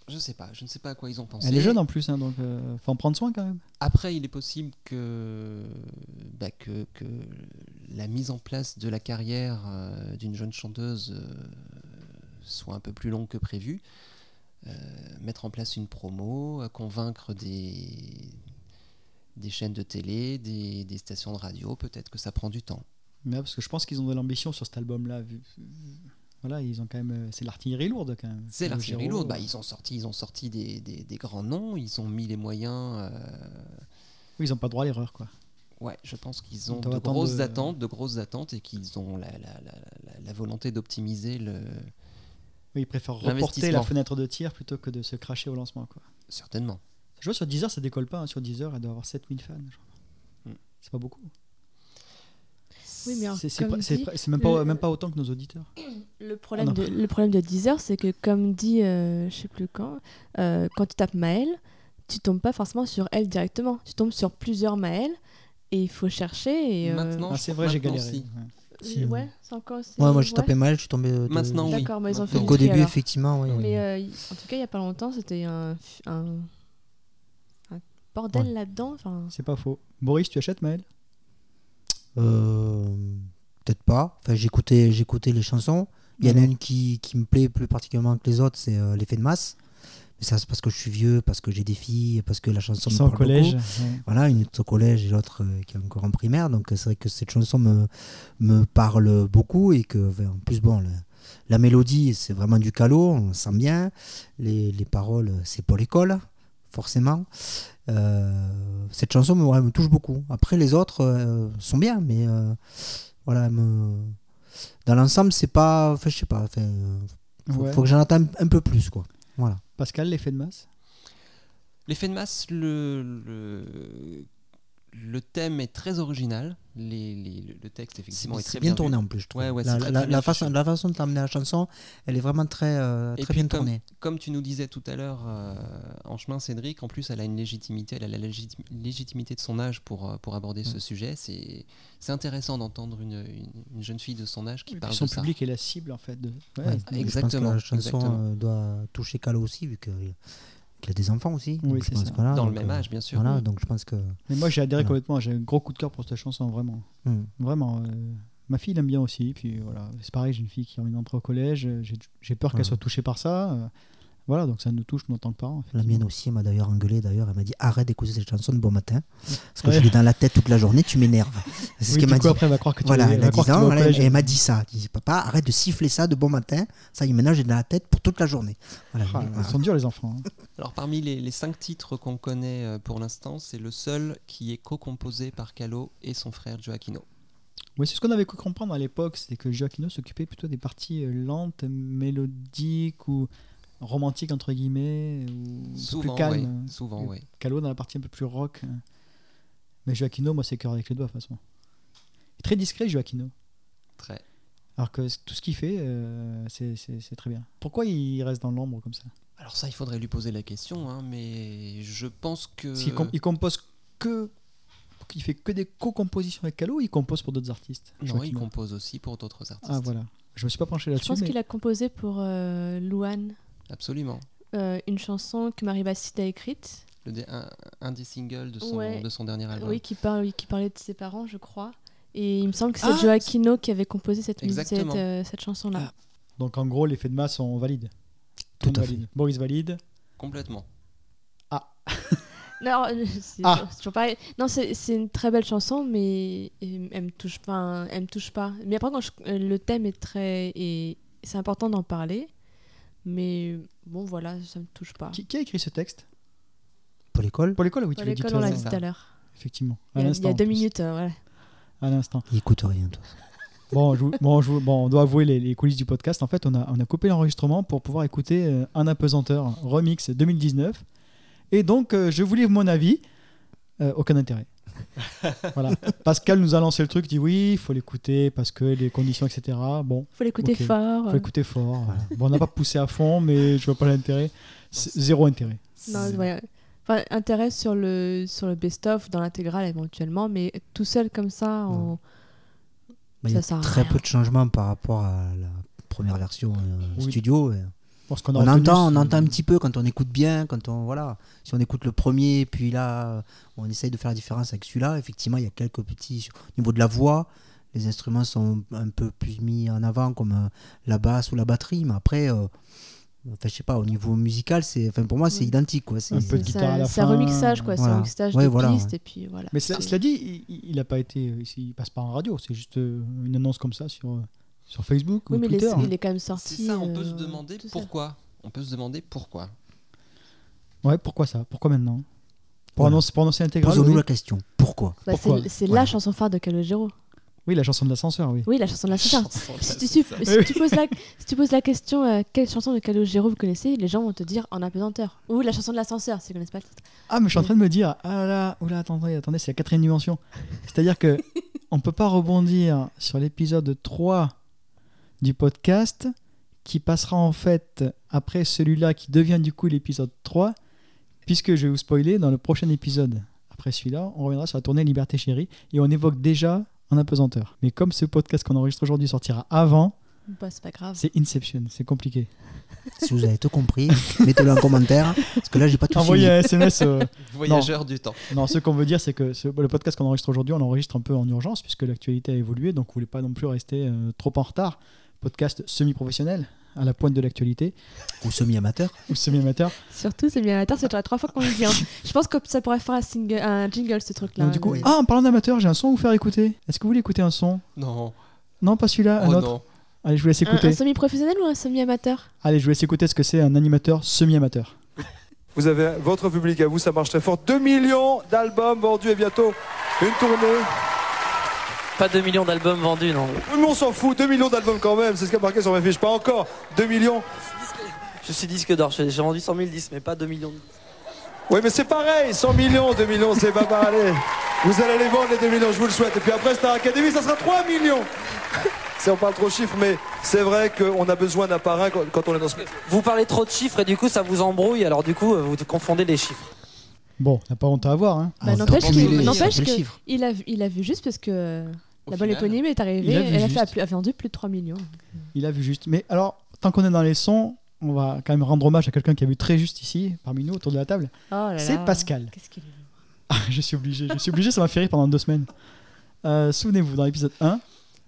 Speaker 3: Je sais pas, je ne sais pas à quoi ils ont pensé.
Speaker 1: Elle est jeune en plus, hein, donc euh, faut en prendre soin quand même.
Speaker 3: Après, il est possible que, bah, que, que la mise en place de la carrière euh, d'une jeune chanteuse euh, soit un peu plus longue que prévu. Euh, mettre en place une promo, euh, convaincre des, des chaînes de télé, des, des stations de radio, peut-être que ça prend du temps.
Speaker 1: Mais ouais, parce que je pense qu'ils ont de l'ambition sur cet album-là. vu- Voilà, ils ont quand même. euh, C'est de l'artillerie lourde quand même.
Speaker 3: C'est l'artillerie
Speaker 1: Calogero,
Speaker 3: lourde. Bah,
Speaker 1: euh,
Speaker 3: ils ont sorti, ils ont sorti des, des- des grands noms, ils ont mis les moyens. euh,
Speaker 1: oui, ils ont pas droit à l'erreur, quoi.
Speaker 3: Ouais, je pense qu'ils ont
Speaker 1: doit
Speaker 3: de
Speaker 1: attendre
Speaker 3: grosses
Speaker 1: de-
Speaker 3: attentes, de grosses attentes, et qu'ils ont la, la- la- la- la volonté d'optimiser le.
Speaker 1: Oui, ils préfèrent reporter la
Speaker 3: L'investissement.
Speaker 1: fenêtre de tir plutôt que de se cracher au lancement, quoi.
Speaker 3: Certainement.
Speaker 1: Je vois sur Deezer, ça décolle pas. hein. Sur Deezer, elle doit avoir 7000 fans. je crois.
Speaker 3: Hmm.
Speaker 1: C'est pas beaucoup.
Speaker 2: Oui, mais alors,
Speaker 1: C'est- c'est
Speaker 2: comme
Speaker 1: pas- c'est
Speaker 2: dit,
Speaker 1: pas- c'est même, pas,
Speaker 2: le-
Speaker 1: même pas autant que nos auditeurs.
Speaker 2: Le problème,
Speaker 1: Ah non.
Speaker 2: de, le problème de Deezer, c'est que comme dit, euh, je sais plus quand, euh, quand tu tapes Maël, tu tombes pas forcément sur elle directement. Tu tombes sur plusieurs Maël et il faut chercher. Et, euh,
Speaker 3: Maintenant,
Speaker 1: Ah,
Speaker 3: je
Speaker 1: c'est
Speaker 3: crois
Speaker 1: vrai, j'ai
Speaker 3: maintenant,
Speaker 1: galéré.
Speaker 3: si.
Speaker 1: Ouais.
Speaker 4: Si,
Speaker 2: ouais, c'est encore. c'est-
Speaker 4: Ouais, moi j'ai
Speaker 2: ouais.
Speaker 4: tapé mal, je suis tombé. de-
Speaker 3: Maintenant, oui.
Speaker 2: D'accord, mais ils ont fait
Speaker 3: Maintenant.
Speaker 4: Donc
Speaker 2: du
Speaker 4: au
Speaker 2: tri,
Speaker 4: début,
Speaker 2: alors.
Speaker 4: effectivement, oui.
Speaker 2: Mais euh, y- en tout cas, il y a pas longtemps, c'était un, f- un, un bordel
Speaker 4: Ouais.
Speaker 2: là-dedans. Enfin,
Speaker 1: C'est pas faux. Boris, tu achètes Maël
Speaker 4: Euh, Peut-être pas. Enfin, j'écoutais, j'écoutais les chansons. Il y en a
Speaker 2: Mhm.
Speaker 1: Alors.
Speaker 4: une qui, qui me plaît plus particulièrement que les autres, c'est euh, l'effet de masse. Mais ça, c'est parce que je suis vieux, parce que j'ai des filles, parce que la chanson me
Speaker 1: Ils sont au
Speaker 4: parle beaucoup.
Speaker 1: collège. ouais.
Speaker 4: Voilà, une est au collège et l'autre euh, qui est encore en primaire. Donc euh, c'est vrai que cette chanson me, me parle beaucoup et que, enfin, en plus, bon, le- la mélodie, c'est vraiment du calot, on sent bien. Les, les paroles, euh, c'est pour l'école, forcément. Euh, cette chanson me, ouais, me touche beaucoup. Après, les autres euh, sont bien, mais euh, voilà, me- dans l'ensemble, c'est pas. Enfin, je sais pas. Enfin, euh, faut,
Speaker 1: Ouais.
Speaker 4: faut que j'en entende un peu plus, quoi. Voilà.
Speaker 1: Pascal, l'effet de masse
Speaker 3: L'effet de masse, le, le, le thème est très original. Les- les- le- le texte, effectivement, est,
Speaker 4: C'est
Speaker 3: très
Speaker 4: bien,
Speaker 3: bien,
Speaker 4: tourné
Speaker 3: vu.
Speaker 4: en plus, je trouve.
Speaker 3: Ouais, ouais,
Speaker 4: la,
Speaker 3: c'est très
Speaker 4: la-
Speaker 3: bien
Speaker 4: la
Speaker 3: affiché.
Speaker 4: façon, la façon de terminer la chanson, elle est vraiment très, euh,
Speaker 3: Et
Speaker 4: très
Speaker 3: puis
Speaker 4: bien
Speaker 3: comme-
Speaker 4: tournée.
Speaker 3: Comme tu nous disais tout à l'heure euh, en chemin, Cédric, en plus, elle a une légitimité, elle a la légit- légitimité de son âge pour, euh, pour aborder
Speaker 4: Mm.
Speaker 3: ce sujet. C'est c'est intéressant d'entendre une, une- une jeune fille de son âge qui
Speaker 1: Et puis
Speaker 3: parle
Speaker 1: Son
Speaker 3: de ça.
Speaker 1: public est la cible, en fait. De... Ouais.
Speaker 4: Ouais, donc
Speaker 3: exactement,
Speaker 4: Je pense que la chanson
Speaker 3: exactement.
Speaker 4: euh, doit toucher Calo aussi, vu que- qu'il a des enfants aussi.
Speaker 1: Oui,
Speaker 4: Donc, je
Speaker 1: c'est
Speaker 4: pense
Speaker 1: ça.
Speaker 4: que voilà,
Speaker 3: Dans le
Speaker 4: donc,
Speaker 3: même
Speaker 4: euh,
Speaker 3: âge, bien sûr.
Speaker 4: Voilà, donc je pense que. hum,
Speaker 1: Mais moi, j'ai adhéré
Speaker 4: Voilà.
Speaker 1: complètement. J'ai un gros coup de cœur pour cette chanson, vraiment.
Speaker 4: hmm.
Speaker 1: Vraiment. euh, Ma fille l'aime bien aussi. Puis voilà, c'est pareil, j'ai une fille qui a envie d'entrer au collège. euh, J'ai j'ai peur
Speaker 4: Ouais.
Speaker 1: qu'elle soit touchée par ça. euh, Voilà, donc ça nous touche nous, en tant que parents.
Speaker 4: La mienne aussi, elle m'a d'ailleurs engueulé. D'ailleurs, elle m'a dit arrête d'écouter cette chanson de bon matin. Parce que
Speaker 1: Ouais.
Speaker 4: je l'ai dans la tête toute la journée, tu m'énerves. C'est ce
Speaker 1: Oui,
Speaker 4: qu'elle
Speaker 1: du
Speaker 4: m'a
Speaker 1: coup,
Speaker 4: dit.
Speaker 1: après, elle va croire que tu
Speaker 4: Voilà,
Speaker 1: elle
Speaker 4: elle a
Speaker 1: va croire
Speaker 4: 10
Speaker 1: que tu vas
Speaker 4: ans,
Speaker 1: au
Speaker 4: elle, a-
Speaker 1: collège.
Speaker 4: elle m'a dit ça. Elle dit Papa, arrête de siffler ça de bon matin. Ça y est, maintenant j'ai dans la tête pour toute la journée. Voilà,
Speaker 1: Ah,
Speaker 4: voilà.
Speaker 1: Ils sont durs, les enfants. hein.
Speaker 3: Alors parmi les, les cinq titres qu'on connaît euh, pour l'instant, c'est le seul qui est co-composé par Calo et son frère Joaquino.
Speaker 1: Oui, c'est ce qu'on avait cru comprendre à l'époque, c'est que Gioacchino s'occupait plutôt des parties euh, lentes, mélodiques ou romantiques entre guillemets, ou un peu
Speaker 3: Souvent,
Speaker 1: plus calmes.
Speaker 3: ouais,
Speaker 1: hein.
Speaker 3: souvent,
Speaker 1: Et
Speaker 3: ouais.
Speaker 1: Calo dans la partie un peu plus rock. hein. Mais Gioacchino, moi, c'est cœur avec les doigts, de toute façon. Très discret, Gioacchino.
Speaker 3: Très.
Speaker 1: Alors que c- tout ce qu'il fait, euh, c'est- c'est c'est très bien. Pourquoi il reste dans l'ombre comme ça
Speaker 3: Alors ça, il faudrait lui poser la question, hein, mais je pense que
Speaker 1: Parce qu'il com- il compose que. Il fait que des co-compositions avec Calo ou il compose pour d'autres artistes
Speaker 3: non, il
Speaker 1: Gioacchino
Speaker 3: compose aussi pour d'autres artistes.
Speaker 1: Ah, voilà. Je me suis pas penché
Speaker 2: je
Speaker 1: là-dessus.
Speaker 2: pense
Speaker 1: mais-
Speaker 2: qu'il a composé pour euh, Louane
Speaker 3: Absolument.
Speaker 2: euh, une chanson que Marie Bastide a écrite,
Speaker 3: Le dé- un, un des singles de son,
Speaker 2: Ouais.
Speaker 3: de son dernier album.
Speaker 2: oui, qui, parle, qui parlait de ses parents, je crois. Et il me semble que c'est
Speaker 3: Ah
Speaker 2: Joaquino qui avait composé cette, musique, cette,
Speaker 3: Exactement.
Speaker 2: euh, cette chanson-là.
Speaker 1: Ah. Donc en gros, l'effet de masse, on valide.
Speaker 4: Tout
Speaker 1: le monde
Speaker 4: à fait.
Speaker 1: valide. Boris valide.
Speaker 3: Complètement.
Speaker 2: Non, euh, c'est
Speaker 1: Ah.
Speaker 2: toujours- c'est toujours pareil. Non, c'est c'est une très belle chanson, mais elle, elle me touche pas. hein, Elle me touche pas. Mais après, quand je- euh, le thème est très, et c'est important d'en parler. Mais bon, voilà, ça me touche pas.
Speaker 1: Qui, qui a écrit ce texte
Speaker 4: Pour l'école,
Speaker 1: Pour l'école, oui,
Speaker 2: Pour
Speaker 1: tu l'as dit
Speaker 2: l'école,
Speaker 1: tout
Speaker 2: on
Speaker 1: à
Speaker 2: l'a
Speaker 1: l'heure.
Speaker 2: dit tout à l'heure.
Speaker 1: Effectivement. À
Speaker 2: Il y a- il y
Speaker 1: l'instant,
Speaker 2: a
Speaker 1: en
Speaker 2: deux
Speaker 1: plus.
Speaker 2: minutes. euh, voilà.
Speaker 1: À l'instant.
Speaker 4: il écoute rien. Toi.
Speaker 1: Bon, je vous- bon, je vous- bon, on doit avouer les, les coulisses du podcast. En fait, on a, on a coupé l'enregistrement pour pouvoir écouter euh, un apesanteur remix 2019. Et donc, euh, je vous livre mon avis. Euh, aucun intérêt. voilà. Pascal nous a lancé le truc, dit oui, il faut l'écouter parce que les conditions, etc. Bon,
Speaker 2: Faut l'écouter
Speaker 1: Ok.
Speaker 2: fort.
Speaker 1: il faut l'écouter fort. Bon, on n'a pas poussé à fond, mais je vois pas l'intérêt. C'est Zéro intérêt.
Speaker 2: Non, ouais. Enfin, intérêt sur le, sur le best-of, dans l'intégrale éventuellement, mais tout seul comme ça, en...
Speaker 4: Bah, il y a
Speaker 2: Ça sert à
Speaker 4: très
Speaker 2: rien.
Speaker 4: peu de changements par rapport à la première version euh,
Speaker 1: Oui.
Speaker 4: studio. ouais.
Speaker 1: Bon, ce qu'on a
Speaker 4: On
Speaker 1: retenu,
Speaker 4: entend, on
Speaker 1: c'est-
Speaker 4: entend un petit peu quand on écoute bien, quand on voilà. Si on écoute le premier, puis là, on essaye de faire la différence avec celui-là. Effectivement, il y a quelques petits au niveau de la voix. Les instruments sont un peu plus mis en avant, comme euh, la basse ou la batterie. Mais après, euh, enfin, je sais pas, au niveau musical, c'est, enfin, pour moi, c'est
Speaker 2: Oui.
Speaker 4: identique, quoi. C'est-
Speaker 1: Un peu de
Speaker 2: c'est
Speaker 1: guitare à la
Speaker 2: un, c'est un
Speaker 1: fin.
Speaker 2: remixage, quoi. C'est
Speaker 4: Voilà.
Speaker 2: un remixage
Speaker 4: Ouais,
Speaker 2: de
Speaker 4: voilà,
Speaker 2: pistes,
Speaker 4: ouais.
Speaker 2: et puis voilà.
Speaker 1: Mais cela,
Speaker 2: C'est-
Speaker 1: cela dit, il- il n'a pas été. euh, Il il passe pas en radio, c'est juste euh, une annonce comme ça sur, euh, sur Facebook
Speaker 2: Oui,
Speaker 1: ou
Speaker 2: mais il
Speaker 1: Twitter.
Speaker 2: est, il est quand même sorti.
Speaker 3: C'est ça, on peut
Speaker 2: euh,
Speaker 3: se demander
Speaker 2: tout seul.
Speaker 3: pourquoi. On peut se demander pourquoi.
Speaker 1: Ouais, pourquoi ça Pourquoi maintenant Pour
Speaker 4: Voilà.
Speaker 1: annoncer, pour annoncer l'intégrale
Speaker 4: Posons-nous
Speaker 1: oui.
Speaker 4: la question. Pourquoi
Speaker 2: Bah, c'est-
Speaker 1: Pourquoi
Speaker 2: c'est la
Speaker 4: Voilà.
Speaker 2: chanson phare de Calogero.
Speaker 1: Oui, la chanson de l'ascenseur,
Speaker 4: Oh.
Speaker 1: oui.
Speaker 2: Oui, la chanson de la chanson.
Speaker 3: Chanson de
Speaker 2: Si
Speaker 3: la
Speaker 2: tu, si
Speaker 3: Star.
Speaker 1: Eh oui.
Speaker 2: tu poses la, si tu poses la question euh, quelle chanson de Calogero vous connaissez, les gens vont te dire en apesanteur. Ou la chanson de l'ascenseur, si vous connaissez pas le titre.
Speaker 1: Ah, mais je suis en train de me dire, ah là, oula, attendez, attendez, c'est la quatrième dimension. C'est-à-dire que on peut pas rebondir sur l'épisode 3 du podcast qui passera en fait après celui-là qui devient du coup l'épisode 3, puisque je vais vous spoiler dans le prochain épisode. Après celui-là, on reviendra sur la tournée Liberté Chérie et on évoque déjà un apesanteur. Mais comme ce podcast qu'on enregistre aujourd'hui sortira avant,
Speaker 2: Bah, c'est pas grave.
Speaker 1: c'est Inception, c'est compliqué.
Speaker 4: Si vous avez tout compris, mettez-le en commentaire. Parce que là, j'ai pas tout
Speaker 1: Envoyez
Speaker 4: suivi.
Speaker 1: un SMS. euh,
Speaker 3: Voyageur du temps.
Speaker 1: Non, ce qu'on veut dire, c'est que ce- le podcast qu'on enregistre aujourd'hui, on l'enregistre un peu en urgence puisque l'actualité a évolué, donc vous voulez pas non plus rester euh, trop en retard. Podcast semi-professionnel, à la pointe de l'actualité,
Speaker 4: Ou semi-amateur.
Speaker 1: ou semi-amateur.
Speaker 2: Surtout, c'est bien amateur, c'est déjà la trois fois qu'on le dit. hein. Je pense que ça pourrait faire un, single, un jingle, ce truc-là.
Speaker 1: Donc, du coup,
Speaker 4: oui.
Speaker 1: ah, en parlant d'amateur, j'ai un son à vous faire écouter. Est-ce que vous voulez écouter un son
Speaker 3: Non.
Speaker 1: Non, pas celui-là, un
Speaker 3: oh
Speaker 1: autre.
Speaker 3: non.
Speaker 1: Allez, je vous laisse
Speaker 2: un,
Speaker 1: écouter.
Speaker 2: un semi-professionnel ou un semi-amateur
Speaker 1: Allez, je vous laisse écouter ce que c'est un animateur semi-amateur.
Speaker 5: Vous avez votre public à vous, ça marche très fort. 2 millions d'albums vendus et bientôt une tournée.
Speaker 6: Pas 2 millions d'albums vendus, non.
Speaker 5: Tout le monde s'en fout, 2 millions d'albums quand même, c'est ce qui a marqué sur ma fiche. Pas encore 2 millions.
Speaker 6: Je suis disque d'or, j'ai j'ai vendu 100 000 disques, mais pas 2 millions.
Speaker 5: Oui, mais c'est pareil, 100 millions, 2 millions, c'est pas pareil. Vous allez les vendre, les 2 millions, je vous le souhaite. Et puis après, Star Academy, ça sera 3 millions. Si on parle trop chiffres, mais c'est vrai qu'on a besoin d'un parrain quand quand on est dans ce.
Speaker 6: Vous parlez trop de chiffres et du coup ça vous embrouille, alors du coup euh, vous confondez les chiffres.
Speaker 1: Bon, n'a pas honte à avoir. Hein.
Speaker 2: Bah,
Speaker 4: Ah,
Speaker 2: n'empêche
Speaker 4: t'as
Speaker 3: que-
Speaker 4: cumulé,
Speaker 3: n'empêche
Speaker 4: ça fait le
Speaker 2: que-
Speaker 4: chiffre.
Speaker 2: il a, vu- il a vu juste parce que euh,
Speaker 3: Au
Speaker 2: la bonne
Speaker 3: final,
Speaker 2: éponyme est arrivée.
Speaker 1: il a vu
Speaker 2: Elle a, fait,
Speaker 1: juste.
Speaker 2: a plus- a vendu plus de 3 millions.
Speaker 1: Il a vu juste. Mais alors, tant qu'on est dans les sons, on va quand même rendre hommage à quelqu'un qui a vu très juste ici, parmi nous, autour de la table.
Speaker 2: Oh là
Speaker 1: C'est
Speaker 2: là.
Speaker 1: Pascal.
Speaker 2: Qu'est-ce qu'il est
Speaker 1: Ah, Je suis obligé, je suis obligé, ça m'a fait rire pendant deux semaines. Euh, Souvenez-vous, dans l'épisode 1,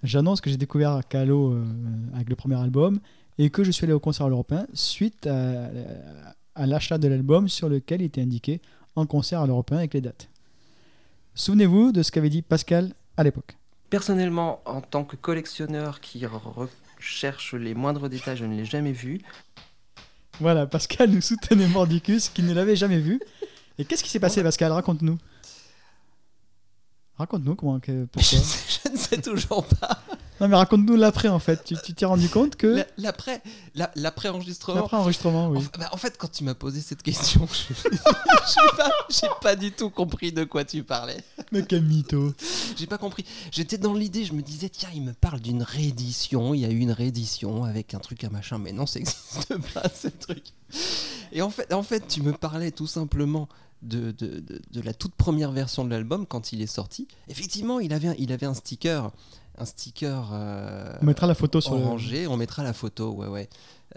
Speaker 1: j'annonce que j'ai découvert Calo euh, avec le premier album et que je suis allé au concert européen suite à, à l'achat de l'album sur lequel il était indiqué en concert à l'européen avec les dates. Souvenez-vous de ce qu'avait dit Pascal à l'époque.
Speaker 7: Personnellement, en tant que collectionneur qui recherche les moindres détails, je ne l'ai jamais vu.
Speaker 1: Voilà, Pascal nous soutenait Mordicus qui ne l'avait jamais vu. Et qu'est-ce qui s'est passé, Pascal Raconte-nous. Raconte-nous comment, que-
Speaker 3: Je,
Speaker 1: pourquoi.
Speaker 3: je ne sais toujours pas.
Speaker 1: Non, mais raconte-nous l'après en fait. Tu tu t'es rendu compte que.
Speaker 3: La- L'après, la- l'après-enregistrement.
Speaker 1: L'après enregistrement, oui.
Speaker 3: Enfin, bah, en fait, quand tu m'as posé cette question, je- j'ai pas, j'ai pas du tout compris de quoi tu parlais.
Speaker 1: Mais quel mytho.
Speaker 3: J'ai pas compris. J'étais dans l'idée, je me disais, tiens, il me parle d'une réédition. Il y a eu une réédition avec un truc, un machin, mais non, ça n'existe pas, ce truc. Et en fait, en fait, tu me parlais tout simplement de, de, de- de la toute première version de l'album quand il est sorti. Effectivement, il avait, un- il avait un sticker. Un sticker. euh,
Speaker 1: On mettra la photo sur le...
Speaker 3: orangé, on mettra la photo, ouais ouais.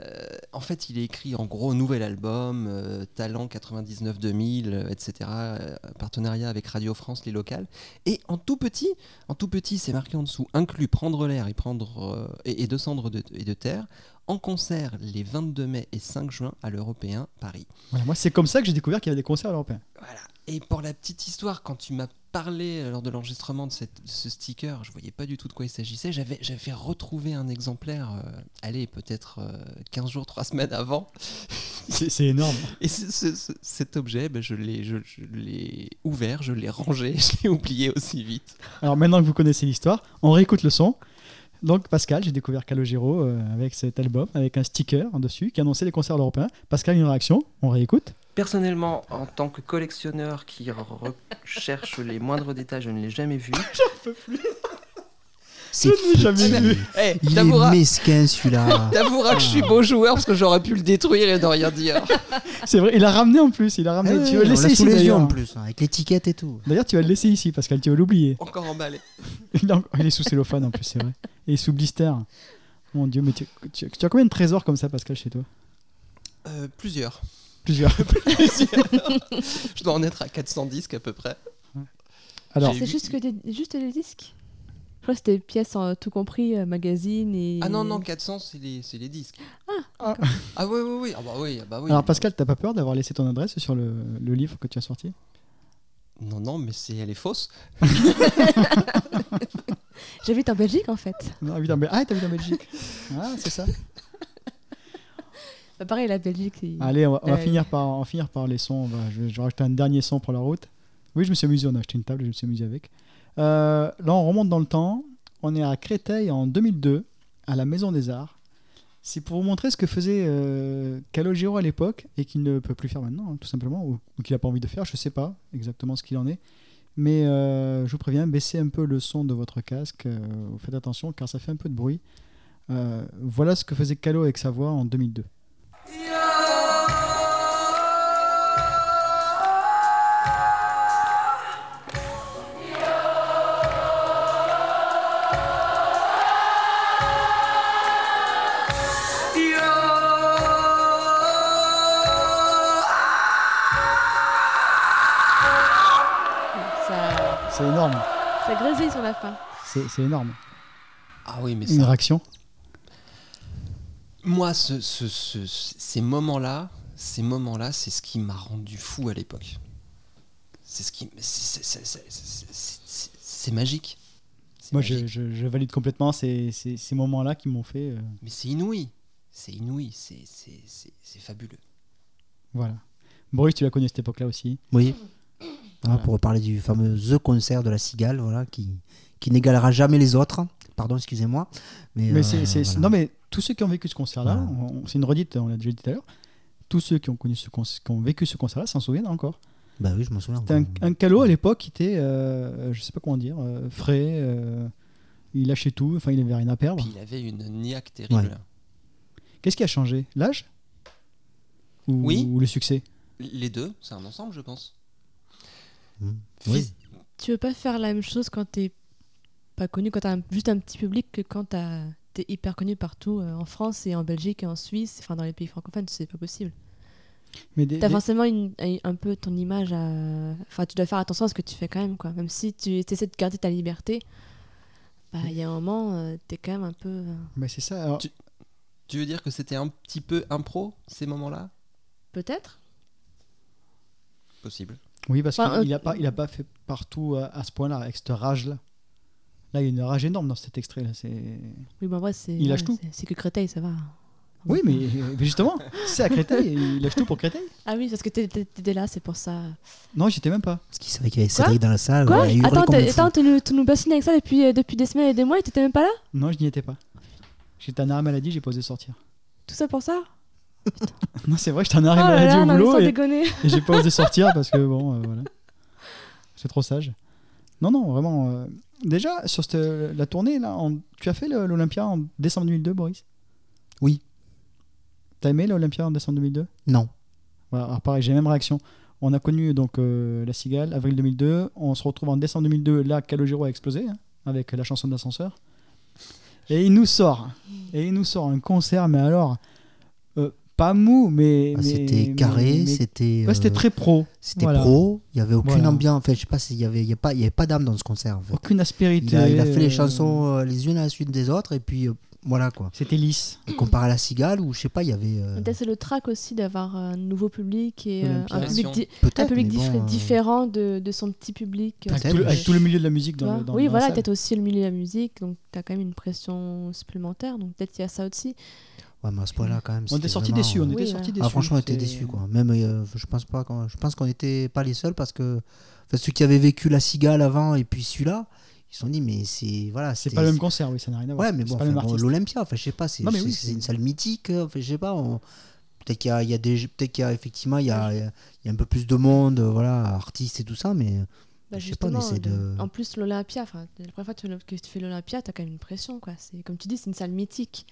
Speaker 3: Euh, en fait, il est écrit en gros nouvel album, euh, talent 99 2000, euh, etc. euh, partenariat avec Radio France, les locales. Et en tout petit, en tout petit, c'est marqué en dessous inclus prendre l'air et prendre euh, et, et descendre de, et de terre. En concert les 22 mai et 5 juin à l'Européen Paris.
Speaker 1: Voilà, moi, c'est comme ça que j'ai découvert qu'il y avait des concerts européens.
Speaker 3: Voilà. Et pour la petite histoire, quand tu m'as parlé euh, lors de l'enregistrement de, cette- de ce sticker, je voyais pas du tout de quoi il s'agissait. J'avais, j'avais retrouvé un exemplaire, euh, allez, peut-être euh, 15 jours, 3 semaines avant.
Speaker 1: C'est c'est énorme.
Speaker 3: Et ce- ce- ce- cet objet, ben, je, l'ai, je, je l'ai ouvert, je l'ai rangé, je l'ai oublié aussi vite.
Speaker 1: Alors maintenant que vous connaissez l'histoire, on réécoute le son. Donc Pascal, j'ai découvert Calogero euh, avec cet album, avec un sticker en dessus qui annonçait les concerts européens. Pascal, une réaction On réécoute
Speaker 7: Personnellement, en tant que collectionneur qui recherche les moindres détails, je ne l'ai jamais vu.
Speaker 4: C'est
Speaker 1: ne l'ai jamais
Speaker 4: petit.
Speaker 1: vu.
Speaker 3: Eh,
Speaker 4: Il est
Speaker 3: t'avoueras,
Speaker 4: mesquin celui-là.
Speaker 3: t'avoueras que je suis beau joueur parce que j'aurais pu le détruire et ne rien dire.
Speaker 1: C'est vrai, il a ramené en plus, il a ramené.
Speaker 4: Eh
Speaker 1: Ah, tu
Speaker 4: oui,
Speaker 1: veux le
Speaker 4: on
Speaker 1: laisser
Speaker 4: l'a sous
Speaker 1: ici
Speaker 4: les yeux
Speaker 1: d'ailleurs.
Speaker 4: en plus, hein, avec l'étiquette et tout.
Speaker 1: D'ailleurs, tu vas le laisser ici, Pascal, tu vas l'oublier.
Speaker 3: Encore emballé.
Speaker 1: Il, est en- il est sous cellophane en plus, c'est vrai. Et sous blister. Mon dieu, mais tu, tu- tu as combien de trésors comme ça, Pascal, chez toi
Speaker 3: Euh, plusieurs.
Speaker 1: Plusieurs.
Speaker 3: Je dois en être à 400 disques à peu près.
Speaker 1: Alors,
Speaker 3: J'ai
Speaker 2: C'est
Speaker 3: vu-
Speaker 2: juste que des, juste des disques Je crois que c'était des pièces en tout compris, euh, magazine et.
Speaker 3: Ah non, non, 400, c'est les, c'est les disques.
Speaker 1: Ah.
Speaker 3: Ah oui, oui, oui. Ah bah oui, ah bah oui.
Speaker 1: alors Pascal, t'as pas peur d'avoir laissé ton adresse sur le, le livre que tu as sorti
Speaker 3: Non, non, mais c'est, elle est fausse.
Speaker 2: J'habite en Belgique en fait.
Speaker 1: Non, habite en Bel- Ah, t'habites en Belgique. Ah, c'est ça.
Speaker 2: Bah, pareil, la Belgique. c'est-
Speaker 1: Mmh. Allez, on va, on va
Speaker 2: Euh.
Speaker 1: finir, par, on va finir par les sons. On va- je, vais- je vais rajouter un dernier son pour la route. Oui, je me suis amusé. On a acheté une table, je me suis amusé avec. Euh, là, on remonte dans le temps. On est à Créteil en 2002, à la Maison des Arts. C'est pour vous montrer ce que faisait euh, Calogero à l'époque et qu'il ne peut plus faire maintenant, hein, tout simplement, ou, ou qu'il n'a pas envie de faire. Je ne sais pas exactement ce qu'il en est. Mais euh, je vous préviens, baissez un peu le son de votre casque. euh, faites attention car ça fait un peu de bruit. Euh, voilà ce que faisait Calo avec sa voix en 2002.
Speaker 2: Ça,
Speaker 1: C'est énorme.
Speaker 2: ça grésille sur la fin.
Speaker 1: C'est c'est énorme.
Speaker 3: Ah oui, mais
Speaker 1: Une
Speaker 3: ça.
Speaker 1: réaction
Speaker 3: Moi, ce- ce- ce- ces moments-là, ces moments-là, c'est ce qui m'a rendu fou à l'époque. C'est ce qui, c'est- c'est- c'est- c'est- c'est c'est- c'est magique. C'est
Speaker 1: Moi,
Speaker 3: magique.
Speaker 1: je, je- je valide complètement ces, ces- ces moments-là qui m'ont fait. euh,
Speaker 3: Mais c'est inouï, c'est inouï, c'est- c'est c'est- c'est fabuleux.
Speaker 1: voilà. Boris, tu l'as connu à cette époque-là aussi.
Speaker 4: Oui. Voilà,
Speaker 1: Voilà.
Speaker 4: Pour reparler du fameux The Concert de la Cigale, voilà, qui, qui n'égalera jamais les autres. Pardon, excusez-moi. Mais,
Speaker 1: mais
Speaker 4: euh,
Speaker 1: c'est, c'est-
Speaker 4: voilà.
Speaker 1: Non, mais tous ceux qui ont vécu ce concert-là,
Speaker 4: Voilà.
Speaker 1: on- on- c'est une redite, on l'a déjà dit tout à l'heure. Tous ceux qui ont, connu ce con- qui ont vécu ce concert-là s'en souviennent encore.
Speaker 4: Bah oui, je m'en souviens.
Speaker 1: C'était un, un calot à l'époque qui était, euh, je sais pas comment dire, euh, frais, euh, il lâchait tout, enfin il avait rien à perdre.
Speaker 3: Puis il avait une niaque terrible.
Speaker 1: Qu'est-ce qui a changé L'âge ou,
Speaker 3: Oui.
Speaker 1: ou le succès
Speaker 3: Les deux, c'est un ensemble, je pense.
Speaker 4: Mmh. Oui.
Speaker 3: Phys-
Speaker 2: Tu veux pas faire la même chose quand t'es pas connu, quand t'as un- juste un petit public, que quand t'as- t'es hyper connu partout euh, en France et en Belgique et en Suisse, enfin dans les pays francophones, c'est pas possible.
Speaker 1: Mais des-
Speaker 2: T'as
Speaker 1: des-
Speaker 2: forcément une- un un peu ton image à. Enfin, tu dois faire attention à ce que tu fais quand même, quoi. Même si tu essaies de garder ta liberté, bah, il y a un moment, euh, t'es quand même un peu. euh,
Speaker 1: Mais bah, c'est ça. alors-
Speaker 3: Tu- Tu veux dire que c'était un petit peu impro, ces moments-là
Speaker 2: Peut-être
Speaker 3: Possible.
Speaker 1: Oui, parce
Speaker 2: Enfin,
Speaker 1: qu'il
Speaker 2: euh,
Speaker 1: n'a pas, il a pas fait partout euh, à, à ce point-là, avec cette rage-là. Là, il y a une rage énorme dans cet extrait-là. c'est-
Speaker 2: Oui, bah, en vrai, c'est.
Speaker 1: Il lâche tout.
Speaker 2: c'est- C'est que Créteil, ça va.
Speaker 1: Oui, mais, euh, mais justement, c'est à Créteil, il lâche tout pour Créteil.
Speaker 2: Ah oui, parce que t'es- t'es- t'étais là, c'est pour ça.
Speaker 1: Non, j'étais même pas.
Speaker 4: Parce qu'il savait qu'il y avait Cédric dans la salle.
Speaker 2: Quoi
Speaker 4: Ah ouais, il hurlait
Speaker 2: Attends,
Speaker 4: comme un
Speaker 2: t'as-
Speaker 4: fou.
Speaker 2: attends, tu nous, tu nous bassines avec ça depuis, euh, depuis des semaines et des mois et t'étais même pas là
Speaker 1: Non, je n'y étais pas. J'étais en arrêt maladie, j'ai pas osé sortir.
Speaker 2: Tout ça pour ça
Speaker 1: Non, c'est vrai, j'étais en
Speaker 2: Oh
Speaker 1: arrêt
Speaker 2: là
Speaker 1: maladie
Speaker 2: là,
Speaker 1: au
Speaker 2: non, mais
Speaker 1: boulot
Speaker 2: sans
Speaker 1: et,
Speaker 2: déconner
Speaker 4: Euh.
Speaker 1: et j'ai pas osé sortir parce que bon, euh, voilà. C'est trop sage. Non, non, vraiment. euh, Déjà, sur cette- la tournée, là, en- tu as fait le- l'Olympia en décembre 2002, Boris
Speaker 4: Oui.
Speaker 1: T'as aimé l'Olympia en décembre 2002
Speaker 4: Non. Ah,
Speaker 1: Voilà, alors pareil, j'ai la même réaction. On a connu donc euh, La Cigale, avril 2002. On se retrouve en décembre 2002. Là, Calogero a explosé hein, avec la chanson d'ascenseur. Et il nous sort. Et il nous sort un concert, mais alors, euh, pas mou, mais.
Speaker 4: Ah,
Speaker 1: mais-
Speaker 4: c'était
Speaker 1: mais-
Speaker 4: carré,
Speaker 1: mais-
Speaker 4: c'était
Speaker 1: Ouais, c'était
Speaker 4: euh,
Speaker 1: très pro.
Speaker 4: c'était
Speaker 1: voilà.
Speaker 4: pro, il y avait aucune
Speaker 1: Voilà.
Speaker 4: ambiance, en fait, je sais pas s'il y avait il y a pas il y avait pas d'âme dans ce concert en fait.
Speaker 1: Aucune aspérité.
Speaker 4: Il a, il a fait
Speaker 1: euh,
Speaker 4: les chansons euh, les unes à la suite des autres et puis euh, voilà quoi.
Speaker 1: C'était lisse.
Speaker 4: Et comparé à la cigale où je sais pas, il y avait euh,
Speaker 2: Mm. Peut-être c'est le trac aussi d'avoir un nouveau public et euh, un
Speaker 3: L'Olympiation.
Speaker 2: public, di-
Speaker 4: peut-être
Speaker 2: un public
Speaker 4: mais bon,
Speaker 2: diffé-
Speaker 4: euh,
Speaker 2: différent de, de son petit public. euh,
Speaker 4: Peut-être,
Speaker 1: Avec tout, le-
Speaker 4: mais-
Speaker 1: avec tout le milieu de la musique
Speaker 2: tu
Speaker 1: dans,
Speaker 2: vois.
Speaker 1: le- dans-
Speaker 2: oui,
Speaker 1: dans la
Speaker 2: voilà,
Speaker 1: salle.
Speaker 2: peut-être aussi le milieu de la musique, donc tu as quand même une pression supplémentaire, donc peut-être il y a ça aussi.
Speaker 4: Ouais, mais à ce point-là quand même
Speaker 1: On était
Speaker 4: c'était
Speaker 1: sortis
Speaker 4: vraiment,
Speaker 1: déçus. On
Speaker 4: euh,
Speaker 1: était
Speaker 2: Oui,
Speaker 1: sortis
Speaker 2: ouais.
Speaker 1: déçus.
Speaker 4: Ah, franchement, on était
Speaker 1: c'est-
Speaker 4: déçus. Quoi. Même, euh, je pense pas qu'on- je pense qu'on n'était pas les seuls parce que enfin, ceux qui avaient vécu la cigale avant et puis celui-là, ils se sont dit, mais c'est. Voilà,
Speaker 1: C'est
Speaker 4: c'était-
Speaker 1: pas le même concert, oui, ça n'a rien à voir.
Speaker 4: Ouais, mais
Speaker 1: C'est pas
Speaker 4: bon, enfin,
Speaker 1: le même
Speaker 4: bon,
Speaker 1: artiste.
Speaker 4: l'Olympia, enfin, je sais pas, c'est
Speaker 1: Non, mais
Speaker 4: c'est-
Speaker 1: oui,
Speaker 4: c'est
Speaker 1: c'est-
Speaker 4: une salle mythique, euh, enfin, je sais pas. on- Peut-être qu'il y a, il y a des. Peut-être qu'il y a effectivement, il y a, il y a un peu plus de monde, euh, voilà, artistes et tout ça, mais. euh,
Speaker 2: Bah,
Speaker 4: Je sais pas, on
Speaker 2: justement,
Speaker 4: essaie
Speaker 2: le-
Speaker 4: de-
Speaker 2: En plus, l'Olympia, enfin, la première fois que tu le- que tu fais l'Olympia, tu as quand même une pression. Quoi. C'est- Comme tu dis, c'est une salle mythique.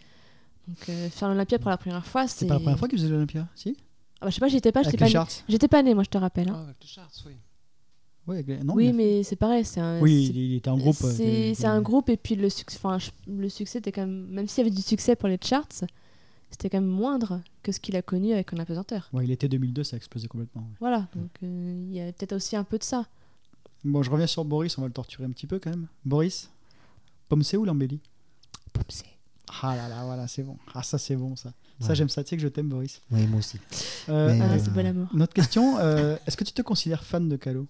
Speaker 2: Donc euh, faire l'Olympia pour la première fois, c'est.
Speaker 1: C'est pas la première fois qu'ils faisaient l'Olympia, si
Speaker 2: Ah, bah, je sais pas, j'étais pas, j'étais
Speaker 1: Avec
Speaker 2: pas,
Speaker 1: les
Speaker 2: née-
Speaker 1: charts
Speaker 2: j'étais pas née, moi, je te rappelle. hein.
Speaker 3: Ah, avec les charts, oui.
Speaker 1: Ouais, avec les- non, il
Speaker 2: oui,
Speaker 1: a-
Speaker 2: mais c'est pareil, c'est un.
Speaker 1: Oui,
Speaker 2: c'est-
Speaker 1: il il était en groupe. euh,
Speaker 2: C'est
Speaker 1: des-
Speaker 2: c'est un
Speaker 1: des-
Speaker 2: groupe, et puis le, suc- enfin, je- le succès était quand même. Même s'il y avait du succès pour les charts, c'était quand même moindre que ce qu'il a connu avec un apesanteur.
Speaker 1: Ouais, il était 2002, ça a explosé complètement. ouais.
Speaker 2: Voilà, donc euh, il y a peut-être aussi un peu de ça.
Speaker 1: Bon, je reviens sur Boris, on va le torturer un petit peu quand même. Boris, Pomme c'est où l'embellie Ah là là, voilà, c'est bon. Ah ça c'est bon ça. Ça
Speaker 4: Ouais.
Speaker 1: j'aime ça, tu sais que je t'aime Boris.
Speaker 4: Oui, moi aussi.
Speaker 1: Euh,
Speaker 4: Mais,
Speaker 2: Ah,
Speaker 4: euh,
Speaker 2: c'est bon amour.
Speaker 1: Notre question, euh, est-ce que tu te considères fan de Calo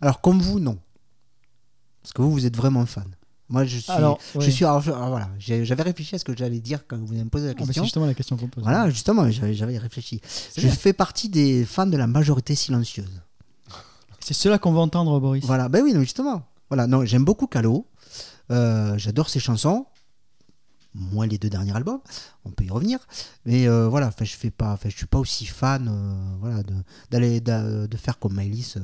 Speaker 4: Alors, comme vous, non. Parce que vous, vous êtes vraiment fan. Moi, je suis.
Speaker 1: Alors,
Speaker 4: Je
Speaker 1: ouais.
Speaker 4: suis alors, je- alors, voilà, j'ai- j'avais réfléchi à ce que j'allais dire quand vous avez posé la
Speaker 1: Ah, mais c'est
Speaker 4: question.
Speaker 1: justement la question qu'on pose.
Speaker 4: Voilà, justement, j'avais j'avais réfléchi. Je
Speaker 1: bien.
Speaker 4: fais partie des fans de la majorité silencieuse.
Speaker 1: C'est cela qu'on va entendre Boris.
Speaker 4: Voilà, ben oui, non, justement. Voilà, non, j'aime beaucoup Calo. Euh, J'adore ses chansons. Moins les deux derniers albums, on peut y revenir. Mais euh, voilà, enfin, je fais pas, enfin, je suis pas aussi fan, euh, voilà, de d'aller d'a- de faire comme Maëlys, euh,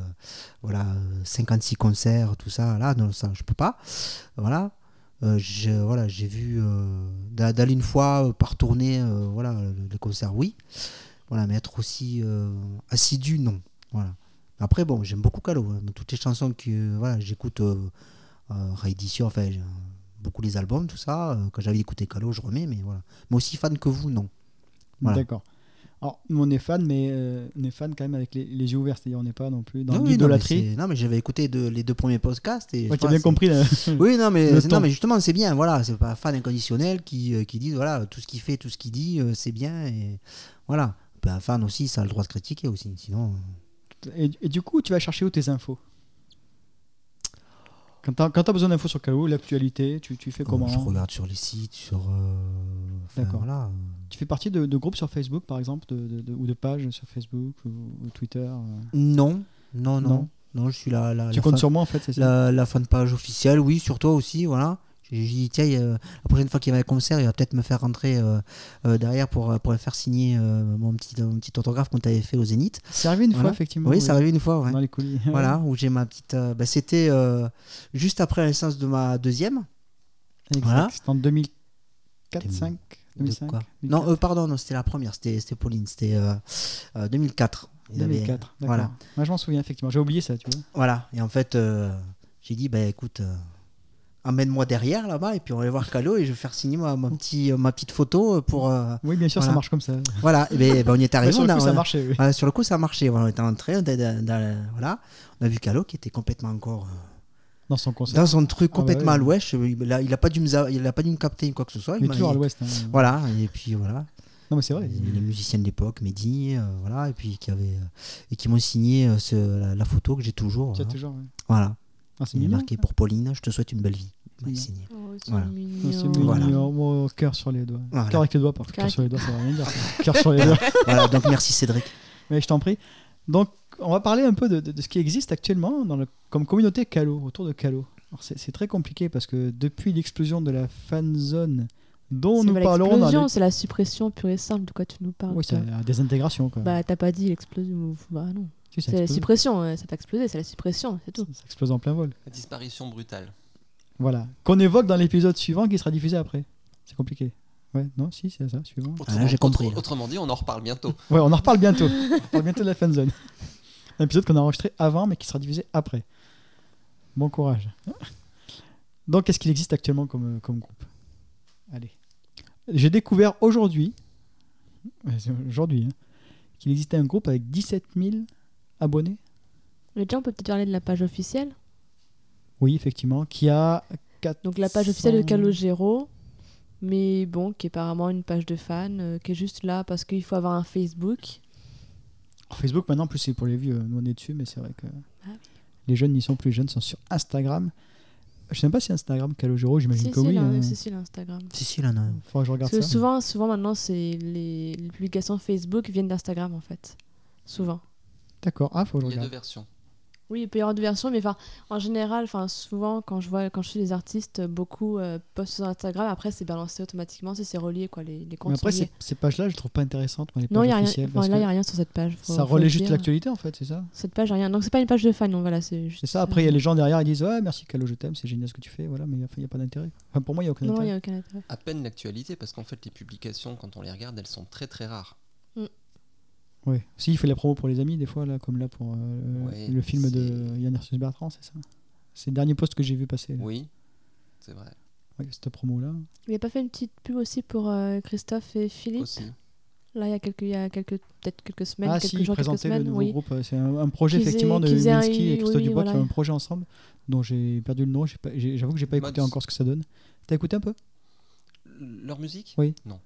Speaker 4: voilà, euh, 56 concerts, tout ça. Là, non, ça, je peux pas. Voilà. Euh, je- voilà, j'ai vu euh, d'a- d'aller une fois euh, par tournée, euh, voilà, le- le concert, oui. Voilà, mais être aussi euh, assidu, non. Voilà. Après, bon, j'aime beaucoup Calo. hein. Toutes les chansons que euh, voilà, j'écoute, euh, euh, réédition, enfin, j'ai, euh, beaucoup les albums, tout ça. euh, quand j'avais écouté Calo, je remets, mais voilà. Mais aussi fan que vous, non. voilà.
Speaker 1: D'accord. Alors nous on est fan, mais euh, on est fan quand même avec les, les yeux ouverts, c'est-à-dire on n'est pas non plus dans
Speaker 4: non, oui, non, mais
Speaker 1: l'idolâtrie.
Speaker 4: c'est- non, mais j'avais écouté de- les deux premiers podcasts. Et je
Speaker 1: Ouais, t'as
Speaker 4: pense-
Speaker 1: bien compris. là.
Speaker 4: Oui, non, mais,
Speaker 1: Le
Speaker 4: non,
Speaker 1: ton.
Speaker 4: mais justement, c'est bien. Voilà, c'est pas fan inconditionnel qui, euh, qui dit voilà, tout ce qu'il fait, tout ce qu'il dit, euh, c'est bien. Et voilà. Ben, un fan aussi, ça a le droit de critiquer aussi. Sinon. euh,
Speaker 1: Et, et du coup, tu vas chercher où tes infos Quand t'as quand t'as besoin d'infos sur Calo, l'actualité, tu, tu fais comment
Speaker 4: Oh,
Speaker 1: hein
Speaker 4: Je regarde sur les sites, sur. euh, enfin,
Speaker 1: D'accord.
Speaker 4: Voilà.
Speaker 1: Tu fais partie de, de groupes sur Facebook, par exemple, de, de- de- ou de pages sur Facebook ou, ou Twitter euh.
Speaker 4: Non, non, non.
Speaker 1: Non.
Speaker 4: Non, je suis la, la,
Speaker 1: Tu
Speaker 4: la
Speaker 1: comptes
Speaker 4: fan-
Speaker 1: sur moi, en fait, c'est ça
Speaker 4: la, la fan page officielle, oui, sur toi aussi, voilà. J'ai j'ai dit, tiens, il y a- la prochaine fois qu'il y avait un concert, il va peut-être me faire rentrer euh, euh, derrière pour, euh, pour me faire signer euh, mon, petit, mon petit autographe qu'on t'avait fait au Zénith.
Speaker 1: C'est arrivé une fois,
Speaker 4: Voilà.
Speaker 1: effectivement.
Speaker 4: Mm, Oui, ça arrivait une fois, ouais.
Speaker 1: Dans les coulisses.
Speaker 4: Voilà, où j'ai ma petite. euh, bah, C'était euh, juste après la naissance de ma deuxième.
Speaker 1: Exact.
Speaker 4: Voilà.
Speaker 1: C'était en 2004, 5
Speaker 4: De
Speaker 1: 2005
Speaker 4: quoi
Speaker 1: 2004,
Speaker 4: Non, euh, pardon, non, c'était la première, c'était c'était Pauline, c'était euh, euh, 2004. Il avait- euh,
Speaker 1: 2004, d'accord.
Speaker 4: voilà.
Speaker 1: Moi, je m'en souviens, effectivement. J'ai oublié ça, tu vois.
Speaker 4: Voilà, et en fait, euh, j'ai dit, bah écoute, euh, emmène-moi derrière là-bas, et puis on va aller voir Calo, et je vais faire signer ma, ma, petit, euh, ma petite photo euh, pour. euh,
Speaker 1: Oui, bien sûr, ça
Speaker 4: Voilà.
Speaker 1: marche comme ça. Ouais,
Speaker 4: voilà, et ben, ben, on y est arrivé.
Speaker 1: sur le
Speaker 4: on a-
Speaker 1: coup, ça
Speaker 4: on a-
Speaker 1: marchait, oui.
Speaker 4: voilà, sur le coup, ça a marché. Voilà, on était entré, on, était dans- dans- voilà, on a vu Calo qui était complètement encore euh,
Speaker 1: Dans son concert.
Speaker 4: dans son truc
Speaker 1: Ah bah
Speaker 4: complètement
Speaker 1: oui.
Speaker 4: à l'ouest. Il a, il a pas dû me, za- il a pas dû me capter ni quoi que ce soit. il
Speaker 1: Mais
Speaker 4: m'a-
Speaker 1: toujours à
Speaker 4: il-
Speaker 1: l'ouest. hein.
Speaker 4: Voilà, et puis voilà.
Speaker 1: Non, mais c'est vrai.
Speaker 4: Les les musiciens de l'époque, Mehdi, euh, voilà, et puis qui, avaient, euh, et qui m'ont signé euh, ce- la, la photo que j'ai toujours.
Speaker 1: Tu as
Speaker 4: voilà.
Speaker 1: toujours. ouais.
Speaker 4: voilà.
Speaker 1: Ah, c'est
Speaker 4: Il est
Speaker 1: mignon.
Speaker 4: marqué pour Pauline, je te souhaite une belle vie. Il m'a
Speaker 1: Mignon.
Speaker 4: signé.
Speaker 2: Oh, c'est
Speaker 4: Voilà.
Speaker 1: Non, C'est
Speaker 2: mignon.
Speaker 1: mignon.
Speaker 4: Voilà.
Speaker 1: Moi, cœur sur les doigts.
Speaker 4: Voilà.
Speaker 1: Cœur avec les doigts, par contre. Cœur
Speaker 2: Cœur
Speaker 1: sur les doigts, ça veut rien dire. ça. Cœur sur les doigts.
Speaker 4: Voilà, donc merci Cédric.
Speaker 1: Mais je t'en prie. Donc, on va parler un peu de, de- de ce qui existe actuellement dans le- comme communauté Calo, autour de Calo. Alors, c'est c'est très compliqué parce que depuis l'explosion de la fan zone dont
Speaker 2: C'est
Speaker 1: nous
Speaker 2: pas
Speaker 1: parlerons dans
Speaker 2: l'explosion,
Speaker 1: les...
Speaker 2: c'est la suppression pure et simple de quoi tu nous parles.
Speaker 1: Oui, c'est
Speaker 2: toi.
Speaker 1: la désintégration. Quoi.
Speaker 2: Bah, t'as pas dit l'explosion. Bah, non.
Speaker 1: Si, ça
Speaker 2: C'est la
Speaker 1: explose.
Speaker 2: suppression, euh, ça t'a explosé, c'est la suppression, c'est tout.
Speaker 1: Ça explose en plein vol.
Speaker 3: La disparition brutale.
Speaker 1: Ah, Voilà. Qu'on évoque dans l'épisode suivant qui sera diffusé après. C'est compliqué. Ouais, non, si, c'est ça, suivant.
Speaker 4: là, j'ai compris,
Speaker 3: autre-
Speaker 4: là.
Speaker 3: autrement dit, on en reparle bientôt.
Speaker 1: Ouais, on en reparle bientôt. on reparle bientôt de la fan zone. Un épisode qu'on a enregistré avant, mais qui sera diffusé après. Bon courage. Donc, qu'est-ce qu'il existe actuellement comme, euh, comme groupe Allez. J'ai découvert aujourd'hui ouais, c'est aujourd'hui, hein, qu'il existait un groupe avec 17 000 abonnés.
Speaker 2: Mais déjà, on peut peut-être parler de la page officielle.
Speaker 1: Oui, effectivement, qui a 4
Speaker 2: Donc la page officielle de Calogero, mais bon, qui est apparemment une page de fan, euh, qui est juste là parce qu'il faut avoir un Facebook.
Speaker 1: Facebook maintenant, plus c'est pour les vieux, hein, nous on est dessus, mais c'est vrai que
Speaker 2: Ah oui.
Speaker 1: les jeunes n'y sont plus, les jeunes sont sur Instagram. Je sais même pas si Instagram Calogero, j'imagine
Speaker 2: Si,
Speaker 1: que
Speaker 2: si,
Speaker 1: oui.
Speaker 2: là,
Speaker 1: hein.
Speaker 2: si, si, l'Instagram.
Speaker 4: Si, si, là, non.
Speaker 1: Faudra que je
Speaker 2: Parce
Speaker 1: regarde
Speaker 2: que
Speaker 1: ça.
Speaker 2: souvent, souvent maintenant, c'est les, les publications Facebook viennent d'Instagram en fait. Souvent.
Speaker 1: D'accord, ah, faut que je
Speaker 3: Il y a deux
Speaker 1: regarde.
Speaker 3: versions.
Speaker 2: Oui, il peut y avoir deux versions, mais enfin, en général, enfin, souvent, quand je vois, quand je suis des artistes, beaucoup euh, postent sur Instagram. Après, c'est balancé automatiquement, si c'est relié, quoi, les, les comptes
Speaker 1: Mais après,
Speaker 2: sont liés.
Speaker 1: ces, ces pages-là, je les trouve pas intéressantes, moi, les
Speaker 2: Non,
Speaker 1: pages
Speaker 2: il y a rien.
Speaker 1: officielles,
Speaker 2: Enfin,
Speaker 1: parce
Speaker 2: là, il
Speaker 1: que
Speaker 2: y a rien sur cette page. faut-
Speaker 1: ça
Speaker 2: faut
Speaker 1: relaie
Speaker 2: le
Speaker 1: juste
Speaker 2: dire.
Speaker 1: l'actualité, en fait, c'est ça
Speaker 2: Cette page, y a rien. Donc, c'est pas une page de fan. Donc voilà, c'est juste.
Speaker 1: C'est ça, après, il y a les gens derrière, ils disent Ouais, merci Calo, je t'aime, c'est génial ce que tu fais, voilà, mais enfin, il n'y a pas d'intérêt. Enfin, pour moi, il n'y a aucun
Speaker 2: Non, il y
Speaker 1: intérêt.
Speaker 2: a aucun intérêt.
Speaker 3: À peine l'actualité, parce qu'en fait, les publications, quand on les regarde, elles sont très très rares.
Speaker 1: Ouais. Si, il fait la promo pour les amis, des fois, là, comme là pour euh,
Speaker 3: Ouais,
Speaker 1: le film de
Speaker 3: c'est-
Speaker 1: Yann Arthus Bertrand, c'est ça C'est le dernier post que j'ai vu passer, là.
Speaker 3: Oui, c'est vrai.
Speaker 1: Ouais, cette promo-là.
Speaker 2: Il a pas fait une petite pub aussi pour euh, Christophe et Philippe
Speaker 3: Aussi.
Speaker 2: Là, il y a quelques, il y a quelques, peut-être quelques semaines,
Speaker 1: Ah,
Speaker 2: quelques
Speaker 1: si, il
Speaker 2: jours, quelques
Speaker 1: présentait le
Speaker 2: semaines.
Speaker 1: nouveau
Speaker 2: Oui.
Speaker 1: groupe, euh, c'est un, un projet,
Speaker 2: Qu'ils aient-
Speaker 1: effectivement, de
Speaker 2: qu'ils aient un-
Speaker 1: Minsky et Christophe
Speaker 2: oui,
Speaker 1: Dubois qui
Speaker 2: voilà.
Speaker 1: ont un projet ensemble, dont j'ai perdu le nom, j'ai pas- j'ai- j'avoue que j'ai pas écouté
Speaker 3: Mads.
Speaker 1: encore ce que ça donne. T'as écouté un peu
Speaker 3: Leur musique
Speaker 1: Oui.
Speaker 3: Non,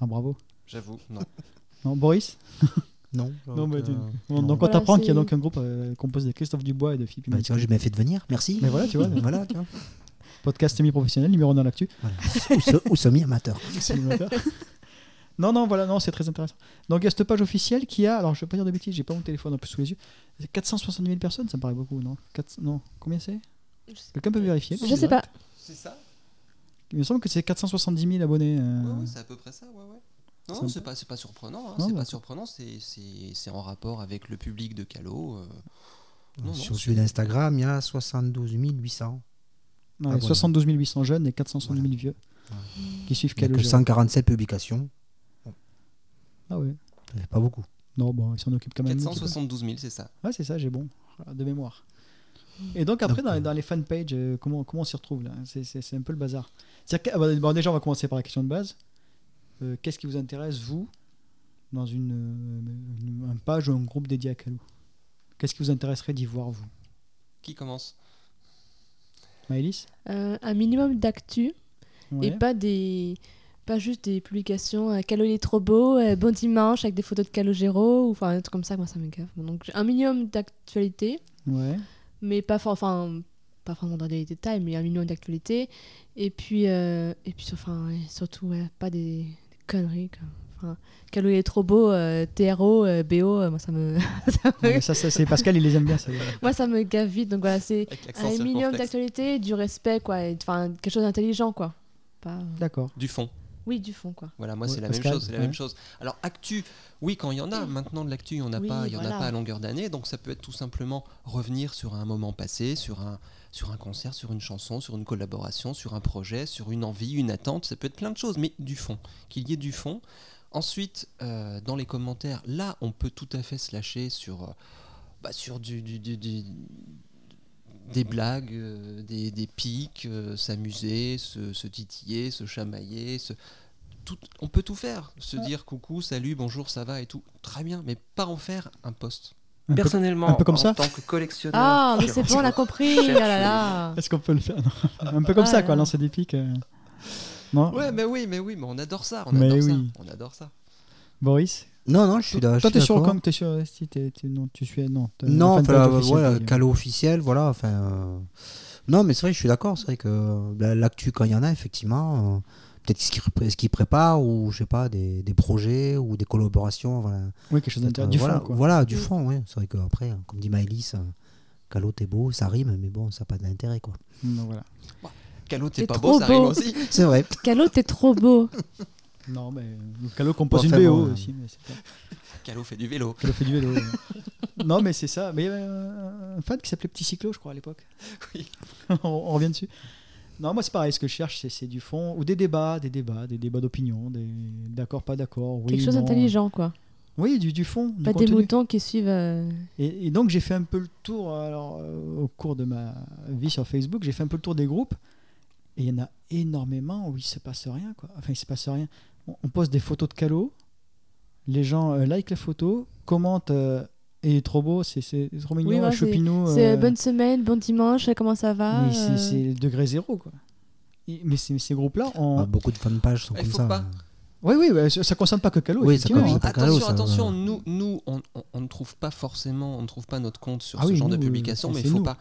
Speaker 1: Ah, bravo.
Speaker 3: j'avoue, non.
Speaker 1: Non, Boris
Speaker 4: Non. euh,
Speaker 1: Non, bah, tu- Bon,
Speaker 4: non.
Speaker 1: donc
Speaker 2: Voilà,
Speaker 1: on t'apprend qu'il y a
Speaker 2: c'est-
Speaker 1: donc un groupe euh, composé de Christophe Dubois et de Philippe
Speaker 4: Bah, tu vois, j'ai bien fait de venir, merci.
Speaker 1: Mais voilà, tu vois, le
Speaker 4: voilà, tu vois.
Speaker 1: podcast semi-professionnel, numéro 1 dans l'actu.
Speaker 4: Ou, se- ou semi-amateur.
Speaker 1: C'est le moteur. non, non, voilà, non, c'est très intéressant. Donc il y a cette page officielle qui a, alors je ne vais pas dire de bêtises, j'ai pas mon téléphone en plus sous les yeux, C'est 460 000 personnes, ça me paraît beaucoup, non 400 Non, combien c'est
Speaker 2: Je sais-
Speaker 1: Quelqu'un peut vérifier
Speaker 2: Je sais pas.
Speaker 3: C'est ça
Speaker 1: Il me semble que c'est 470 000 abonnés. euh,
Speaker 3: Ouais, ouais, c'est à peu près ça, ouais, ouais. Non,
Speaker 1: C'est
Speaker 3: non,
Speaker 1: un
Speaker 3: c'est pas, c'est pas surprenant. hein,
Speaker 1: Non,
Speaker 3: c'est
Speaker 1: d'accord.
Speaker 3: pas surprenant, c'est- c'est c'est en rapport avec le public de Calo.
Speaker 1: Ah,
Speaker 3: euh, non,
Speaker 4: Sur
Speaker 3: c'est-
Speaker 4: celui d'Instagram, il y a 72 800.
Speaker 1: non, il
Speaker 4: Ah,
Speaker 1: y a
Speaker 4: bon,
Speaker 1: 72 800 jeunes et 470 000 vieux qui suivent
Speaker 4: Il y a que
Speaker 1: Calogero.
Speaker 4: 147 publications.
Speaker 1: Ah ouais.
Speaker 4: Ça fait Pas beaucoup.
Speaker 1: Non, bon, ils s'en occupent quand même. un petit peu.
Speaker 3: 472 000, c'est ça.
Speaker 1: Ouais, c'est ça, j'ai bon, Voilà, de mémoire. Et donc après,
Speaker 4: Donc,
Speaker 1: dans,
Speaker 4: euh,
Speaker 1: dans les fanpages, euh, comment, comment on s'y retrouve là C'est- C'est c'est un peu le bazar. C'est-à-dire que- ah, bah, bon, déjà, on va commencer par la question de base. Euh, Qu'est-ce qui vous intéresse, vous, dans une, euh, une- un page ou un groupe dédié à Calou Qu'est-ce qui vous intéresserait d'y voir, vous
Speaker 3: Qui commence
Speaker 1: Maëlys
Speaker 2: Euh, un minimum d'actu
Speaker 1: Ouais.
Speaker 2: et pas des, pas juste des publications. Euh, Calo il est trop beau. euh, bon dimanche avec des photos de Calogero ou enfin un truc comme ça. Moi, ça m'écœure. Donc un minimum d'actualité,
Speaker 1: Ouais.
Speaker 2: mais pas for- enfin pas forcément dans les détails, mais un minimum d'actualité. Et puis euh, et puis enfin ouais, surtout ouais, pas des, des conneries. Quoi. Enfin, Calo il est trop beau. euh, TRO, euh, BO, euh, moi ça me, ça me-
Speaker 1: Ouais, ça, ça, c'est Pascal, il les aime bien. Ça,
Speaker 2: moi ça me gave vite. Donc voilà, c'est
Speaker 1: Ah,
Speaker 3: Avec l'accent
Speaker 2: un minimum
Speaker 3: circonflexe.
Speaker 2: d'actualité, du respect, quoi. et- Enfin, quelque chose d'intelligent, quoi. Pas... euh,
Speaker 1: D'accord.
Speaker 3: Du fond.
Speaker 2: Oui, du fond, quoi.
Speaker 3: Voilà, moi,
Speaker 1: Ouais,
Speaker 3: c'est la
Speaker 1: Pascal,
Speaker 3: même chose. C'est la
Speaker 1: ouais.
Speaker 3: même chose. Alors, actu, oui, quand il y en a. Maintenant, de l'actu, il n'y en, a
Speaker 2: Oui,
Speaker 3: pas, il y en
Speaker 2: voilà.
Speaker 3: a pas à longueur d'année. Donc, ça peut être tout simplement revenir sur un moment passé, sur un, sur un concert, sur une chanson, sur une collaboration, sur un projet, sur une envie, une attente. Ça peut être plein de choses, mais du fond. Qu'il y ait du fond. Ensuite, euh, dans les commentaires, là, on peut tout à fait se lâcher sur, euh, bah, sur du, du- du- du- des blagues, euh, des, des pics, euh, s'amuser, se, se titiller, se chamailler. se- tout- on peut tout faire. Se dire coucou, salut, bonjour, ça va et tout. Très bien, mais pas en faire un poste.
Speaker 1: Un peu-
Speaker 7: Personnellement,
Speaker 1: un peu comme
Speaker 7: en
Speaker 1: ça
Speaker 7: tant que collectionneur,
Speaker 2: Ah, mais
Speaker 7: qui
Speaker 2: c'est bon, on a compris.
Speaker 7: cherche
Speaker 2: Ah là là.
Speaker 1: Est-ce qu'on peut le faire Non. Un peu comme
Speaker 2: Ah
Speaker 1: ça,
Speaker 2: là
Speaker 1: quoi,
Speaker 2: là.
Speaker 1: lancer des pics. euh. Non
Speaker 3: Ouais, mais oui, mais oui, mais on adore ça. On
Speaker 1: Mais
Speaker 3: adore ça.
Speaker 1: oui.
Speaker 3: On adore ça.
Speaker 1: Boris
Speaker 4: Non, non, je suis là. je
Speaker 1: Toi,
Speaker 4: suis
Speaker 1: t'es sur
Speaker 4: d'accord.
Speaker 1: Kang, t'es sur. Si, t'es- t'es- non, tu suis. Non, t'as
Speaker 4: Non,
Speaker 1: la
Speaker 4: enfin,
Speaker 1: fanpage
Speaker 4: la-
Speaker 1: officielle,
Speaker 4: voilà,
Speaker 1: t'as dit.
Speaker 4: calo officiel, voilà. Enfin, euh, non, mais c'est vrai, je suis d'accord. C'est vrai que euh, la- l'actu, quand il y en a, effectivement, euh, peut-être ce qu'ils pré- ce qu'ils préparent ou je sais pas, des, des projets ou des collaborations. Voilà,
Speaker 1: Oui, quelque chose
Speaker 4: Peut-être, euh,
Speaker 1: d'intéressant. Du
Speaker 4: voilà,
Speaker 1: fond, quoi.
Speaker 4: voilà, du
Speaker 2: Mm.
Speaker 4: fond, ouais. C'est vrai qu'après, comme dit Maëlys, euh, Calo, t'es beau, ça rime, mais bon, ça n'a pas d'intérêt, quoi.
Speaker 1: Non, voilà.
Speaker 3: Calo,
Speaker 2: T'es
Speaker 3: t'es pas
Speaker 2: trop
Speaker 3: beau, ça rime
Speaker 2: beau.
Speaker 3: aussi.
Speaker 4: C'est vrai.
Speaker 2: Calo, t'es trop beau.
Speaker 1: Non, mais euh, Calo compose
Speaker 4: Bon,
Speaker 1: une
Speaker 4: enfin,
Speaker 1: BO
Speaker 4: bon, euh,
Speaker 1: aussi, mais c'est pas.
Speaker 3: Calo fait du vélo.
Speaker 1: Calo fait du vélo. ouais. non, mais c'est ça. Mais il y avait euh, un fan qui s'appelait Petit Cyclo, je crois, à l'époque.
Speaker 3: Oui.
Speaker 1: on, on revient dessus. Non, moi, c'est pareil. Ce que je cherche, c'est- c'est du fond ou des débats, des débats, des débats d'opinion, des d'accord, pas d'accord. Oui,
Speaker 2: Quelque chose
Speaker 1: non.
Speaker 2: d'intelligent, quoi.
Speaker 1: Oui, du, du fond. du
Speaker 2: Pas des
Speaker 1: contenu.
Speaker 2: moutons qui suivent. euh,
Speaker 1: Et, et donc j'ai fait un peu le tour, alors, euh, au cours de ma vie sur Facebook, j'ai fait un peu le tour des groupes, et il y en a énormément où il se passe rien, quoi. Enfin, il se passe rien. On, on poste des photos de calo, Les gens euh, like la photo, commentent. euh, il est trop beau, c'est c'est trop mignon,
Speaker 2: ouais,
Speaker 1: un Chopinou.
Speaker 2: C'est
Speaker 1: euh,
Speaker 2: euh, bonne semaine, bon dimanche, euh, comment ça va
Speaker 1: Mais c'est-
Speaker 2: euh,
Speaker 1: c'est le degré zéro, quoi. Et- Mais ces, ces groupes-là,
Speaker 4: Bah,
Speaker 1: en...
Speaker 4: beaucoup de fan pages sont
Speaker 3: Ah, Il
Speaker 4: comme
Speaker 3: faut
Speaker 4: ça.
Speaker 3: pas.
Speaker 4: hein.
Speaker 1: oui, oui, ouais, ça, ça concerne pas que Calo.
Speaker 4: Oui, ça
Speaker 1: effectivement,
Speaker 4: concerne
Speaker 1: hein.
Speaker 4: pas Pas
Speaker 3: Attention,
Speaker 4: Calo, ça,
Speaker 3: attention,
Speaker 4: ouais.
Speaker 3: nous, nous on, on- on ne trouve pas forcément, on ne trouve pas notre compte sur
Speaker 1: Ah
Speaker 3: ce
Speaker 1: oui,
Speaker 3: genre de
Speaker 1: nous,
Speaker 3: publication,
Speaker 1: c'est-
Speaker 3: mais il
Speaker 1: c'est
Speaker 3: faut
Speaker 1: nous.
Speaker 3: pas.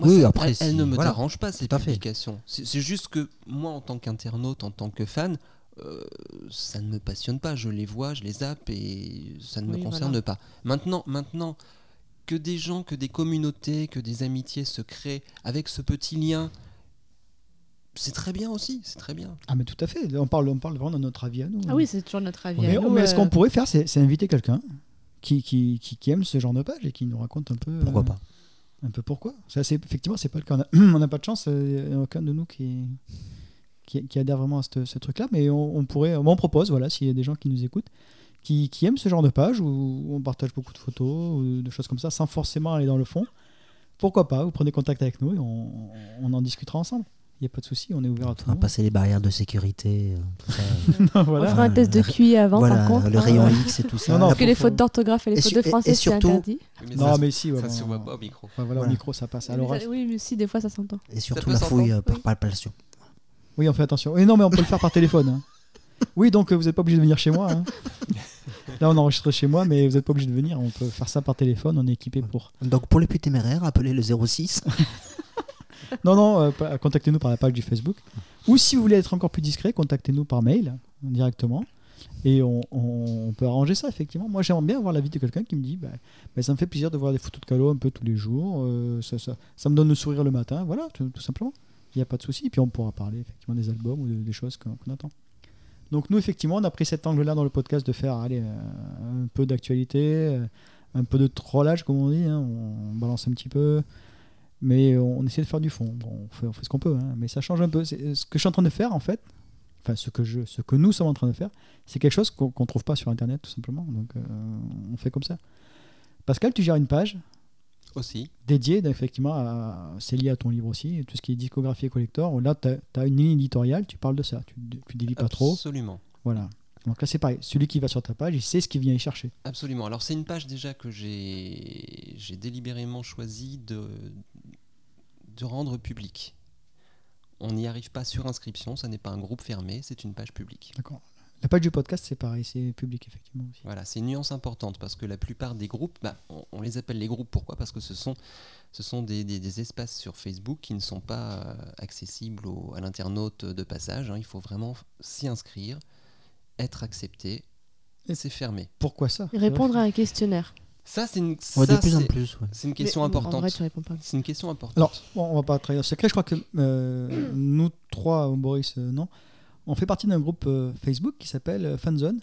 Speaker 4: Oui,
Speaker 3: ça-
Speaker 4: après,
Speaker 3: elle, elle
Speaker 4: si-
Speaker 3: ne me
Speaker 4: voilà.
Speaker 3: t'arrange pas ces
Speaker 4: Tout à fait.
Speaker 3: publications. C'est c'est juste que moi, en tant qu'internaute, en tant que fan, euh, ça ne me passionne pas. Je les vois, je les zappe et ça ne me
Speaker 2: Oui,
Speaker 3: concerne
Speaker 2: voilà.
Speaker 3: pas. Maintenant, maintenant que des gens, que des communautés, que des amitiés se créent avec ce petit lien, c'est très bien aussi. C'est très bien.
Speaker 1: Ah, mais tout à fait. On parle, on parle vraiment de notre avis à nous.
Speaker 2: Ah oui, c'est toujours notre avis. à
Speaker 1: Mais,
Speaker 2: nous,
Speaker 1: mais ce
Speaker 2: euh,
Speaker 1: qu'on pourrait faire, c'est c'est inviter quelqu'un qui, qui, qui, qui aime ce genre de page et qui nous raconte un peu. euh,
Speaker 4: Pourquoi pas
Speaker 1: Un peu pourquoi. Ça, c'est effectivement, c'est pas le cas. On a- On n'a pas de chance. euh, il y a aucun de nous qui qui, qui adhère vraiment à cette- ce truc-là. Mais on, on pourrait, on propose, voilà, s'il y a des gens qui nous écoutent, qui, qui aiment ce genre de page où on partage beaucoup de photos ou de choses comme ça, sans forcément aller dans le fond. Pourquoi pas Vous prenez contact avec nous et on, on en discutera ensemble. Il n'y a pas de souci, on est ouvert à tout
Speaker 3: Ah,
Speaker 4: On
Speaker 1: le
Speaker 4: va
Speaker 1: monde.
Speaker 4: passer les barrières de sécurité, euh, tout ça.
Speaker 2: On
Speaker 1: Voilà.
Speaker 2: fera un test de QI avant,
Speaker 4: voilà,
Speaker 2: par contre.
Speaker 4: le
Speaker 2: hein.
Speaker 4: rayon X et tout ça.
Speaker 1: Non, non,
Speaker 4: La
Speaker 2: Parce que les
Speaker 1: faut-
Speaker 2: fautes d'orthographe et les
Speaker 4: Et
Speaker 2: fautes
Speaker 4: sur-
Speaker 2: de
Speaker 4: et- et
Speaker 2: français, c'est
Speaker 4: surtout-
Speaker 2: interdit.
Speaker 1: Non,
Speaker 3: ça,
Speaker 1: mais euh, si, ouais,
Speaker 3: ça se
Speaker 1: bon,
Speaker 3: voit pas au micro.
Speaker 1: ouais, voilà,
Speaker 4: Voilà.
Speaker 1: au micro, ça passe. À
Speaker 2: Mais
Speaker 1: l'oral,
Speaker 2: ça- Oui, mais si, des fois, ça s'entend.
Speaker 4: Et surtout
Speaker 3: peut
Speaker 4: la
Speaker 3: s'entendre,
Speaker 4: fouille euh, par
Speaker 2: oui.
Speaker 4: palpation.
Speaker 1: Oui, on fait attention. Oui, non, mais on peut le faire par téléphone. hein. Oui, donc euh, vous n'êtes pas obligé de venir chez moi. hein. Là, on enregistre chez moi, mais vous n'êtes pas obligé de venir. On peut faire ça par téléphone. On est équipé pour.
Speaker 4: Donc pour les plus téméraires, appelez le 06.
Speaker 1: Non, non, euh, pa- contactez-nous par la page du Facebook. Ou si vous voulez être encore plus discret, contactez-nous par mail euh, directement. Et on, on- on peut arranger ça, effectivement. Moi, j'aimerais bien avoir l'avis de quelqu'un qui me dit bah, bah, Ça me fait plaisir de voir des photos de Calo un peu tous les jours. euh, ça, ça- ça me donne le sourire le matin. Voilà, tout, tout simplement. Il n'y a pas de souci. Et puis, on pourra parler effectivement des albums ou de- des choses qu'on qu'on attend. Donc, nous, effectivement, on a pris cet angle-là dans le podcast de faire allez, euh, un peu d'actualité, euh, un peu de trollage, comme on dit. hein. On balance un petit peu mais on essaie de faire du fond. Bon, on, fait, on fait ce qu'on peut, hein, mais ça change un peu. C'est- Ce que je suis en train de faire, en fait, enfin ce que, je, ce que nous sommes en train de faire, c'est quelque chose qu'on qu'on trouve pas sur Internet, tout simplement. Donc euh, on fait comme ça. Pascal, tu gères une page
Speaker 3: Aussi.
Speaker 1: dédiée, effectivement, à- c'est lié à ton livre aussi, tout ce qui est discographie et collector. où Là, tu as, une ligne éditoriale, tu parles de ça, tu ne délies pas trop.
Speaker 3: Absolument.
Speaker 1: Voilà. Donc là, c'est pareil. Celui qui va sur ta page, il sait ce qu'il vient y chercher.
Speaker 3: Absolument. Alors c'est une page déjà que j'ai j'ai délibérément choisi de, de rendre publique. On n'y arrive pas sur inscription, ça n'est pas un groupe fermé, c'est une page publique.
Speaker 1: D'accord. La page du podcast, c'est pareil, c'est public, effectivement. Aussi.
Speaker 3: Voilà, c'est une nuance importante parce que la plupart des groupes, bah, on, on les appelle les groupes, pourquoi Parce que ce sont, ce sont des, des- des espaces sur Facebook qui ne sont pas euh, accessibles au- à l'internaute de passage. hein. Il faut vraiment s'y inscrire, être accepté, et c'est fermé.
Speaker 1: Pourquoi ça
Speaker 2: Répondre à un questionnaire.
Speaker 3: Ça, c'est une,
Speaker 4: Ouais, de
Speaker 3: ça,
Speaker 4: plus en
Speaker 3: c'est-
Speaker 4: plus. ouais.
Speaker 3: c'est une question
Speaker 2: Mais- En
Speaker 3: importante.
Speaker 2: vrai, tu réponds pas.
Speaker 3: C'est une question importante.
Speaker 1: Alors, bon, on va pas trahir le secret. Je crois que euh, nous trois, euh, Boris, euh, non, on fait partie d'un groupe euh, Facebook qui s'appelle euh, Fanzone.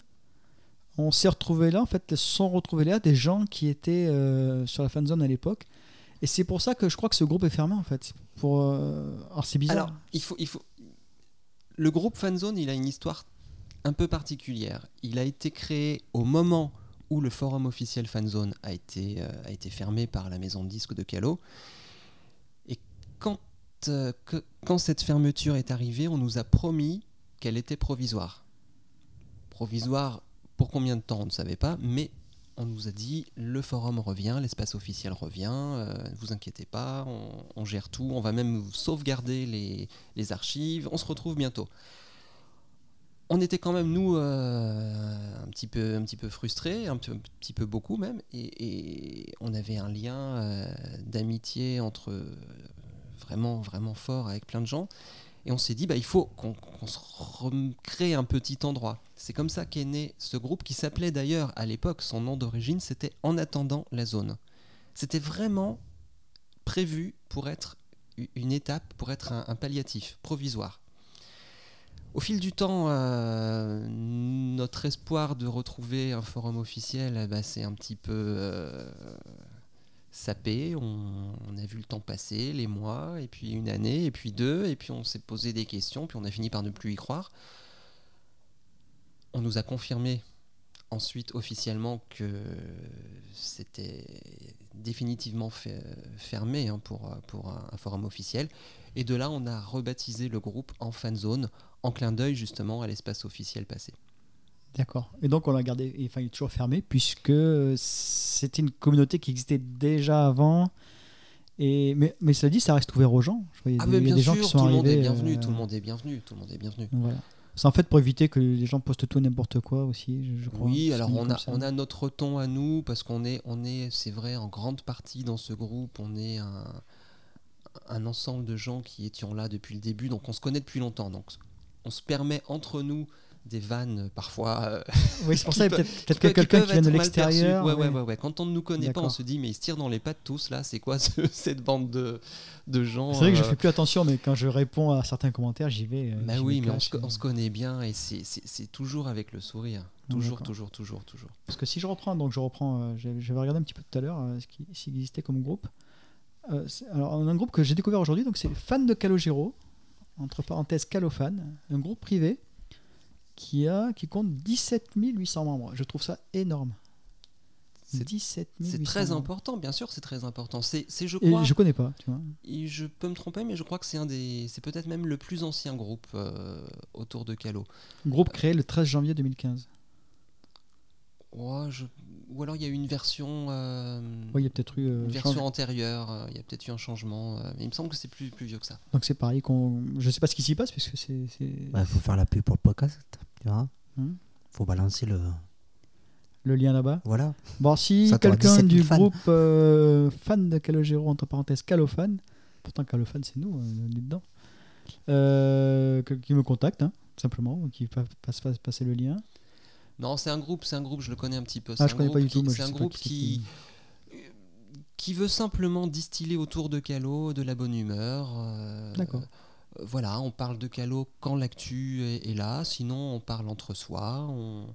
Speaker 1: On s'est retrouvés là, en fait, se sont retrouvés là des gens qui étaient euh, sur la Fanzone à l'époque. Et c'est pour ça que je crois que ce groupe est fermé, en fait. C'est Pour, euh, Alors, c'est bizarre.
Speaker 3: Alors, il faut, il faut. Le groupe Fanzone, il a une histoire un peu particulière. Il a été créé au moment où le forum officiel Fanzone a été, euh, a été fermé par la maison de disques de Calo. Et quand, euh, que- quand cette fermeture est arrivée, on nous a promis qu'elle était provisoire. Provisoire pour combien de temps, on ne savait pas, mais on nous a dit le forum revient, l'espace officiel revient, euh, ne vous inquiétez pas, on, on gère tout, on va même sauvegarder les, les archives, on se retrouve bientôt. On était quand même, nous, euh, un, petit peu, un petit peu frustrés, un petit, un petit peu beaucoup même, et, et on avait un lien euh, d'amitié entre euh, vraiment, vraiment fort avec plein de gens. Et on s'est dit, bah, il faut qu'on qu'on se recrée un petit endroit. C'est comme ça qu'est né ce groupe qui s'appelait d'ailleurs à l'époque, son nom d'origine, c'était En attendant la zone. C'était vraiment prévu pour être u- une étape, pour être un, un palliatif provisoire. Au fil du temps, euh, notre espoir de retrouver un forum officiel eh ben, c'est un petit peu euh, sapé. On, on a vu le temps passer, les mois, et puis une année, et puis deux, et puis on s'est posé des questions, puis on a fini par ne plus y croire. On nous a confirmé ensuite officiellement que c'était définitivement fe- fermé hein, pour, euh, pour un, un forum officiel. Et de là, on a rebaptisé le groupe en fanzone, en clin d'œil justement à l'espace officiel passé.
Speaker 1: D'accord. Et donc on l'a gardé, et, enfin il est toujours fermé, puisque euh, c'était une communauté qui existait déjà avant. Et, mais, mais cela dit, ça reste ouvert aux gens. Je vois, il y a
Speaker 3: Ah,
Speaker 1: des- il
Speaker 3: mais
Speaker 1: y a
Speaker 3: bien
Speaker 1: des gens
Speaker 3: sûr,
Speaker 1: qui sont
Speaker 3: tout le monde est
Speaker 1: arrivés,
Speaker 3: bienvenu,
Speaker 1: euh,
Speaker 3: tout le monde est bienvenu, tout le monde est bienvenu.
Speaker 1: voilà. C'est en fait pour éviter que les gens postent tout et n'importe quoi aussi, je, je crois.
Speaker 3: Oui,
Speaker 1: C'est
Speaker 3: alors
Speaker 1: mis
Speaker 3: on
Speaker 1: comme
Speaker 3: a,
Speaker 1: ça.
Speaker 3: on a notre ton à nous parce qu'on est, on est, c'est vrai, en grande partie dans ce groupe, on est un, un ensemble de gens qui étions là depuis le début, donc on se connaît depuis longtemps, donc on se permet entre nous des vannes parfois. euh,
Speaker 1: Oui, c'est pour
Speaker 3: qui
Speaker 1: ça, il y a
Speaker 3: peut-
Speaker 1: peut-être peut-être
Speaker 3: qui
Speaker 1: que
Speaker 3: peuvent
Speaker 1: quelqu'un qui vient de
Speaker 3: être mal perçues.
Speaker 1: l'extérieur.
Speaker 3: Ouais, ouais,
Speaker 1: ouais.
Speaker 3: ouais, ouais. Quand on ne nous connaît pas, on
Speaker 1: D'accord.
Speaker 3: se dit mais ils se tirent dans les pattes tous là, c'est quoi ce- cette bande de, de gens
Speaker 1: C'est vrai que je
Speaker 3: euh,
Speaker 1: fais plus attention, mais quand je réponds à certains commentaires, j'y vais. euh,
Speaker 3: Bah
Speaker 1: j'y
Speaker 3: oui,
Speaker 1: me
Speaker 3: mais on
Speaker 1: cache,
Speaker 3: se, co-
Speaker 1: euh.
Speaker 3: on se connaît bien et c'est- c'est c'est toujours avec le sourire.
Speaker 1: Ouais,
Speaker 3: Toujours,
Speaker 1: d'accord.
Speaker 3: toujours, toujours, toujours.
Speaker 1: Parce que si je reprends, donc je reprends, euh, j'ai- j'avais regardé un petit peu tout à l'heure euh, ce qui s'il existait comme groupe. Euh, c'est- alors on a un groupe que j'ai découvert aujourd'hui, donc c'est fan de Calogero, entre parenthèses Calofan, un groupe privé qui a qui compte 17 800 membres. Je trouve ça énorme.
Speaker 3: C'est
Speaker 1: 17 800.
Speaker 3: C'est très
Speaker 1: membres.
Speaker 3: important, bien sûr, c'est très important. C'est, c'est, je
Speaker 1: Et
Speaker 3: crois,
Speaker 1: je connais pas, tu vois.
Speaker 3: et je peux me tromper, mais je crois que c'est un des, c'est peut-être même le plus ancien groupe euh, autour de Calo.
Speaker 1: Groupe créé le 13 janvier 2015.
Speaker 3: Ouais, Oh, je- Ou alors il y a eu une version, euh,
Speaker 1: Ouais, il y a peut-être eu. euh,
Speaker 3: une version
Speaker 1: change-
Speaker 3: antérieure. euh, Il y a peut-être eu un changement. euh, mais il me semble que c'est plus, plus vieux que ça.
Speaker 1: Donc c'est pareil qu'on. Je sais pas ce qui s'y passe puisque c'est. c'est-
Speaker 3: Bah.
Speaker 4: Il Bah, faut faire la pub pour le podcast, tu vois.
Speaker 1: Hmm.
Speaker 4: faut balancer le.
Speaker 1: Le lien là-bas.
Speaker 4: Voilà.
Speaker 1: Bon, si
Speaker 4: Ça, t'auras
Speaker 1: quelqu'un
Speaker 4: 17 000
Speaker 1: du
Speaker 4: fans.
Speaker 1: groupe euh, fan de Calogero, entre parenthèses Calofan, pourtant Calofan c'est nous, euh, on est dedans, euh, que- qui me contacte, hein, tout simplement, ou qui pa- passe, passe- passer le lien.
Speaker 3: Non, c'est un groupe, c'est un groupe, je le connais un petit peu. C'est
Speaker 1: Ah,
Speaker 3: un
Speaker 1: je connais pas
Speaker 3: groupe
Speaker 1: du tout,
Speaker 3: qui-
Speaker 1: moi je
Speaker 3: c'est un
Speaker 1: sais pas
Speaker 3: groupe
Speaker 1: qui c'est
Speaker 3: qui, qui veut simplement distiller autour de Calo de la bonne humeur. euh,
Speaker 1: D'accord.
Speaker 3: euh, Voilà, on parle de Calo quand l'actu est, est là, sinon on parle entre soi, on,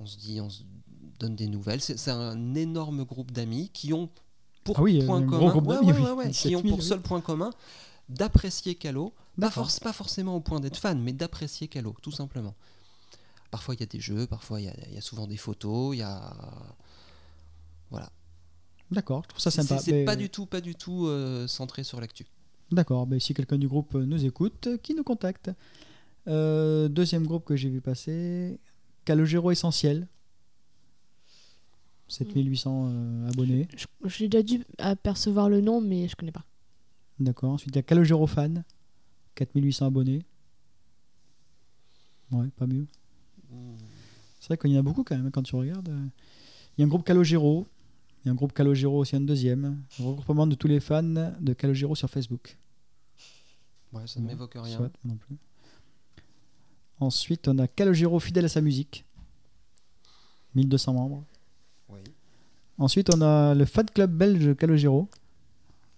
Speaker 3: on se dit, on se donne des nouvelles. C'est c'est un énorme groupe d'amis qui ont pour
Speaker 1: Ah oui,
Speaker 3: point
Speaker 1: un gros
Speaker 3: commun,
Speaker 1: groupe
Speaker 3: Ouais,
Speaker 1: d'amis,
Speaker 3: ouais,
Speaker 1: oui,
Speaker 3: ouais, ouais,
Speaker 1: 17
Speaker 3: qui
Speaker 1: 000,
Speaker 3: ont pour
Speaker 1: oui.
Speaker 3: seul point commun d'apprécier Calo, pas,
Speaker 1: D'accord.
Speaker 3: forc- pas forcément au point d'être fan, mais d'apprécier Calo, tout simplement. Parfois il y a des jeux, parfois il y a- il y, a souvent des photos, il y a
Speaker 1: D'accord, je trouve ça
Speaker 3: c'est-
Speaker 1: sympa.
Speaker 3: C'est
Speaker 1: mais-
Speaker 3: pas du tout, pas du tout euh, centré sur l'actu.
Speaker 1: D'accord, mais si quelqu'un du groupe euh, nous écoute, euh, qui nous contacte Euh, Deuxième groupe que j'ai vu passer, Calogero Essentiel. 7800 euh, abonnés.
Speaker 2: Je- J'ai déjà dû apercevoir le nom, mais je connais pas.
Speaker 1: D'accord. Ensuite, il y a Calogero Fan, 4800 abonnés. Ouais, pas mieux. C'est vrai qu'il y en a beaucoup quand même, quand tu regardes. Il y a un groupe Calogero. Il y a un groupe Calogero aussi, un deuxième. Un regroupement de tous les fans de Calogero sur Facebook.
Speaker 3: Ouais, ça ne
Speaker 1: Ouais,
Speaker 3: m'évoque rien.
Speaker 1: Soit, non plus. Ensuite, on a Calogero fidèle à sa musique. 1200 membres.
Speaker 3: Oui.
Speaker 1: Ensuite, on a le Fat Club belge Calogero,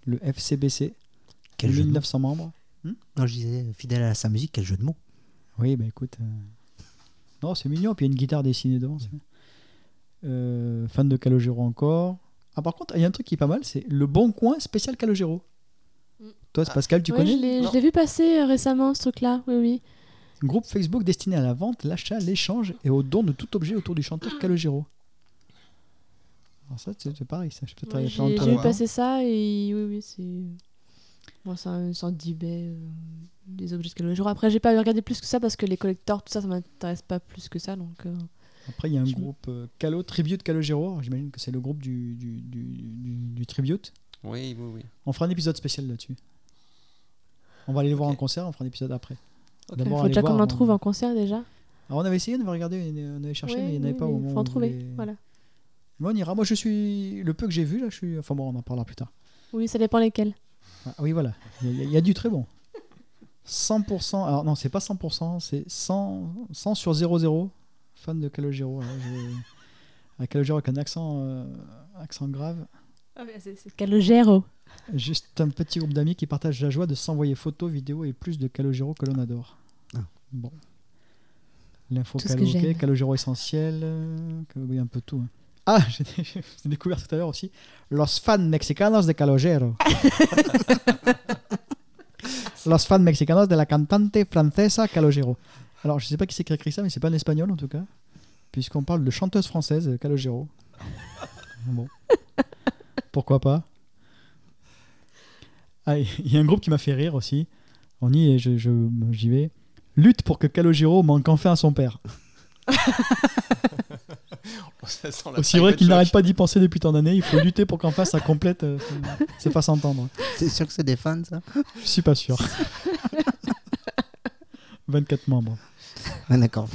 Speaker 1: le FCBC,
Speaker 4: Quel jeu de mots.
Speaker 1: 1900 membres.
Speaker 4: Non, je disais, fidèle à sa musique, quel jeu de mots.
Speaker 1: Oui, bah écoute. euh, Non, c'est mignon. Puis il y a une guitare dessinée devant. c'est bien. Euh, fan de Calogero encore. Ah, par contre, il y a un truc qui est pas mal c'est le bon coin spécial Calogero.
Speaker 2: Mm.
Speaker 1: Toi, c'est
Speaker 3: Ah.
Speaker 1: Pascal, tu
Speaker 2: Ouais,
Speaker 1: connais
Speaker 2: je l'ai-
Speaker 3: Non.
Speaker 2: je l'ai vu passer euh, récemment, ce truc-là. Oui, oui.
Speaker 1: Un Groupe Facebook destiné à la vente, l'achat, l'échange et au don de tout objet autour du chanteur Calogero. Alors, ça, c'est c'est pareil, ça. Je sais peut-être
Speaker 2: Ouais,
Speaker 1: aller faire
Speaker 2: J'ai
Speaker 1: un
Speaker 2: j'ai vu
Speaker 1: tour. hein.
Speaker 2: passer ça et oui, oui, c'est. Bon, c'est un sorte d'eBay euh, des objets de Calogero. Après, j'ai pas regardé plus que ça parce que les collecteurs, tout ça, ça m'intéresse pas plus que ça. Donc, euh,
Speaker 1: Après, il y a un
Speaker 2: Je-
Speaker 1: groupe euh, Calo, Tribute Calogero. Alors, J'imagine que c'est le groupe du, du, du, du, du Tribute.
Speaker 3: Oui, oui, oui.
Speaker 1: On fera un épisode spécial là-dessus. On va aller le voir en concert, on fera un épisode après.
Speaker 2: il
Speaker 1: D'abord
Speaker 2: faut
Speaker 1: aller
Speaker 2: déjà qu'on
Speaker 1: voir, hein.
Speaker 2: en
Speaker 1: on-
Speaker 2: trouve en concert déjà.
Speaker 1: Alors on avait essayé, on avait regardé, on avait cherché,
Speaker 2: Ouais,
Speaker 1: mais il n'y en avait
Speaker 2: oui,
Speaker 1: pas
Speaker 2: oui,
Speaker 1: au moment
Speaker 2: faut en
Speaker 1: où
Speaker 2: trouver.
Speaker 1: on voulait.
Speaker 2: Voilà.
Speaker 1: Mais on ira. Moi, je suis le peu que j'ai vu là. Je suis. Enfin bon, on en parlera plus tard.
Speaker 2: Oui, ça dépend lesquels.
Speaker 1: Ah, oui, voilà. Il y, a- il y a du très bon. 100%. Alors non, c'est pas 100%, c'est 100, 100 sur 00. Fan de Calogero. Alors, je- Ah, Calogero avec un accent, euh, accent grave.
Speaker 2: c'est Calogero.
Speaker 1: Juste un petit groupe d'amis qui partagent la joie de s'envoyer photos, vidéos et plus de Calogero que l'on adore.
Speaker 4: Ah.
Speaker 1: Bon. L'info
Speaker 2: Tout ce que
Speaker 1: Calo, ok,
Speaker 2: j'aime.
Speaker 1: Calogero essentiel, euh, Calo- oui, un peu tout. hein. Ah, j'ai j'ai découvert tout à l'heure aussi. Los fans mexicanos de Calogero. Los fans mexicanos de la cantante francesa Calogero. Alors, je sais pas qui c'est qui a écrit ça, mais c'est pas l'espagnol en tout cas, puisqu'on parle de chanteuse française euh, Calogero. Bon. Pourquoi pas ah, il y a un groupe qui m'a fait rire aussi. On y est, je- je- j'y vais. Lutte pour que Calogero manque enfin à son père.
Speaker 3: ça sent la
Speaker 1: Aussi vrai
Speaker 3: private
Speaker 1: qu'il
Speaker 3: joke.
Speaker 1: n'arrête pas d'y penser depuis tant d'années, il faut lutter pour qu'en face ça complète, euh, se fasse entendre.
Speaker 4: C'est sûr que c'est des fans, ça
Speaker 1: Je suis pas sûr. 24 membres.
Speaker 4: Ah, D'accord.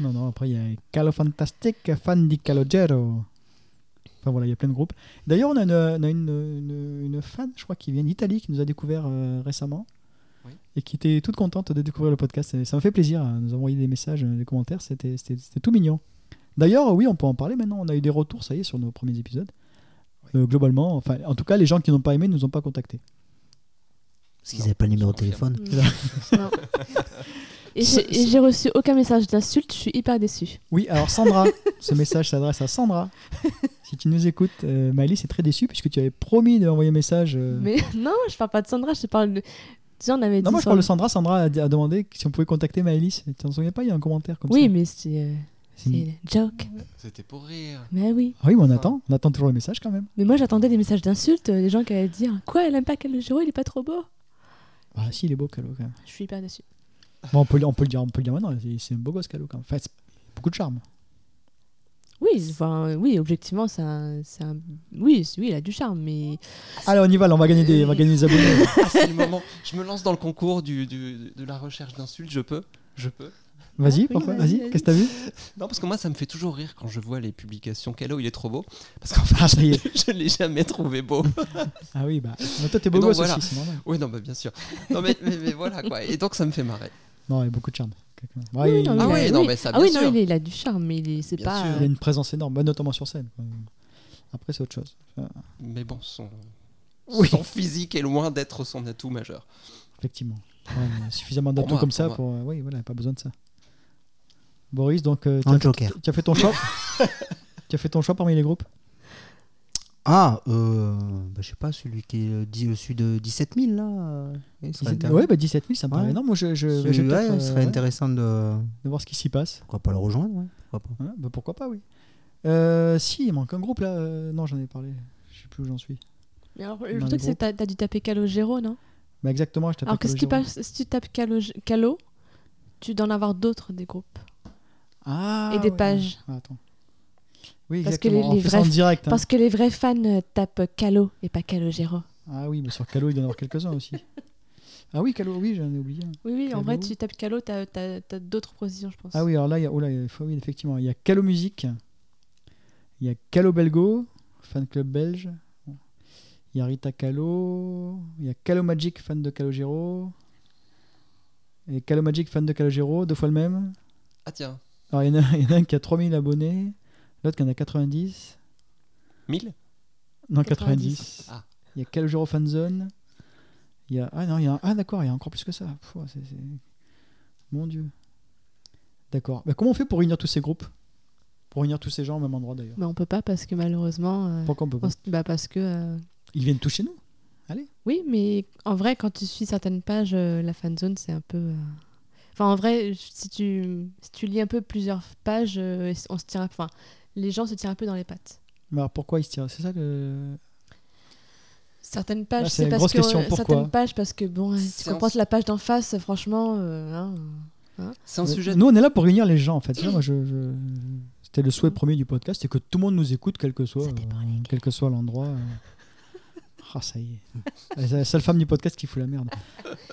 Speaker 1: Non, non, après il y a Calo Fantastic, fan di Calogero. Enfin voilà, il y a plein de groupes. D'ailleurs, on a, une, on a une, une- une fan, je crois, qui vient d'Italie, qui nous a découvert euh, récemment.
Speaker 7: Oui.
Speaker 1: Et qui était toute contente de découvrir le podcast. Et ça m'a fait plaisir. hein. Nous avons envoyé des messages, euh, des commentaires. C'était c'était- c'était tout mignon. D'ailleurs, oui, on peut en parler maintenant. On a eu des retours, ça y est, sur nos premiers épisodes. Euh, globalement, enfin, en tout cas, les gens qui n'ont pas aimé ne nous ont pas contactés.
Speaker 4: Parce qu'ils n'avaient pas le numéro de
Speaker 3: confirme.
Speaker 2: Mm.
Speaker 4: téléphone.
Speaker 2: Non. Et j'ai et j'ai reçu aucun message d'insulte, je suis hyper déçue.
Speaker 1: Oui, alors Sandra, ce message s'adresse à Sandra. Si tu nous écoutes, euh, Maëlys est très déçue puisque tu avais promis d'envoyer un message. euh,
Speaker 2: Mais non, je parle pas de Sandra, je te parle de. Tu sais, on avait
Speaker 1: Non,
Speaker 2: dit.
Speaker 1: moi je
Speaker 2: sur
Speaker 1: parle de
Speaker 2: le-
Speaker 1: Sandra. Sandra a, a demandé si on pouvait contacter Maëlys. Tu t'en souviens pas Il y a un commentaire comme
Speaker 2: Oui,
Speaker 1: ça.
Speaker 2: mais c'est euh, c'est
Speaker 1: C'est une-
Speaker 2: une joke.
Speaker 3: C'était pour rire.
Speaker 2: Mais oui.
Speaker 1: Ah oui, mais on attend. On attend toujours le message quand même.
Speaker 2: Mais moi, j'attendais des messages d'insultes, euh, des gens qui allaient dire Quoi, elle aime pas Calogero, il est pas trop beau
Speaker 1: Ah si, il est beau, Calo, quand même.
Speaker 2: Je suis hyper déçue.
Speaker 1: Bon, on, peut, le- on peut le dire, on peut le dire maintenant. il- C'est un beau gosse, Calo, quand même. Enfin, c'est beaucoup de charme.
Speaker 2: Oui, enfin, oui objectivement, c'est un. c'est un- Oui, c'est- oui, il a du charme, mais. Ah,
Speaker 1: Allez, on y va, là, on va gagner des, on va gagner des abonnés.
Speaker 3: Ah, c'est le moment. Je me lance dans le concours du, du- de la recherche d'insultes. Je peux Je peux
Speaker 1: Vas-y,
Speaker 2: oui,
Speaker 1: pourquoi
Speaker 2: vas-y,
Speaker 1: Vas-y,
Speaker 2: vas-y.
Speaker 1: qu'est-ce que t'as vu
Speaker 3: Non, parce que moi, ça me fait toujours rire quand je vois les publications. Calo, il est trop beau. Parce qu'en
Speaker 1: Ah, ça y est.
Speaker 3: fait, je ne l'ai jamais trouvé beau.
Speaker 1: Ah oui, bah. mais toi, t'es beau
Speaker 3: Mais donc,
Speaker 1: gosse
Speaker 3: voilà.
Speaker 1: aussi, c'est normal.
Speaker 3: Oui, non, bah, bien sûr. Non, mais, mais- mais voilà, quoi. Et donc, ça me fait marrer.
Speaker 1: Non, il y a beaucoup de charme. Quelqu'un-
Speaker 2: Oui,
Speaker 1: Ouais, il-
Speaker 2: non,
Speaker 3: Ah
Speaker 2: il a-
Speaker 3: oui, non, mais ça,
Speaker 2: Ah oui,
Speaker 3: bien
Speaker 2: non,
Speaker 3: sûr.
Speaker 2: il, est- il a du charme, mais il est- c'est
Speaker 3: Bien
Speaker 2: pas.
Speaker 3: sûr.
Speaker 1: Il y a une présence énorme, bah, notamment sur scène. quoi. Après, c'est autre chose. Enfin,
Speaker 3: Mais bon, son,
Speaker 1: Oui.
Speaker 3: son physique est loin d'être son atout majeur.
Speaker 1: effectivement. Ouais, il y a suffisamment
Speaker 3: Pour
Speaker 1: d'atouts
Speaker 3: moi,
Speaker 1: comme
Speaker 3: pour
Speaker 1: ça
Speaker 3: moi.
Speaker 1: pour. euh, oui, voilà, pas besoin de ça. Boris, donc, euh, tu,
Speaker 4: En
Speaker 1: as,
Speaker 4: Joker.
Speaker 1: tu as fait ton choix. tu as fait ton choix parmi les groupes
Speaker 4: Ah, euh, bah, je sais pas, celui qui est euh, dit- au-dessus de 17 000, là. euh, il serait intéressant.
Speaker 1: Ouais, bah 17 000, ça me
Speaker 4: Ouais.
Speaker 1: paraît énorme. Moi, je, je,
Speaker 4: Celui-
Speaker 1: je vais
Speaker 4: ouais,
Speaker 1: peut-être,
Speaker 4: il serait
Speaker 1: euh,
Speaker 4: intéressant de.
Speaker 1: de voir ce qui s'y passe.
Speaker 4: Pourquoi pas le rejoindre ouais. Pourquoi pas.
Speaker 1: Hein, bah, pourquoi pas, oui. Euh, si, il manque un groupe là. euh, non, j'en ai parlé. Je sais plus où j'en suis.
Speaker 2: Mais alors,
Speaker 1: Dans
Speaker 2: le
Speaker 1: les
Speaker 2: truc, c'est
Speaker 1: groupes.
Speaker 2: que t'as t'as dû taper Calogero, non
Speaker 1: Bah, exactement, je t'appelle
Speaker 2: Alors que si tu,
Speaker 1: Calogero.
Speaker 2: passes- si tu tapes Calo, Calo, tu dois en avoir d'autres des groupes.
Speaker 1: Ah,
Speaker 2: et des
Speaker 1: ouais.
Speaker 2: pages.
Speaker 1: Ah, attends. Oui,
Speaker 2: Parce que
Speaker 1: exactement.
Speaker 2: les-
Speaker 1: On
Speaker 2: les
Speaker 1: fait ça en
Speaker 2: vrais-
Speaker 1: direct. hein.
Speaker 2: Parce que les vrais fans euh, tapent Calo et pas Calogero.
Speaker 1: Ah oui, mais sur Calo, il doit y en avoir quelques-uns aussi. Ah oui, Calo, oui, j'en ai oublié. un.
Speaker 2: Oui, oui,
Speaker 1: Calo.
Speaker 2: en vrai, tu tapes Calo, t'as as, d'autres propositions, je pense.
Speaker 1: Ah oui, alors là, il y a, oh là, il faut- oui, effectivement, il y a Calo Musique, il y a Calo Belgo, fan club belge, il y a Rita Calo, il y a Calo Magic, fan de Calogero, et Calo Magic, fan de Calogero, deux fois le même.
Speaker 3: Ah, tiens,
Speaker 1: Alors il y en a, il y en a un qui a 3000 abonnés, l'autre qui en a 90,
Speaker 3: 1000
Speaker 1: non 90.
Speaker 2: 90.
Speaker 3: Ah.
Speaker 1: Il y a Calogero Fanzone, il y a ah non, il y a ah d'accord, il y a encore plus que ça. Pfff, c'est- c'est- Mon dieu. D'accord. Bah, comment on fait pour réunir tous ces groupes Pour réunir tous ces gens au même endroit d'ailleurs
Speaker 2: Mais on peut pas parce que malheureusement. euh,
Speaker 1: Pourquoi on peut pas
Speaker 2: on s- bah parce que. euh,
Speaker 1: Ils viennent toucher nous
Speaker 2: Oui, mais en vrai, quand tu suis certaines pages, euh, la fanzone, c'est un peu. euh, Enfin, en vrai, je- si tu, si tu lis un peu plusieurs pages, euh, on se tire. Enfin, les gens se tirent un peu dans les pattes.
Speaker 1: Mais alors pourquoi ils se tirent C'est ça le.
Speaker 2: Certaines
Speaker 1: Là,
Speaker 2: pages,
Speaker 1: Ah, c'est
Speaker 2: c'est
Speaker 1: la
Speaker 2: parce
Speaker 1: grosse
Speaker 2: que
Speaker 1: question,
Speaker 2: euh,
Speaker 1: pourquoi
Speaker 2: certaines pages parce que bon, euh, si
Speaker 3: C'est
Speaker 2: tu
Speaker 3: un-
Speaker 2: comprends la page d'en face, franchement, euh, hein,
Speaker 3: C'est un
Speaker 1: Mais
Speaker 3: sujet.
Speaker 1: Nous, on est là pour réunir les gens en fait. Là, moi, je, je- C'était le souhait premier du podcast, c'est que tout le monde nous écoute, quel que soit,
Speaker 2: Ça dépend
Speaker 1: euh, quel que soit l'endroit. euh. Ah, ça y est. C'est la seule femme du podcast qui fout la merde.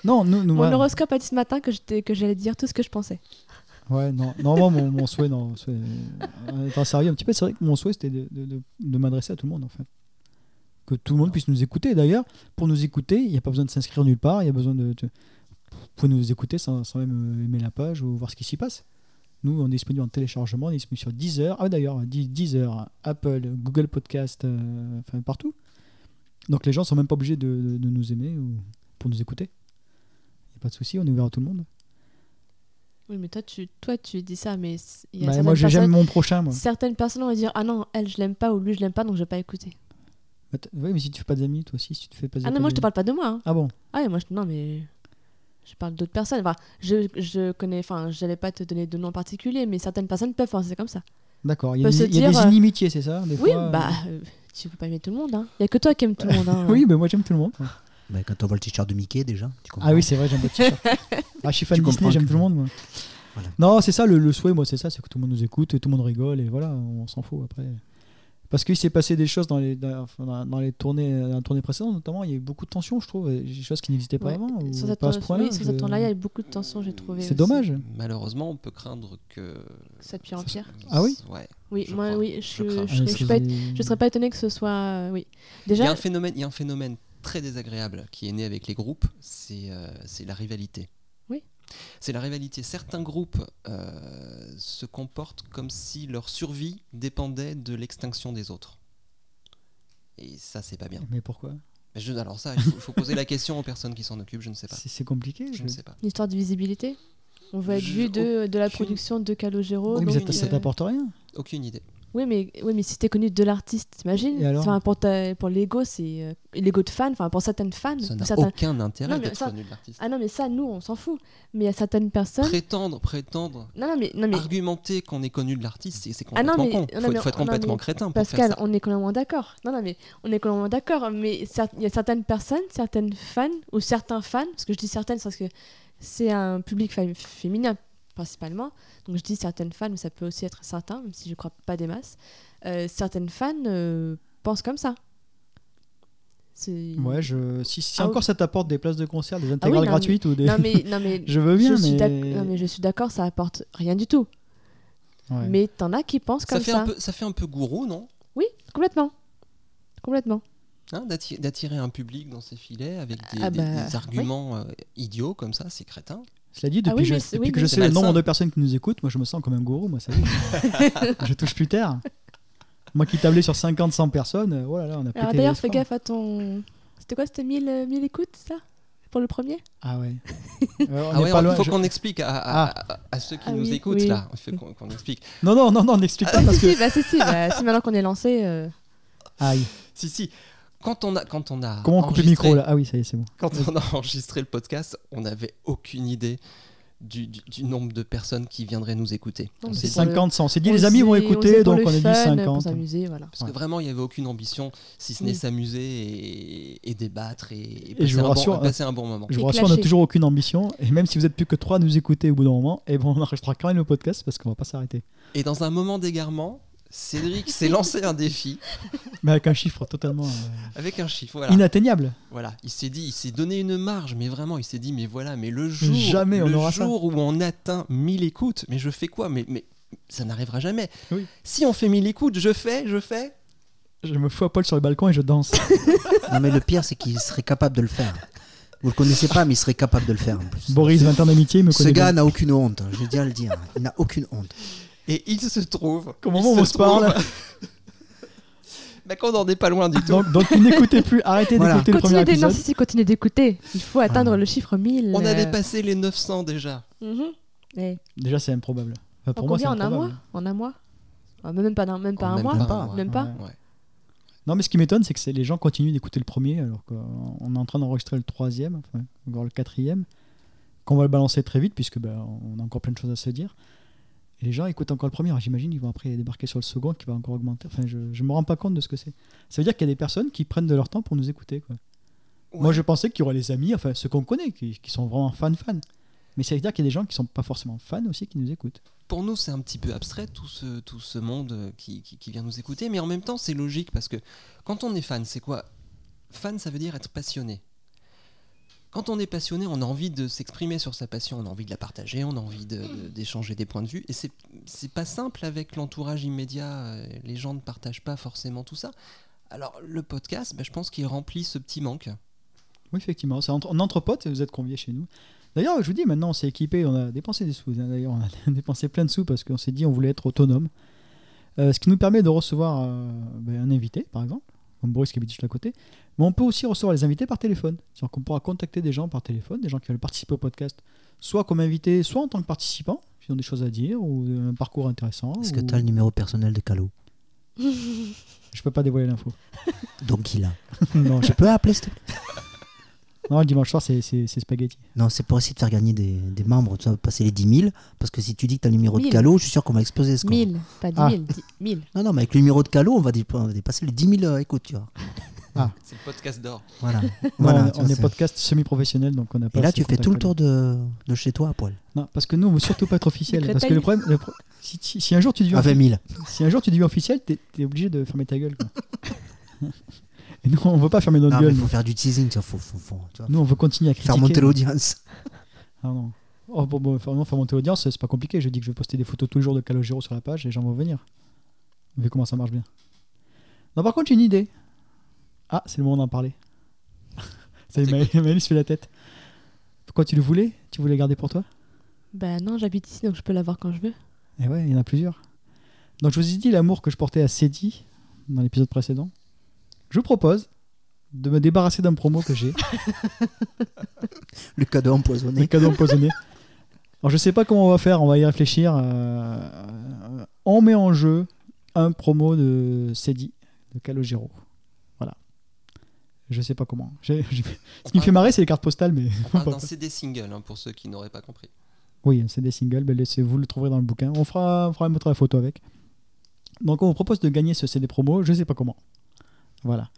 Speaker 1: Non, nous, nous
Speaker 2: mon
Speaker 1: moi-
Speaker 2: horoscope a dit ce matin que j'étais que j'allais dire tout ce que je pensais.
Speaker 1: Ouais, non, non moi, mon, mon souhait, non, souhait, euh, en étant sérieux un petit peu, c'est vrai que mon souhait, c'était de, de- de- de m'adresser à tout le monde, en fait. Que tout le monde puisse nous écouter. D'ailleurs, pour nous écouter, il n'y a pas besoin de s'inscrire nulle part, il y a besoin de... de- Vous pouvez nous écouter sans, sans même euh, aimer la page ou voir ce qui s'y passe. Nous, on est disponible en téléchargement, on est disponible sur Deezer. Ah, d'ailleurs, Dee- Deezer, Apple, Google Podcast, euh, enfin partout. Donc les gens sont même pas obligés de, de- de nous aimer ou pour nous écouter. Il n'y a pas de souci, on est ouvert à tout le monde.
Speaker 2: Oui, mais toi, tu, toi, tu dis ça, mais c- il y a
Speaker 1: Bah,
Speaker 2: certaines,
Speaker 1: moi, j'ai-
Speaker 2: personnes,
Speaker 1: j'aime mon prochain, moi.
Speaker 2: certaines personnes vont dire ah non, elle je l'aime pas ou lui je l'aime pas donc je vais pas écouter.
Speaker 1: Bah, t- Oui, mais si tu fais pas d'amis, toi aussi, si tu te fais pas
Speaker 2: Ah non,
Speaker 1: pas
Speaker 2: moi je te
Speaker 1: d'amis.
Speaker 2: parle pas de moi. hein.
Speaker 1: Ah bon
Speaker 2: Ah et moi je, non mais je parle d'autres personnes. Enfin, je, je connais, enfin, j'allais pas te donner de nom particulier, mais certaines personnes peuvent. Enfin, c'est comme ça.
Speaker 1: D'accord, il y a,
Speaker 2: Peut
Speaker 1: des,
Speaker 2: se
Speaker 1: il y a
Speaker 2: dire,
Speaker 1: des
Speaker 2: euh,
Speaker 1: inimitiés, c'est ça des
Speaker 2: Oui,
Speaker 1: fois, euh,
Speaker 2: bah. euh, Tu peux pas aimer tout le monde, hein. Y a que toi qui aimes tout le monde, hein.
Speaker 1: Oui, mais moi j'aime tout le monde.
Speaker 4: Bah, quand on voit le t-shirt de Mickey déjà, tu comprends.
Speaker 1: Ah oui, c'est vrai, j'aime pas t-shirt. ah, je suis fan Disney,
Speaker 4: Tu comprends
Speaker 1: j'aime
Speaker 4: que-
Speaker 1: tout le monde. Moi. Non, c'est ça, le, le souhait, moi, c'est ça, c'est que tout le monde nous écoute et tout le monde rigole et voilà, on s'en fout après. Parce qu'il s'est passé des choses dans les, dans, dans- dans les tournées, dans la tournée précédente, notamment, il y a eu beaucoup de tensions, je trouve, et des choses qui n'existaient pas
Speaker 2: Ouais.
Speaker 1: avant. ou
Speaker 2: Sur cette
Speaker 1: pas à ce
Speaker 2: tourne-
Speaker 1: point-là,
Speaker 2: oui, sur
Speaker 1: je-
Speaker 2: cette tourne-là, il y a eu beaucoup de tensions, j'ai trouvé.
Speaker 1: C'est
Speaker 2: aussi.
Speaker 1: dommage.
Speaker 3: Malheureusement, on peut craindre que.
Speaker 2: Ça de pire en pire.
Speaker 1: Ah oui
Speaker 3: Ouais.
Speaker 2: Oui,
Speaker 3: Je
Speaker 2: moi,
Speaker 3: crains.
Speaker 2: oui,
Speaker 3: Je
Speaker 2: je,
Speaker 3: crains.
Speaker 2: je,
Speaker 1: Ah,
Speaker 2: je,
Speaker 1: mais
Speaker 2: suis
Speaker 1: c'est-
Speaker 2: pas étonnée- je serais pas étonné que ce soit. euh, oui.
Speaker 3: Il y a
Speaker 2: Déjà,
Speaker 3: un phénomène, il y a un phénomène très désagréable qui est né avec les groupes, c'est euh, c'est la rivalité.
Speaker 2: Oui.
Speaker 3: C'est la rivalité. Certains groupes euh, se comportent comme si leur survie dépendait de l'extinction des autres. Et ça, c'est pas bien.
Speaker 1: Mais pourquoi
Speaker 2: Bah.
Speaker 3: Mais je- alors ça, il faut, faut poser la question aux personnes qui s'en occupent. Je ne sais pas.
Speaker 1: C'est c'est compliqué.
Speaker 3: Je
Speaker 1: je-
Speaker 3: ne sais pas.
Speaker 2: une histoire de visibilité. On va être
Speaker 3: Je-
Speaker 2: vu de, de la
Speaker 3: aucune-
Speaker 2: production de Calogero.
Speaker 1: Oui, mais
Speaker 2: donc,
Speaker 1: ça t- ça
Speaker 2: euh,
Speaker 1: t'apporte rien.
Speaker 3: Aucune idée.
Speaker 2: Oui, mais, oui, mais si t'es connu de l'artiste, t'imagines
Speaker 1: Et alors
Speaker 2: enfin, Pour, ta- pour l'ego, c'est. euh, l'ego de fan, enfin, pour certaines fans.
Speaker 3: Ça
Speaker 2: ou
Speaker 3: n'a
Speaker 2: certains-
Speaker 3: aucun intérêt
Speaker 2: Non, mais
Speaker 3: d'être
Speaker 2: ça-
Speaker 3: connu de l'artiste.
Speaker 2: Ah non, mais ça, nous, on s'en fout. Mais il y a certaines personnes.
Speaker 3: Prétendre, prétendre,
Speaker 2: Non, non, mais. Non, mais...
Speaker 3: argumenter qu'on est connu de l'artiste, c'est c'est
Speaker 2: Ah non,
Speaker 3: complètement
Speaker 2: mais-
Speaker 3: con.
Speaker 2: non,
Speaker 3: faut,
Speaker 2: mais-
Speaker 3: faut être
Speaker 2: non,
Speaker 3: complètement
Speaker 2: mais
Speaker 3: crétin pour faire
Speaker 2: Pascal,
Speaker 3: ça.
Speaker 2: on est complètement d'accord. Non, non, mais on est complètement d'accord. Mais cer- il y a certaines personnes, certaines fans, ou certains fans, parce que je dis certaines, c'est parce que c'est un public fam- féminin principalement. Donc je dis certaines fans, mais ça peut aussi être certains, même si je crois pas des masses. Euh, certaines fans euh, pensent comme ça. C'est-
Speaker 1: Ouais, je... si, si
Speaker 2: Mm. Ah oui.
Speaker 1: encore ça t'apporte des places de concert, des intégrales
Speaker 2: non, mais-
Speaker 1: gratuites ou des.
Speaker 2: Non, mais, non, mais
Speaker 1: Je veux bien,
Speaker 2: je suis d'ac-
Speaker 1: mais.
Speaker 2: non, mais je suis d'accord, ça apporte rien du tout.
Speaker 1: Ouais.
Speaker 2: Mais t'en as qui pensent
Speaker 3: Ça
Speaker 2: comme
Speaker 3: fait,
Speaker 2: ça.
Speaker 3: Un peu, ça fait un peu gourou, non
Speaker 2: Oui, complètement. Complètement.
Speaker 3: Hein, d'atti- D'attirer un public dans ses filets avec des,
Speaker 2: Ah
Speaker 3: des-
Speaker 2: bah,
Speaker 3: des arguments euh, idiots comme ça, c'est crétin.
Speaker 1: Cela dit,
Speaker 2: Ah
Speaker 1: depuis,
Speaker 2: oui,
Speaker 1: que je-
Speaker 2: mais c'est-
Speaker 1: depuis
Speaker 2: oui,
Speaker 1: que
Speaker 2: mais-
Speaker 1: je
Speaker 3: C'est
Speaker 1: sais le nombre
Speaker 3: malsain.
Speaker 1: de personnes qui nous écoutent, moi je me sens comme un gourou, moi ça y est. je touche plus terre. Moi qui tablais sur 50, 100 personnes, euh, oh là là, on a
Speaker 2: Alors
Speaker 1: pété
Speaker 2: d'ailleurs,
Speaker 1: les
Speaker 2: fais
Speaker 1: scores.
Speaker 2: gaffe à ton. C'était quoi C'était 1000, euh, 1000 écoutes, ça Pour le premier
Speaker 1: Ah ouais. Euh, on
Speaker 3: Ah
Speaker 1: est
Speaker 3: ouais,
Speaker 1: pas
Speaker 3: il
Speaker 1: loin,
Speaker 3: faut
Speaker 1: je-
Speaker 3: qu'on explique à, à- à- à ceux qui
Speaker 2: Ah
Speaker 3: nous
Speaker 2: oui,
Speaker 3: écoutent
Speaker 2: oui.
Speaker 3: là. Il faut qu'on qu'on explique.
Speaker 1: Non, non, non, non, n'explique pas
Speaker 2: Ah,
Speaker 1: parce
Speaker 2: si,
Speaker 1: que.
Speaker 2: si, bah, si, si, bah, si, maintenant qu'on est lancé. euh,
Speaker 1: Aïe.
Speaker 3: Si, si. Quand on a, quand on a
Speaker 1: Comment on coupe le
Speaker 3: enregistré-
Speaker 1: micro là Ah oui, ça y est, c'est bon.
Speaker 3: Quand on a enregistré le podcast, on n'avait aucune idée du, du- du nombre de personnes qui viendraient nous écouter.
Speaker 2: Non,
Speaker 3: On
Speaker 2: mais
Speaker 3: s'est
Speaker 2: c'est
Speaker 3: dit-
Speaker 2: ça.
Speaker 1: 50, 100. On s'est dit,
Speaker 2: on
Speaker 1: les
Speaker 2: faisait
Speaker 1: amis vont
Speaker 2: pour-
Speaker 1: écouter,
Speaker 2: faisait pour
Speaker 1: donc
Speaker 2: le
Speaker 1: on a dit
Speaker 2: fun, Pour
Speaker 1: 50.
Speaker 2: s'amuser, voilà.
Speaker 3: Parce
Speaker 1: Ouais.
Speaker 3: que vraiment, il n'y avait aucune ambition, si ce n'est
Speaker 2: Oui.
Speaker 3: s'amuser et, et débattre et, et
Speaker 1: Et
Speaker 3: passer,
Speaker 1: je vous
Speaker 3: un bon-
Speaker 1: rassure,
Speaker 3: passer un bon moment.
Speaker 1: Je vous
Speaker 2: Et
Speaker 1: rassure, on n'a
Speaker 2: clasher.
Speaker 1: toujours aucune ambition. Et même si vous êtes plus que 3 à nous écouter au bout d'un moment, et bon, on enregistrera quand même le podcast parce qu'on va pas s'arrêter.
Speaker 3: Et dans un moment d'égarement, Cédric s'est lancé un défi
Speaker 1: Mais avec un chiffre totalement euh,
Speaker 3: avec un chiffre. Voilà.
Speaker 1: inatteignable.
Speaker 3: Voilà, il s'est dit, il s'est donné une marge, mais vraiment, il s'est dit, mais voilà, mais le jour,
Speaker 1: jamais on
Speaker 3: le
Speaker 1: aura ça.
Speaker 3: jour où on atteint 1000 écoutes, mais je fais quoi Mais, mais ça n'arrivera jamais.
Speaker 1: Oui.
Speaker 3: Si on fait 1000 écoutes, je fais, je fais.
Speaker 1: Je me fous à poil sur le balcon et je danse.
Speaker 4: Non, mais le pire, c'est qu'il serait capable de le faire. Vous le connaissez pas, mais il serait capable de le faire en plus.
Speaker 1: Boris, 20 ans d'amitié, il me
Speaker 4: Ce
Speaker 1: connaît.
Speaker 4: gars
Speaker 1: bien.
Speaker 4: n'a aucune honte, hein, je viens le dire. Il n'a aucune honte.
Speaker 3: Et il se trouve.
Speaker 1: Qu'au
Speaker 3: il
Speaker 1: moment où on se parle.
Speaker 3: bah, qu'on n'en est pas loin du tout.
Speaker 1: Donc, donc n'écoutez plus, arrêtez
Speaker 4: Voilà.
Speaker 1: d'écouter le premier
Speaker 2: Continuez d'é- non,
Speaker 1: épisode. Ah.
Speaker 2: si, si, continuez d'écouter. Il faut atteindre le chiffre 1000.
Speaker 3: on a
Speaker 2: euh,
Speaker 3: dépassé les 900 déjà.
Speaker 2: mhm. Eh,
Speaker 1: Déjà, c'est improbable. Enfin,
Speaker 2: en
Speaker 1: pour moi, c'est Oh,
Speaker 2: combien En un mois
Speaker 1: improbable.
Speaker 2: En un mois Ah, Même pas, dans- même pas
Speaker 3: En
Speaker 2: un
Speaker 3: même
Speaker 2: mois
Speaker 3: pas
Speaker 4: pas.
Speaker 3: un mois.
Speaker 2: Même pas
Speaker 3: Ouais.
Speaker 1: Non, mais ce qui m'étonne, c'est que c'est- les gens continuent d'écouter le premier alors qu'on est en train d'enregistrer le troisième, enfin, encore le quatrième, qu'on va le balancer très vite puisque bah, on a encore plein de choses à se dire. Et les gens écoutent encore le premier. Alors, J'imagine ils vont après débarquer sur le second qui va encore augmenter. Enfin, je ne me rends pas compte de ce que c'est. Ça veut dire qu'il y a des personnes qui prennent de leur temps pour nous écouter. Quoi. Moi, je pensais qu'il y aurait les amis, enfin ceux qu'on connaît, qui, qui sont vraiment fans-fans. Mais ça veut dire qu'il y a des gens qui sont pas forcément fans aussi qui nous écoutent.
Speaker 3: pour nous, c'est un petit peu abstrait tout ce, tout ce monde euh, qui, qui- qui vient nous écouter, mais en même temps, c'est logique parce que quand on est fan, c'est quoi Fan, ça veut dire être passionné. Quand on est passionné, on a envie de s'exprimer sur sa passion, on a envie de la partager, on a envie de- de- d'échanger des points de vue. Et c'est c'est pas simple avec l'entourage immédiat, euh, les gens ne partagent pas forcément tout ça. Alors, le podcast, bah, je pense qu'il remplit ce petit manque.
Speaker 1: Oui, effectivement. C'est entre, en entre potes, vous êtes conviés chez nous. D'ailleurs, je vous dis, maintenant, on s'est équipé, on a dépensé des sous. hein. D'ailleurs, on a dépensé plein de sous parce qu'on s'est dit on voulait être autonome. Euh, ce qui nous permet de recevoir euh, ben, un invité, par exemple, comme Boris qui habite juste à côté. Mais on peut aussi recevoir les invités par téléphone. C'est-à-dire qu'on pourra contacter des gens par téléphone, des gens qui veulent participer au podcast, soit comme invités, soit en tant que participants, s'ils ont des choses à dire ou euh, un parcours intéressant.
Speaker 4: Oh. Est-ce que
Speaker 1: ou-
Speaker 4: tu as le numéro personnel de Calo
Speaker 1: Je peux pas dévoiler l'info.
Speaker 4: Donc il a.
Speaker 1: non, je-
Speaker 4: Tu peux appeler, s'il te plaît
Speaker 1: non, le dimanche soir, c'est c'est- c'est spaghetti.
Speaker 4: Non, c'est pour essayer de faire gagner des, des membres. Tu vas passer les 10 000. Parce que si tu dis que tu as le numéro de
Speaker 2: Mille.
Speaker 4: Calo, je suis sûr qu'on va exploser ce
Speaker 2: 1000, pas 10
Speaker 1: Ah.
Speaker 2: 000, 10 000.
Speaker 4: Non, non, mais avec le numéro de Calo, on va dé- on va dépasser les 10 000 euh, écoutes, tu vois.
Speaker 3: C'est le podcast d'or.
Speaker 4: Voilà.
Speaker 1: Non,
Speaker 4: Voilà,
Speaker 1: on-
Speaker 4: tu
Speaker 1: on
Speaker 4: vois,
Speaker 1: est
Speaker 4: c'est-
Speaker 1: podcast semi-professionnel, donc on n'a pas.
Speaker 4: Et là,
Speaker 1: ce
Speaker 4: tu fais tout le
Speaker 1: contact-là.
Speaker 4: tour de, de chez toi à poil.
Speaker 1: Non, parce que nous, on veut surtout pas être officiel.
Speaker 2: Le
Speaker 1: parce que
Speaker 2: Créteil.
Speaker 1: le problème, le pro- si, si- si un jour tu deviens,
Speaker 4: À 20 000.
Speaker 1: si un jour tu deviens officiel, t'es es obligé de fermer ta gueule. quoi. Et nous, on veut pas fermer notre
Speaker 4: Non, mais
Speaker 1: gueule.
Speaker 4: faut
Speaker 1: Nous.
Speaker 4: faire du teasing, tu vois, faut, faut- faut- tu vois,
Speaker 1: Nous, on veut continuer à critiquer.
Speaker 4: faire monter l'audience.
Speaker 1: Ah non. Oh, bon, bon, faire, non, faire monter l'audience, c'est pas compliqué. Je dis que je vais poster des photos tous les jours de Calogero sur la page et les gens vont venir. Vu comment ça marche bien. Non, par contre, j'ai une idée. Ah, c'est le moment d'en parler. ça y est,
Speaker 3: C'est
Speaker 1: Maë- Maëlys fait la tête. Pourquoi tu le voulais Tu voulais le garder pour toi
Speaker 2: Bah non, j'habite ici donc je peux l'avoir quand je veux.
Speaker 1: Et Eh ouais, il y en a plusieurs. Donc je vous ai dit l'amour que je portais à Cédi dans l'épisode précédent. Je vous propose de me débarrasser d'un promo que j'ai,
Speaker 4: Le cadeau
Speaker 1: le
Speaker 4: empoisonné.
Speaker 1: cadeau empoisonné. Alors je sais pas comment on va faire, on va y réfléchir. Euh, on met en jeu un promo de Cédi, de Calogero. Voilà. Je sais pas comment. J'ai- j'ai- Ce qui me fait marrer, c'est les cartes postales, mais.
Speaker 3: On parle d'un CD single, hein, pour ceux qui n'auraient pas compris.
Speaker 1: Oui, c'est des singles, ben laissez, vous le trouverez dans le bouquin. On fera, on fera mettre la photo avec. Donc on vous propose de gagner ce CD promo, je sais pas comment. Voilà.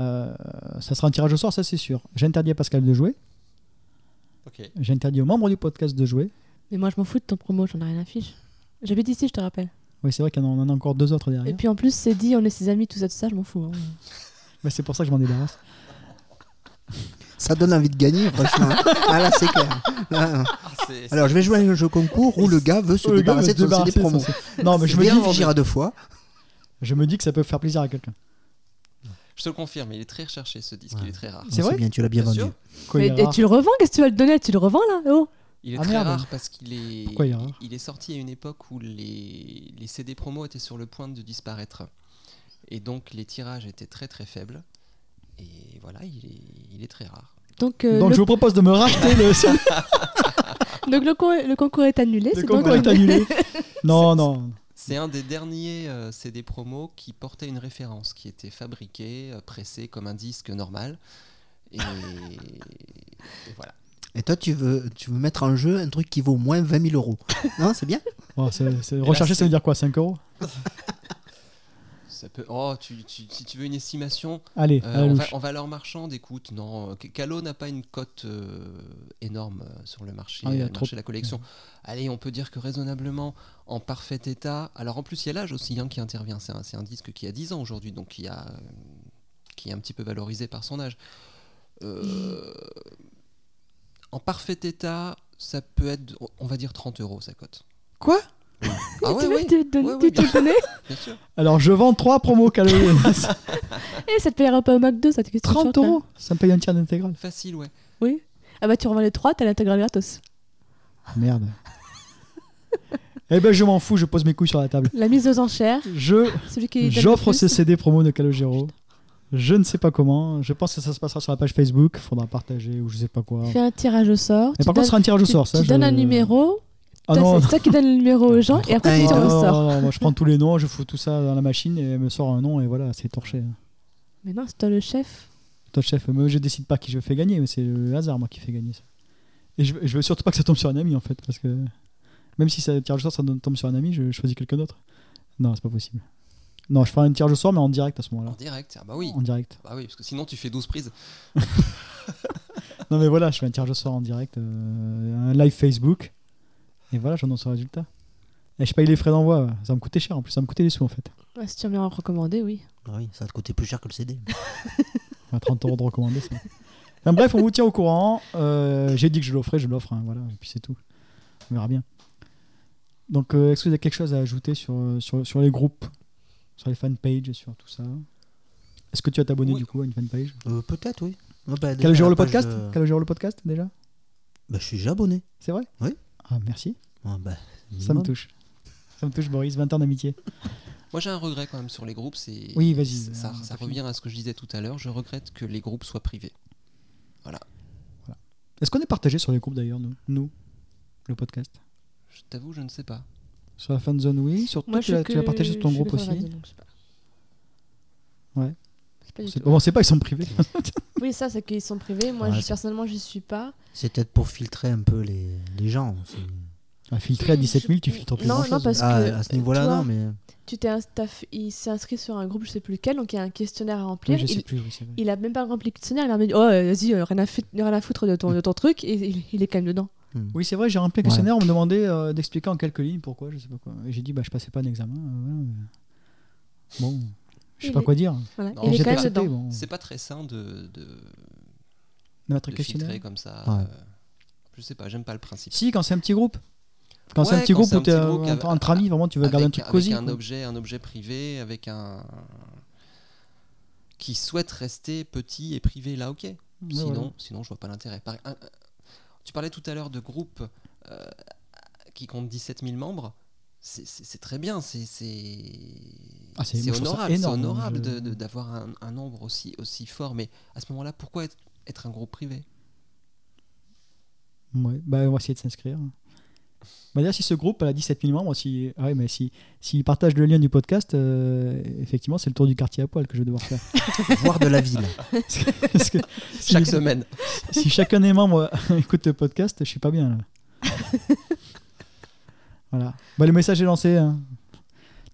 Speaker 1: Euh, ça sera un tirage au sort, ça c'est sûr. J'interdis à Pascal de jouer,
Speaker 3: Ok.
Speaker 1: j'interdis aux membres du podcast de jouer.
Speaker 2: Mais moi je m'en fous de ton promo, j'en ai rien à fiche. J'habite ici, je te rappelle.
Speaker 1: Oui, c'est vrai qu'il y en a, on en a encore deux autres derrière.
Speaker 2: Et puis en plus, c'est dit, on est ses amis, tout ça, tout ça, je m'en fous. hein.
Speaker 1: Mais c'est pour ça que je m'en débarrasse.
Speaker 4: Ça donne envie de gagner, franchement. ah là, c'est clair. Là,
Speaker 3: Ah, c'est-
Speaker 4: Alors, je vais jouer à un jeu concours où le gars veut se
Speaker 1: Le gars va
Speaker 4: débarrasser
Speaker 1: se
Speaker 4: de son CD
Speaker 1: débarrasser de
Speaker 4: promo.
Speaker 1: son Non, mais je me,
Speaker 4: bien
Speaker 1: dis,
Speaker 4: réfléchir à deux fois.
Speaker 1: je me dis que ça peut faire plaisir à quelqu'un.
Speaker 3: Je te le confirme, il est très recherché ce disque,
Speaker 4: Ouais.
Speaker 3: il est très rare.
Speaker 1: C'est vrai
Speaker 4: bien, tu l'as bien,
Speaker 3: Bien
Speaker 4: vendu.
Speaker 3: sûr.
Speaker 1: Quoi,
Speaker 2: Mais-
Speaker 1: il est
Speaker 2: et
Speaker 1: rare.
Speaker 2: tu le revends Qu'est-ce que tu vas le donner Tu le revends là Oh
Speaker 3: Il est
Speaker 1: Ah,
Speaker 3: très
Speaker 1: merde.
Speaker 3: rare parce qu'il est,
Speaker 1: Pourquoi il est rare
Speaker 3: il est sorti à une époque où les, les CD promo étaient sur le point de disparaître. Et donc les tirages étaient très très faibles. Et voilà, il est, il est très rare.
Speaker 2: Donc, euh,
Speaker 1: Donc
Speaker 2: le,
Speaker 1: je vous propose de me racheter le CD.
Speaker 2: donc le, con- le concours est annulé.
Speaker 1: Le
Speaker 2: c'est
Speaker 1: concours
Speaker 2: donc-
Speaker 1: est annulé. Non, non.
Speaker 3: C'est un des derniers euh, CD promo qui portait une référence, qui était fabriqué, euh, pressé comme un disque normal. Et, et voilà.
Speaker 4: Et toi, tu veux, tu veux mettre en jeu un truc qui vaut moins 20 000 euros. Non, c'est bien.
Speaker 1: Bon, c'est- c'est- rechercher, ça veut dire quoi 5 euros
Speaker 3: Ça peut... Oh, tu- tu- si tu veux une estimation,
Speaker 1: Allez,
Speaker 3: Euh,
Speaker 1: à la
Speaker 3: en,
Speaker 1: louche.
Speaker 3: va- en valeur marchande, écoute, non, euh, Ca- Calo n'a pas une cote euh, énorme euh, sur le marché,
Speaker 1: Ah, il y a
Speaker 3: euh, le
Speaker 1: trop-
Speaker 3: marché de la collection. Allez, on peut dire que raisonnablement, en parfait état. Alors en plus, il y a l'âge aussi hein, qui intervient. C'est un, c'est un disque qui a 10 ans aujourd'hui, donc qui, a, euh, qui est un petit peu valorisé par son âge. Euh, en parfait état, ça peut être, on- on va dire 30 euros sa cote.
Speaker 1: Quoi
Speaker 3: Ah ouais,
Speaker 2: tu veux
Speaker 3: oui,
Speaker 2: te le donner,
Speaker 3: Ouais, ouais,
Speaker 2: tu veux te le donner
Speaker 3: bien sûr.
Speaker 1: Alors je vends 3 promos calories.
Speaker 2: Et ça te payera pas au McDo, ça t'es
Speaker 1: 30 euros Ça me paye un tiers d'intégral.
Speaker 3: Facile, ouais.
Speaker 2: Oui. Ah bah tu revends les trois, t'as l'intégrale gratos.
Speaker 1: Merde. eh ben je m'en fous, je pose mes couilles sur la table.
Speaker 2: La mise aux enchères,
Speaker 1: Je
Speaker 2: celui qui donne le
Speaker 1: j'offre
Speaker 2: plus.
Speaker 1: ces CD promo de Calogero. Je ne sais pas comment. Je pense que ça se passera sur la page Facebook. Faudra partager ou je sais pas quoi.
Speaker 2: Fais un tirage au sort.
Speaker 1: Mais
Speaker 2: tu
Speaker 1: par contre, ce
Speaker 2: donnes,
Speaker 1: sera un tirage au
Speaker 2: tu-
Speaker 1: sort. ça,
Speaker 2: tu
Speaker 1: je-
Speaker 2: donnes un numéro.
Speaker 1: Ah
Speaker 2: toi,
Speaker 1: non, oh.
Speaker 2: c'est toi qui donne le numéro aux gens et après
Speaker 4: Un
Speaker 2: tu
Speaker 4: et
Speaker 1: non,
Speaker 2: tires au
Speaker 1: non,
Speaker 2: sort.
Speaker 1: non, moi, je prends tous les noms, je fous tout ça dans la machine et elle me sort un nom et voilà, c'est torché.
Speaker 2: Mais non, c'est toi le chef.
Speaker 1: Toi, chef, moi, je décide pas qui je fais gagner, mais c'est le hasard, moi, qui fait gagner ça. Et je, veux- je veux surtout pas que ça tombe sur un ami, en fait, parce que même si ça tire au sort, ça donne- tombe sur un ami, je, je choisis quelqu'un d'autre. Non, c'est pas possible. Non, je ferai un tirage au sort, mais en direct à ce
Speaker 3: En
Speaker 1: moment-là.
Speaker 3: direct, ah bah oui.
Speaker 1: En direct.
Speaker 3: Bah oui, parce que sinon tu fais 12 prises.
Speaker 1: Non, mais voilà, je fais un tirage au sort en direct, euh, un live Facebook, et voilà, j'annonce le résultat. Et je paye les frais d'envoi, ouais. ça me coûtait cher en plus, ça me coûtait des sous en fait.
Speaker 2: Ouais, si tu remets en recommandé, oui.
Speaker 4: Ah Oui, ça va te coûter plus cher que le CD.
Speaker 1: À 30 euros de recommandé, ça. Enfin, bref, on vous tient au courant. Euh, J'ai dit que je l'offrais, je l'offre. hein, voilà, et puis c'est tout. On verra bien. Donc, euh, est-ce que vous avez quelque chose à ajouter sur, euh, sur, sur les groupes, sur les fanpages, sur tout ça Est-ce que tu as t'abonné
Speaker 3: Oui.
Speaker 1: du coup à une fanpage
Speaker 4: Euh, Peut-être, oui. Ah bah, déjà,
Speaker 1: Quel jour
Speaker 4: la
Speaker 1: le
Speaker 4: page,
Speaker 1: podcast
Speaker 4: euh,
Speaker 1: Quel jour le podcast déjà
Speaker 4: bah, Je suis déjà abonné.
Speaker 1: C'est vrai
Speaker 4: Oui.
Speaker 1: Ah, merci.
Speaker 4: Ah, bah,
Speaker 1: Ça me
Speaker 4: minimum.
Speaker 1: touche. Ça me touche, Boris. 20 ans d'amitié.
Speaker 3: Moi, j'ai un regret quand même sur les groupes. C'est
Speaker 1: Oui, vas-y.
Speaker 3: Ça, ça
Speaker 1: Euh,
Speaker 3: revient à ce que je disais tout à l'heure. Je regrette que les groupes soient privés.
Speaker 1: Est-ce qu'on est partagé sur les groupes d'ailleurs, nous, nous le podcast
Speaker 3: Je t'avoue, je ne sais pas.
Speaker 1: Sur la fan zone, oui. Sur
Speaker 2: Moi,
Speaker 1: toi,
Speaker 2: je
Speaker 1: tu l'as
Speaker 2: suis
Speaker 1: tu l'as
Speaker 2: que-
Speaker 1: partagé sur ton
Speaker 2: je suis
Speaker 1: groupe
Speaker 2: que sur
Speaker 1: aussi.
Speaker 2: la radio, donc je sais pas.
Speaker 1: Ouais.
Speaker 2: C'est pas du
Speaker 1: C'est-
Speaker 2: tout.
Speaker 1: bon, on sait pas, ils sont privés.
Speaker 2: Oui, ça, c'est qu'ils sont privés. Moi,
Speaker 4: Ouais,
Speaker 2: je-
Speaker 4: c'est-
Speaker 2: personnellement, j'y suis pas.
Speaker 4: C'est peut-être pour filtrer un peu les, les gens. c'est-
Speaker 1: Un filtré Ah, à 17 000, tu filtres plus
Speaker 2: Non,
Speaker 1: grand-chose.
Speaker 2: non, parce
Speaker 4: Ah,
Speaker 2: que,
Speaker 4: à ce niveau-là,
Speaker 2: tu vois,
Speaker 4: non, mais.
Speaker 2: Tu t'es ins- t'as f- il s'est inscrit sur un groupe, je sais plus lequel, donc il y a un questionnaire à
Speaker 1: Oui,
Speaker 2: remplir.
Speaker 1: je sais
Speaker 2: il,
Speaker 1: plus, oui, c'est vrai.
Speaker 2: il a même pas rempli le questionnaire, il a dit Oh, euh, vas-y, euh, rien, à foutre- rien à foutre de ton, de ton truc, et il, il est quand même dedans.
Speaker 1: Oui, c'est vrai, j'ai rempli un
Speaker 4: Ouais.
Speaker 1: questionnaire, on me demandait euh, d'expliquer en quelques lignes pourquoi, je sais pas quoi. Et j'ai dit, bah, je passais pas d'examen. euh, voilà, mais- Bon, je sais
Speaker 2: Il
Speaker 1: pas
Speaker 2: est-
Speaker 1: quoi dire.
Speaker 2: Voilà,
Speaker 3: Non,
Speaker 1: Et
Speaker 2: il est
Speaker 1: j'ai
Speaker 2: quand même
Speaker 3: pas-
Speaker 1: accepté,
Speaker 2: dedans.
Speaker 1: bon,
Speaker 3: C'est pas très sain de, de,
Speaker 1: de mettre un
Speaker 3: de
Speaker 1: questionnaire.
Speaker 3: filtrer comme ça.
Speaker 4: Ouais.
Speaker 3: euh, je sais pas, j'aime pas le principe.
Speaker 1: Si, quand c'est un petit groupe. Quand c'est un
Speaker 3: Ouais,
Speaker 1: petit
Speaker 3: quand
Speaker 1: groupe
Speaker 3: c'est
Speaker 1: où
Speaker 3: un
Speaker 1: t'es
Speaker 3: petit
Speaker 1: euh,
Speaker 3: groupe
Speaker 1: entre,
Speaker 3: avec-
Speaker 1: entre amis, vraiment, tu veux garder un truc
Speaker 3: avec
Speaker 1: cosy.
Speaker 3: un
Speaker 1: quoi.
Speaker 3: objet, un objet privé, avec un qui souhaite rester petit et privé. Là, ok.
Speaker 1: Ouais,
Speaker 3: Sinon,
Speaker 1: voilà.
Speaker 3: sinon je vois pas l'intérêt. Par- un- un- Tu parlais tout à l'heure de groupes euh, qui comptent 17 000 membres. C'est- C'est c'est très bien, c'est c'est
Speaker 1: Ah, c'est- moi,
Speaker 3: c'est
Speaker 1: je trouve ça
Speaker 3: honorable, c'est
Speaker 1: énorme,
Speaker 3: honorable
Speaker 1: je-
Speaker 3: de- de- d'avoir un, un nombre aussi, aussi fort. Mais à ce moment-là, pourquoi être, être un groupe privé
Speaker 1: Ouais, bah, on va essayer de s'inscrire. Bah, d'ailleurs, si ce groupe a 17 000 membres, si, ah ouais, mais si, s'ils partagent le lien du podcast, euh, effectivement, c'est le tour du quartier à poil que je vais devoir faire.
Speaker 4: Voir de la ville.
Speaker 1: Parce que si-
Speaker 3: Chaque semaine.
Speaker 1: si chacun des membres écoute le podcast, je suis pas bien là. voilà. Bah, le message est lancé. hein.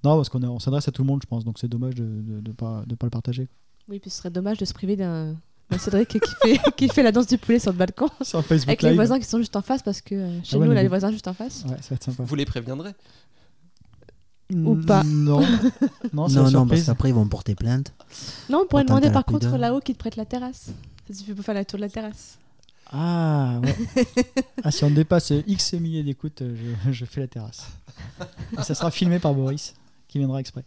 Speaker 1: Non, parce qu'on a- on s'adresse à tout le monde, je pense, donc c'est dommage de ne pas, de pas le partager.
Speaker 2: Oui, puis ce serait dommage de se priver d'un d'un Cédric qui fait, qui fait la danse du poulet sur le balcon
Speaker 1: Sur Facebook
Speaker 2: avec les voisins qui sont juste en face parce que euh, chez
Speaker 1: Ah ouais,
Speaker 2: nous on
Speaker 1: mais-
Speaker 2: a les voisins juste en face.
Speaker 1: Ouais, ça va être sympa.
Speaker 3: Vous les préviendrez.
Speaker 2: Ou pas.
Speaker 1: Non, non, Oh, bah, c'est la
Speaker 4: Non, non, parce
Speaker 1: surprise.
Speaker 4: qu'après, ils vont porter plainte.
Speaker 2: Non, on pourrait
Speaker 4: Attends,
Speaker 2: demander
Speaker 4: t'as la
Speaker 2: par contre
Speaker 4: pudeur.
Speaker 2: là-haut qu'ils te prêtent la terrasse. Ça suffit pour faire la tour de la terrasse.
Speaker 1: Ah, ouais. ah, si on dépasse X milliers d'écoutes, euh, je, je fais la terrasse. Et ça sera filmé par Boris, qui viendra exprès.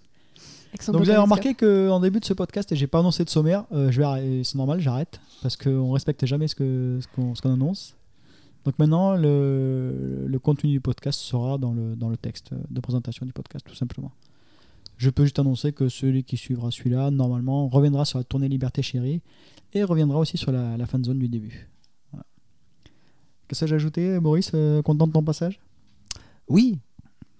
Speaker 2: Avec son
Speaker 1: Donc
Speaker 2: beau
Speaker 1: vous avez
Speaker 2: télescope.
Speaker 1: remarqué qu'en début de ce podcast, et j'ai pas annoncé de sommaire, euh, je vais arrêter- c'est normal, j'arrête, parce qu'on respecte jamais ce que- ce qu'on ce qu'on annonce. Donc maintenant, le, le contenu du podcast sera dans le, dans le texte de présentation du podcast, tout simplement. Je peux juste annoncer que celui qui suivra celui-là, normalement, reviendra sur la tournée Liberté Chérie et reviendra aussi sur la, la fan zone du début. Voilà. Qu'est-ce que j'ai ajouté, Maurice euh, Content de ton passage
Speaker 4: Oui.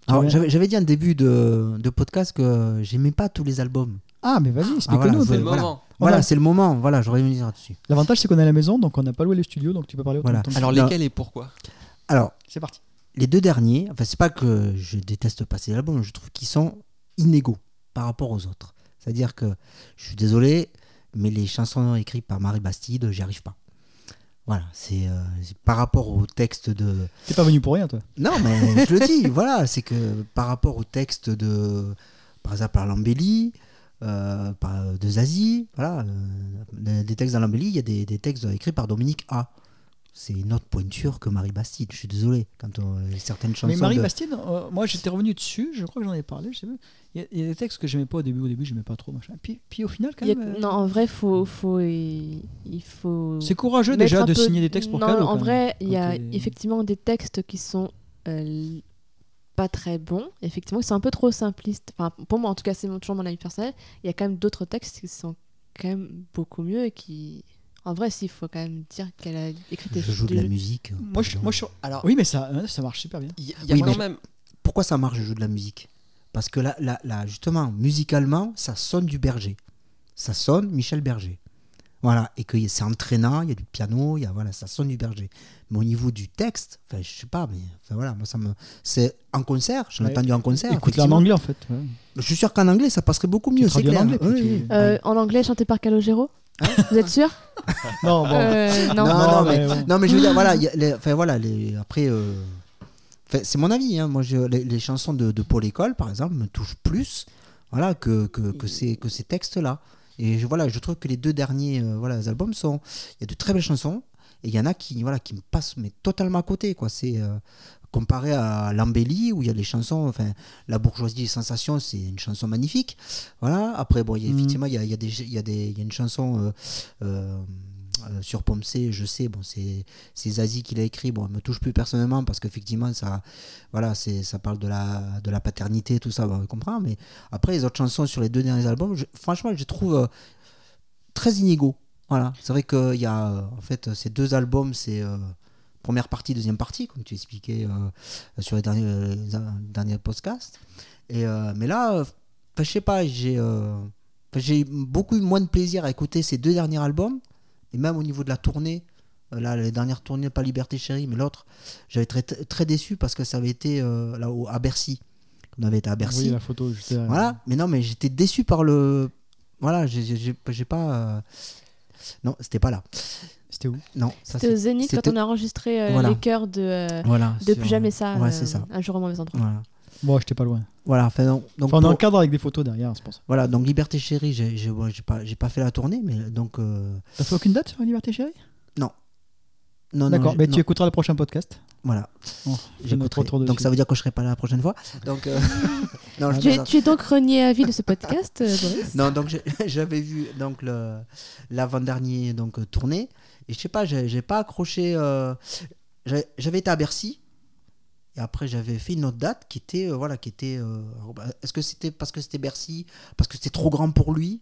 Speaker 1: Tu
Speaker 4: Alors,
Speaker 1: vois.
Speaker 4: Ah, j'avais j'avais dit en début de, de podcast que j'aimais pas tous les albums.
Speaker 1: Ah, mais vas-y,
Speaker 4: voilà,
Speaker 1: explique-nous.
Speaker 4: c'est
Speaker 3: C'est le
Speaker 1: toi.
Speaker 4: voilà.
Speaker 3: moment.
Speaker 4: Voilà,
Speaker 1: Ouais.
Speaker 4: c'est le moment. Voilà, je reviendrai là-dessus.
Speaker 1: L'avantage, c'est qu'on est à la maison, donc on n'a pas loué le studio, donc tu peux parler autant
Speaker 4: Voilà.
Speaker 1: de ton
Speaker 3: Alors
Speaker 4: Non.
Speaker 3: lesquels et pourquoi
Speaker 4: Alors,
Speaker 1: C'est parti.
Speaker 4: les deux derniers, enfin, c'est pas que je déteste pas ces albums, je trouve qu'ils sont inégaux par rapport aux autres. C'est-à-dire que je suis désolé, mais les chansons écrites par Marie Bastide, j'y arrive pas. Voilà, c'est euh, c'est par rapport au texte de,
Speaker 1: T'es pas venu pour rien, toi.
Speaker 4: Non, mais je le dis, voilà, c'est que par rapport au texte de, par exemple, à l'embellie, euh, par- de Zazie, voilà, euh, des- des textes à l'embellie, il y a des, des textes écrits par Dominique A. C'est une autre pointure que Marie Bastide, je suis désolé, quand on, euh, certaines chansons.
Speaker 1: Mais Marie
Speaker 4: de-
Speaker 1: Bastide, euh, moi j'étais revenu dessus, je crois que j'en ai parlé, je sais plus. Il y a- il y, a des textes que j'aimais pas au début, au début j'aimais pas trop, machin. Puis, puis au final, quand
Speaker 2: Il y a-
Speaker 1: même. euh,
Speaker 2: Non, en vrai, faut, faut, il faut.
Speaker 1: C'est courageux
Speaker 2: mettre
Speaker 1: déjà
Speaker 2: un
Speaker 1: de
Speaker 2: peu-
Speaker 1: signer des textes pour
Speaker 2: Non,
Speaker 1: cadeau,
Speaker 2: en
Speaker 1: quand même.
Speaker 2: vrai, il y a
Speaker 1: Quand t'es-
Speaker 2: effectivement des textes qui sont euh, pas très bons. Effectivement, qui sont un peu trop simplistes. Enfin, pour moi, en tout cas, c'est mon- toujours mon avis personnel. Il y a quand même d'autres textes qui sont quand même beaucoup mieux et qui. En vrai, s'il faut quand même dire qu'elle a écrit des
Speaker 4: Je joue de la musique.
Speaker 1: Moi je,
Speaker 4: pardon.
Speaker 1: moi, je suis-
Speaker 3: Alors,
Speaker 1: Oui, mais ça, euh, ça marche super bien.
Speaker 3: il y, a- il y a
Speaker 4: Oui, mais
Speaker 3: quand
Speaker 4: je-
Speaker 3: même
Speaker 4: Pourquoi ça marche, je joue de la musique Parce que là, là, là, justement, musicalement, ça sonne du berger. Ça sonne Michel Berger. Voilà, et que c'est entraînant, il y a du piano, il y a, voilà, ça sonne du berger. Mais au niveau du texte, enfin, je sais pas, mais enfin, voilà, moi ça me. C'est en concert, je l'ai
Speaker 1: Ouais.
Speaker 4: entendu en concert.
Speaker 1: Écoute-la en
Speaker 4: effectivement.
Speaker 1: anglais en fait. ouais.
Speaker 4: Je suis sûr qu'en anglais, ça passerait beaucoup mieux, c'est
Speaker 1: traduis en
Speaker 4: clair.
Speaker 1: anglais, puis
Speaker 4: Oui,
Speaker 1: tu-
Speaker 4: oui.
Speaker 2: Euh, en anglais, chanté par Calogero Vous êtes sûr
Speaker 1: Non, bon.
Speaker 2: Euh, Non.
Speaker 4: Non,
Speaker 1: Hein Ah. Non,
Speaker 4: non,
Speaker 1: mais
Speaker 4: mais,
Speaker 1: bon.
Speaker 4: non, mais je veux dire, voilà, il y a les- enfin voilà, les, après, euh, enfin, c'est mon avis. hein, moi, je- les, les chansons de, de Paul École, par exemple, me touchent plus, voilà, que, que, que ces, que ces textes-là. Et je, voilà, je trouve que les deux derniers, euh, voilà, albums sont, il y a de très belles chansons, et il y en a qui, voilà, qui me passent mais totalement à côté, quoi. C'est euh, comparé à l'embellie où il y a les chansons, enfin, la bourgeoisie des sensations, c'est une chanson magnifique, voilà. Après, bon, il y a-
Speaker 1: Mhm.
Speaker 4: effectivement, il y a, il y a des, il y a des, il y a une chanson. euh, euh, euh, sur Pomsé, je sais, bon, c'est c'est Zazie qui l'a écrit, bon, elle me touche plus personnellement parce qu'effectivement, ça, voilà, c'est- ça parle de la, de la paternité, tout ça, bon, on comprend, mais après, les autres chansons sur les deux derniers albums, je- franchement, je les trouve euh, très inégaux. Voilà, c'est vrai qu'il y a, euh, en fait, ces deux albums, c'est euh, première partie, deuxième partie, comme tu expliquais euh, sur les derniers, les euh, derniers podcasts. Et, euh, mais là, euh, enfin, je sais pas, j'ai. euh, Enfin, J'ai eu beaucoup moins de plaisir à écouter ces deux derniers albums, et même au niveau de la tournée, Euh, Là, les dernières tournées, pas Liberté Chérie, mais l'autre, j'avais très, très déçu parce que ça avait été euh, là au- à Bercy. On avait été à Bercy.
Speaker 1: Oui, la photo, je sais.
Speaker 4: Voilà, mais non, mais j'étais déçu par le. Voilà, j'ai- j'ai j'ai- j'ai pas. euh, Non, c'était pas là.
Speaker 1: C'était où
Speaker 4: Non, ça
Speaker 2: C'était au
Speaker 4: Bah, c'est.
Speaker 2: Zénith quand
Speaker 4: c'était-
Speaker 2: on a enregistré euh,
Speaker 4: Voilà.
Speaker 2: les chœurs de, euh,
Speaker 4: Voilà.
Speaker 2: de
Speaker 4: sur-
Speaker 2: Plus Jamais Ça,
Speaker 4: Ouais,
Speaker 2: euh,
Speaker 4: c'est ça.
Speaker 2: Un jour au mauvais endroit.
Speaker 4: Voilà.
Speaker 1: Bon, j'étais pas loin.
Speaker 4: Voilà, enfin, non, donc
Speaker 1: Enfin, on
Speaker 4: pour-
Speaker 1: encadre avec des photos derrière, c'est pour ça.
Speaker 4: voilà, donc Liberté Chérie, j'ai j'ai- ouais, j'ai pas, j'ai pas fait la tournée, mais donc. euh,
Speaker 1: T'as fait aucune date sur Liberté Chérie
Speaker 4: Non, non,
Speaker 1: D'accord,
Speaker 4: j'ai-
Speaker 1: mais
Speaker 4: non,
Speaker 1: tu écouteras le prochain podcast.
Speaker 4: Voilà,
Speaker 1: Bon, fais notre
Speaker 4: j'écouterai.
Speaker 1: retour dessus.
Speaker 4: Donc ça veut dire que je serai pas là la prochaine fois. Donc. euh, non,
Speaker 2: Tu
Speaker 4: je
Speaker 2: es,
Speaker 4: plaisante.
Speaker 2: tu es donc renié à vie de ce podcast, euh, Boris
Speaker 4: Non, donc j'ai- j'avais vu donc le l'avant-dernier donc euh, tournée et je sais pas, j'ai j'ai pas accroché. euh, j'ai- j'avais été à Bercy et après j'avais fait une autre date qui était euh, voilà qui était. euh, alors, bah, Est-ce que c'était parce que c'était Bercy, parce que c'était trop grand pour lui?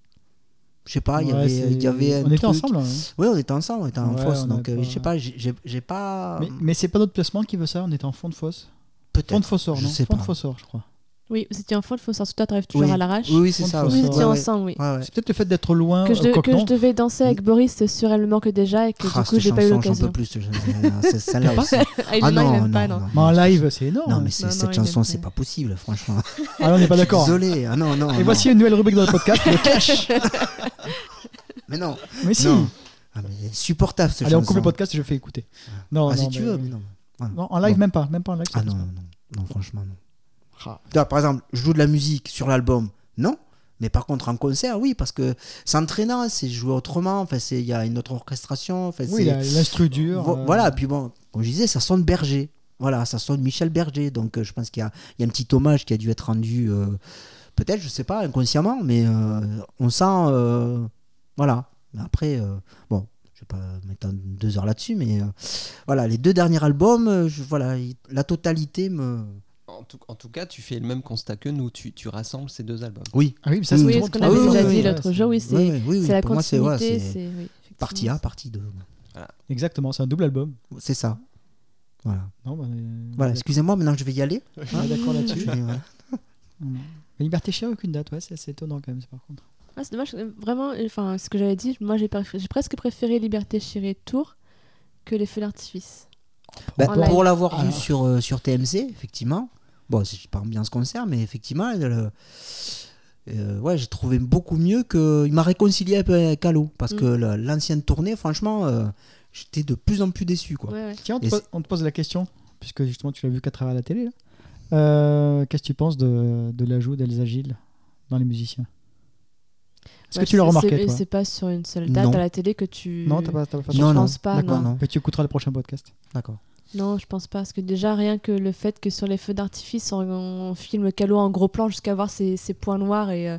Speaker 4: Je sais pas, il y
Speaker 1: Ouais,
Speaker 4: avait,
Speaker 1: c'est-
Speaker 4: il y avait un
Speaker 1: on était
Speaker 4: truc-
Speaker 1: ensemble. hein.
Speaker 4: Oui, on était ensemble, on était en
Speaker 1: Ouais,
Speaker 4: fosse.
Speaker 1: on
Speaker 4: Donc,
Speaker 1: avait
Speaker 4: euh,
Speaker 1: pas-
Speaker 4: je sais pas, j'ai- j'ai j'ai pas. hum,
Speaker 1: Mais, mais c'est pas notre placement qui veut ça, on était en fond de fosse. Fond de
Speaker 4: Peut-être.
Speaker 1: fosseur,
Speaker 4: je
Speaker 1: non
Speaker 4: sais
Speaker 1: Fond de
Speaker 4: pas.
Speaker 1: fosseur, je crois.
Speaker 2: Oui, vous étiez en fond, il faut sortir. Toi, t'arrives toujours
Speaker 4: Oui.
Speaker 2: à l'arrache.
Speaker 4: Oui, oui, c'est
Speaker 1: Fond de
Speaker 4: ça.
Speaker 1: fosse,
Speaker 4: ouais.
Speaker 2: Vous étiez
Speaker 4: Ouais, Ah,
Speaker 2: ensemble, oui.
Speaker 4: ouais. Ouais, ouais.
Speaker 1: C'est peut-être le fait d'être loin.
Speaker 2: Que, je,
Speaker 1: euh,
Speaker 2: de-
Speaker 1: coq,
Speaker 2: que je
Speaker 1: non.
Speaker 2: devais danser avec Boris sur Elle me manque déjà et que
Speaker 4: Ah,
Speaker 2: du coup,
Speaker 4: cette
Speaker 2: j'ai pas eu
Speaker 4: chanson, j'en
Speaker 2: l'occasion.
Speaker 4: peux plus. je- je- c'est Celle-là aussi.
Speaker 2: Ah, il non,
Speaker 4: Ah
Speaker 2: il
Speaker 4: non,
Speaker 2: aime
Speaker 4: non,
Speaker 2: pas,
Speaker 4: non,
Speaker 2: non.
Speaker 1: Mais en live, c'est énorme.
Speaker 4: Non, mais c'est-
Speaker 2: hein. non,
Speaker 4: cette
Speaker 2: il
Speaker 4: chanson,
Speaker 2: aime
Speaker 4: c'est
Speaker 2: pas.
Speaker 4: pas possible, franchement.
Speaker 1: Ah, là, on n'est pas d'accord.
Speaker 4: Désolé. Ah non, non.
Speaker 1: Et
Speaker 4: non.
Speaker 1: voici une nouvelle rubrique dans le podcast, le cash.
Speaker 4: Mais non.
Speaker 1: Mais si.
Speaker 4: Non. Ah, mais supportable ce
Speaker 1: Allez, on
Speaker 4: chanson.
Speaker 1: coupe le podcast et je fais écouter. Non,
Speaker 4: Ah,
Speaker 1: non,
Speaker 4: si tu
Speaker 1: mais-
Speaker 4: veux, mais non. Voilà.
Speaker 1: Non, en live,
Speaker 4: Bon.
Speaker 1: même pas. Même pas en live. ça
Speaker 4: Ah
Speaker 1: passe
Speaker 4: non,
Speaker 1: pas.
Speaker 4: non, non, non, franchement, non.
Speaker 1: Ah.
Speaker 4: Tu vois, par exemple, je joue de la musique sur l'album, non. Mais par contre, en concert, oui, parce que c'est entraînant, c'est jouer autrement, enfin, c'est- il y a une autre orchestration. Enfin,
Speaker 1: Oui,
Speaker 4: c'est-
Speaker 1: la- l'instru dur.
Speaker 4: Vo-
Speaker 1: euh,
Speaker 4: Voilà, puis bon, comme je disais, ça sonne Berger. Voilà, ça sonne Michel Berger. Donc euh, je pense qu'il y a, il y a un petit hommage qui a dû être rendu, euh, peut-être, je sais pas, inconsciemment, mais euh, on sent. euh, voilà. Mais après, euh, bon, je vais pas m'étendre deux heures là-dessus, mais euh, voilà, les deux derniers albums, euh, je- voilà, il- la totalité me.
Speaker 3: En tout, en tout cas, tu fais le même constat que nous. Tu, tu rassembles ces deux albums.
Speaker 1: Ah oui, mais ça, c'est
Speaker 2: Oui,
Speaker 1: tout le
Speaker 2: ce
Speaker 1: monde
Speaker 2: qu'on
Speaker 1: trouve-
Speaker 4: avait
Speaker 1: Ah oui,
Speaker 4: déjà
Speaker 1: oui,
Speaker 4: dit
Speaker 1: oui,
Speaker 2: l'autre
Speaker 1: c'est-
Speaker 2: jour, oui, c'est-
Speaker 4: Oui, oui, oui,
Speaker 2: C'est la
Speaker 4: pour moi, c'est- voilà,
Speaker 2: continuité,
Speaker 4: c'est hein.
Speaker 2: c'est. oui, effectivement.
Speaker 4: partie A, partie 2.
Speaker 1: Exactement, c'est un double album.
Speaker 4: C'est ça. Voilà.
Speaker 1: Non, bah, euh,
Speaker 4: voilà. Excusez-moi, maintenant je vais y aller.
Speaker 1: on est d'accord
Speaker 4: Je
Speaker 1: là-dessus.
Speaker 4: vais- voilà.
Speaker 1: Mais Liberté Chérie, aucune date, ouais, c'est assez étonnant quand même, c'est par contre.
Speaker 2: Ouais, c'est dommage, euh, vraiment, euh, enfin, ce que j'avais dit, moi j'ai préféré- j'ai presque préféré Liberté Chérie Tour que les feux d'artifice.
Speaker 4: Bah,
Speaker 2: En
Speaker 4: pour l'avoir vu
Speaker 1: Alors.
Speaker 4: sur, euh, sur TMC, effectivement, bon, c'est pas bien ce concert, mais effectivement, le- euh, ouais, j'ai trouvé beaucoup mieux que. Il m'a réconcilié avec Calo, parce
Speaker 2: Mm.
Speaker 4: que la- l'ancienne tournée, franchement, euh, j'étais de plus en plus déçu. Quoi.
Speaker 2: Ouais, ouais.
Speaker 1: Tiens, on te,
Speaker 4: Et
Speaker 1: po-
Speaker 4: c'est-
Speaker 1: on te pose la question, puisque justement tu l'as vu qu'à travers la télé. là. Euh, Qu'est-ce que tu penses de, de l'ajout d'Elsa Gilles dans les musiciens Est-ce
Speaker 2: Ouais,
Speaker 1: que tu l'as
Speaker 2: Bah, c'est-
Speaker 1: remarqué
Speaker 2: c'est-
Speaker 1: toi
Speaker 2: C'est pas sur une seule date
Speaker 4: Non.
Speaker 2: à la télé que tu.
Speaker 1: Non, t'as pas, t'as pas fait
Speaker 2: Je
Speaker 4: Non, non.
Speaker 2: pense pas,
Speaker 1: D'accord,
Speaker 2: non.
Speaker 1: Mais tu écouteras le prochain podcast.
Speaker 4: D'accord.
Speaker 2: Non, je pense pas. Parce que déjà, rien que le fait que sur les feux d'artifice, on, on filme Calo en gros plan jusqu'à voir ses, ses points noirs et. euh,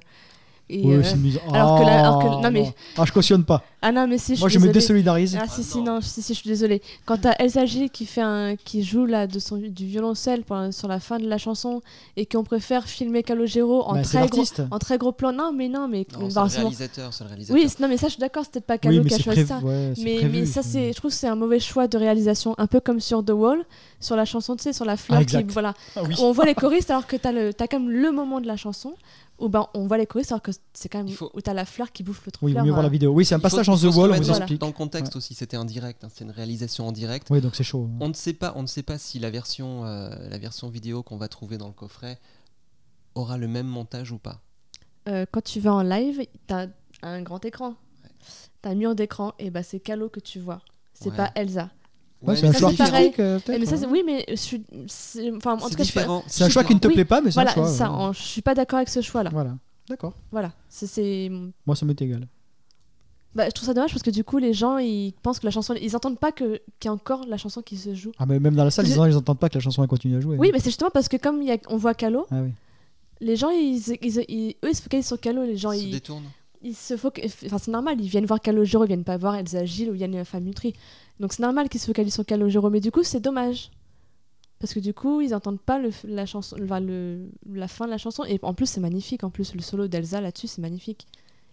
Speaker 2: et,
Speaker 1: Ouais,
Speaker 2: euh,
Speaker 1: c'est amusant.
Speaker 2: alors que la- alors que-
Speaker 1: Ah,
Speaker 2: non, mais-
Speaker 1: Ah, je cautionne pas.
Speaker 2: Ah non, mais si, je
Speaker 1: Moi, je
Speaker 2: suis
Speaker 1: me
Speaker 2: désolée.
Speaker 1: désolidarise.
Speaker 2: Ah si si non si si je suis désolée. Quand t'as Elsa Gilles qui fait un qui joue là de son du violoncelle pour- sur la fin de la chanson et qu'on préfère filmer Calogero en
Speaker 1: Bah, c'est
Speaker 2: très gros
Speaker 1: l'artiste.
Speaker 2: en très gros plan. Non mais non mais
Speaker 3: Non, c'est
Speaker 2: bah,
Speaker 3: le
Speaker 2: c'est bon.
Speaker 3: réalisateur, c'est le réalisateur.
Speaker 2: oui c'est- non mais ça je suis d'accord c'est peut-être pas Calo
Speaker 1: Oui, mais
Speaker 2: qui a
Speaker 1: c'est
Speaker 2: choisi
Speaker 1: prévu,
Speaker 2: ça.
Speaker 1: ouais, c'est
Speaker 2: Mais,
Speaker 1: prévu,
Speaker 2: mais ça c'est je trouve que c'est un mauvais choix de réalisation un peu comme sur The Wall sur la chanson tu sais sur la fleur
Speaker 1: Ah,
Speaker 2: qui
Speaker 1: exact.
Speaker 2: voilà
Speaker 1: Ah oui.
Speaker 2: où on voit les choristes alors que t'as le t'as quand même le moment de la chanson où ben on voit les choristes alors que c'est quand même
Speaker 3: Il faut-
Speaker 2: où t'as la fleur qui bouffe le trou
Speaker 1: Oui, il vaut mieux voir la vidéo. Oui, c'est un
Speaker 3: Il faut-
Speaker 1: passage
Speaker 3: il
Speaker 1: en
Speaker 3: faut
Speaker 1: The
Speaker 3: se
Speaker 1: Wall, on
Speaker 3: remettre
Speaker 1: vous
Speaker 2: voilà.
Speaker 1: explique.
Speaker 3: Dans le contexte aussi, c'était en direct, hein, c'était une réalisation en direct.
Speaker 1: Oui, donc c'est chaud. hein.
Speaker 3: On ne sait pas, on ne sait pas si la version, euh, la version vidéo qu'on va trouver dans le coffret aura le même montage ou pas.
Speaker 2: Euh, quand tu vas en live, t'as un grand écran. T'as un mur d'écran, et bah c'est Calo que tu vois. C'est
Speaker 3: Ouais.
Speaker 2: pas Elsa.
Speaker 1: Ouais,
Speaker 3: Ouais,
Speaker 1: c'est un
Speaker 3: mais
Speaker 2: ça,
Speaker 1: choix
Speaker 2: c'est pareil.
Speaker 1: artistique, euh,
Speaker 2: Eh,
Speaker 1: peut-être.
Speaker 2: mais ça, c'est-
Speaker 1: ouais.
Speaker 2: oui, mais je suis. c'est- Enfin, en tout
Speaker 3: C'est
Speaker 2: cas, je suis pas-
Speaker 3: différent.
Speaker 1: C'est un choix qui ne te
Speaker 2: Oui,
Speaker 1: plaît pas, mais c'est un
Speaker 2: Voilà,
Speaker 1: choix.
Speaker 2: ça,
Speaker 1: ouais.
Speaker 2: en- je suis pas d'accord avec ce choix-là.
Speaker 1: Voilà. D'accord.
Speaker 2: Voilà. C'est- C'est.
Speaker 1: Moi, ça m'est égal.
Speaker 2: Bah, je trouve ça dommage parce que du coup, les gens, ils pensent que la chanson. Ils entendent pas que- qu'il y a encore la chanson qui se joue.
Speaker 1: Ah, mais même dans la salle,
Speaker 2: Je-
Speaker 1: les gens, ils n'entendent pas que la chanson elle continue à jouer.
Speaker 2: Oui, mais c'est justement parce que comme il y a- on voit Calo,
Speaker 1: Ah oui.
Speaker 2: les gens, ils, ils- ils- eux, ils se focalisent sur Calo. Les gens,
Speaker 3: se
Speaker 2: ils,
Speaker 3: détourne.
Speaker 2: ils se fo- enfin c'est normal ils viennent voir Calogero ils viennent pas voir Elsa Gilles ou Yann Famutri donc c'est normal qu'ils se focalisent sur Calogero mais du coup c'est dommage parce que du coup ils entendent pas le, la chanson enfin, le, la fin de la chanson et en plus c'est magnifique en plus le solo d'Elsa là-dessus c'est magnifique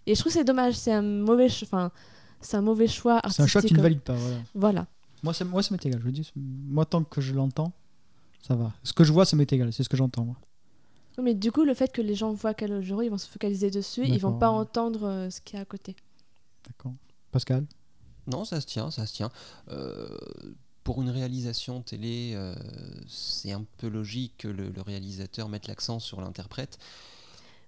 Speaker 2: et je trouve que c'est dommage c'est un mauvais ch- enfin c'est un mauvais choix artistique
Speaker 1: C'est
Speaker 2: euh,
Speaker 1: un choix qui ne valide pas. Voilà.
Speaker 2: voilà
Speaker 1: Moi, ça, moi, ça m'est égal. Je vous dis, moi, tant que je l'entends, ça va. Ce que je vois, ça m'est égal. C'est ce que j'entends. moi.
Speaker 2: Oui, mais du coup le fait que les gens voient Calogero ils vont se focaliser dessus ils vont
Speaker 1: D'accord,
Speaker 2: pas
Speaker 1: ouais.
Speaker 2: entendre euh, ce qu'il y a à côté
Speaker 1: D'accord. Pascal
Speaker 3: Non, ça se tient, ça se tient. Euh, pour une réalisation télé, euh, c'est un peu logique que le, le réalisateur mette l'accent sur l'interprète.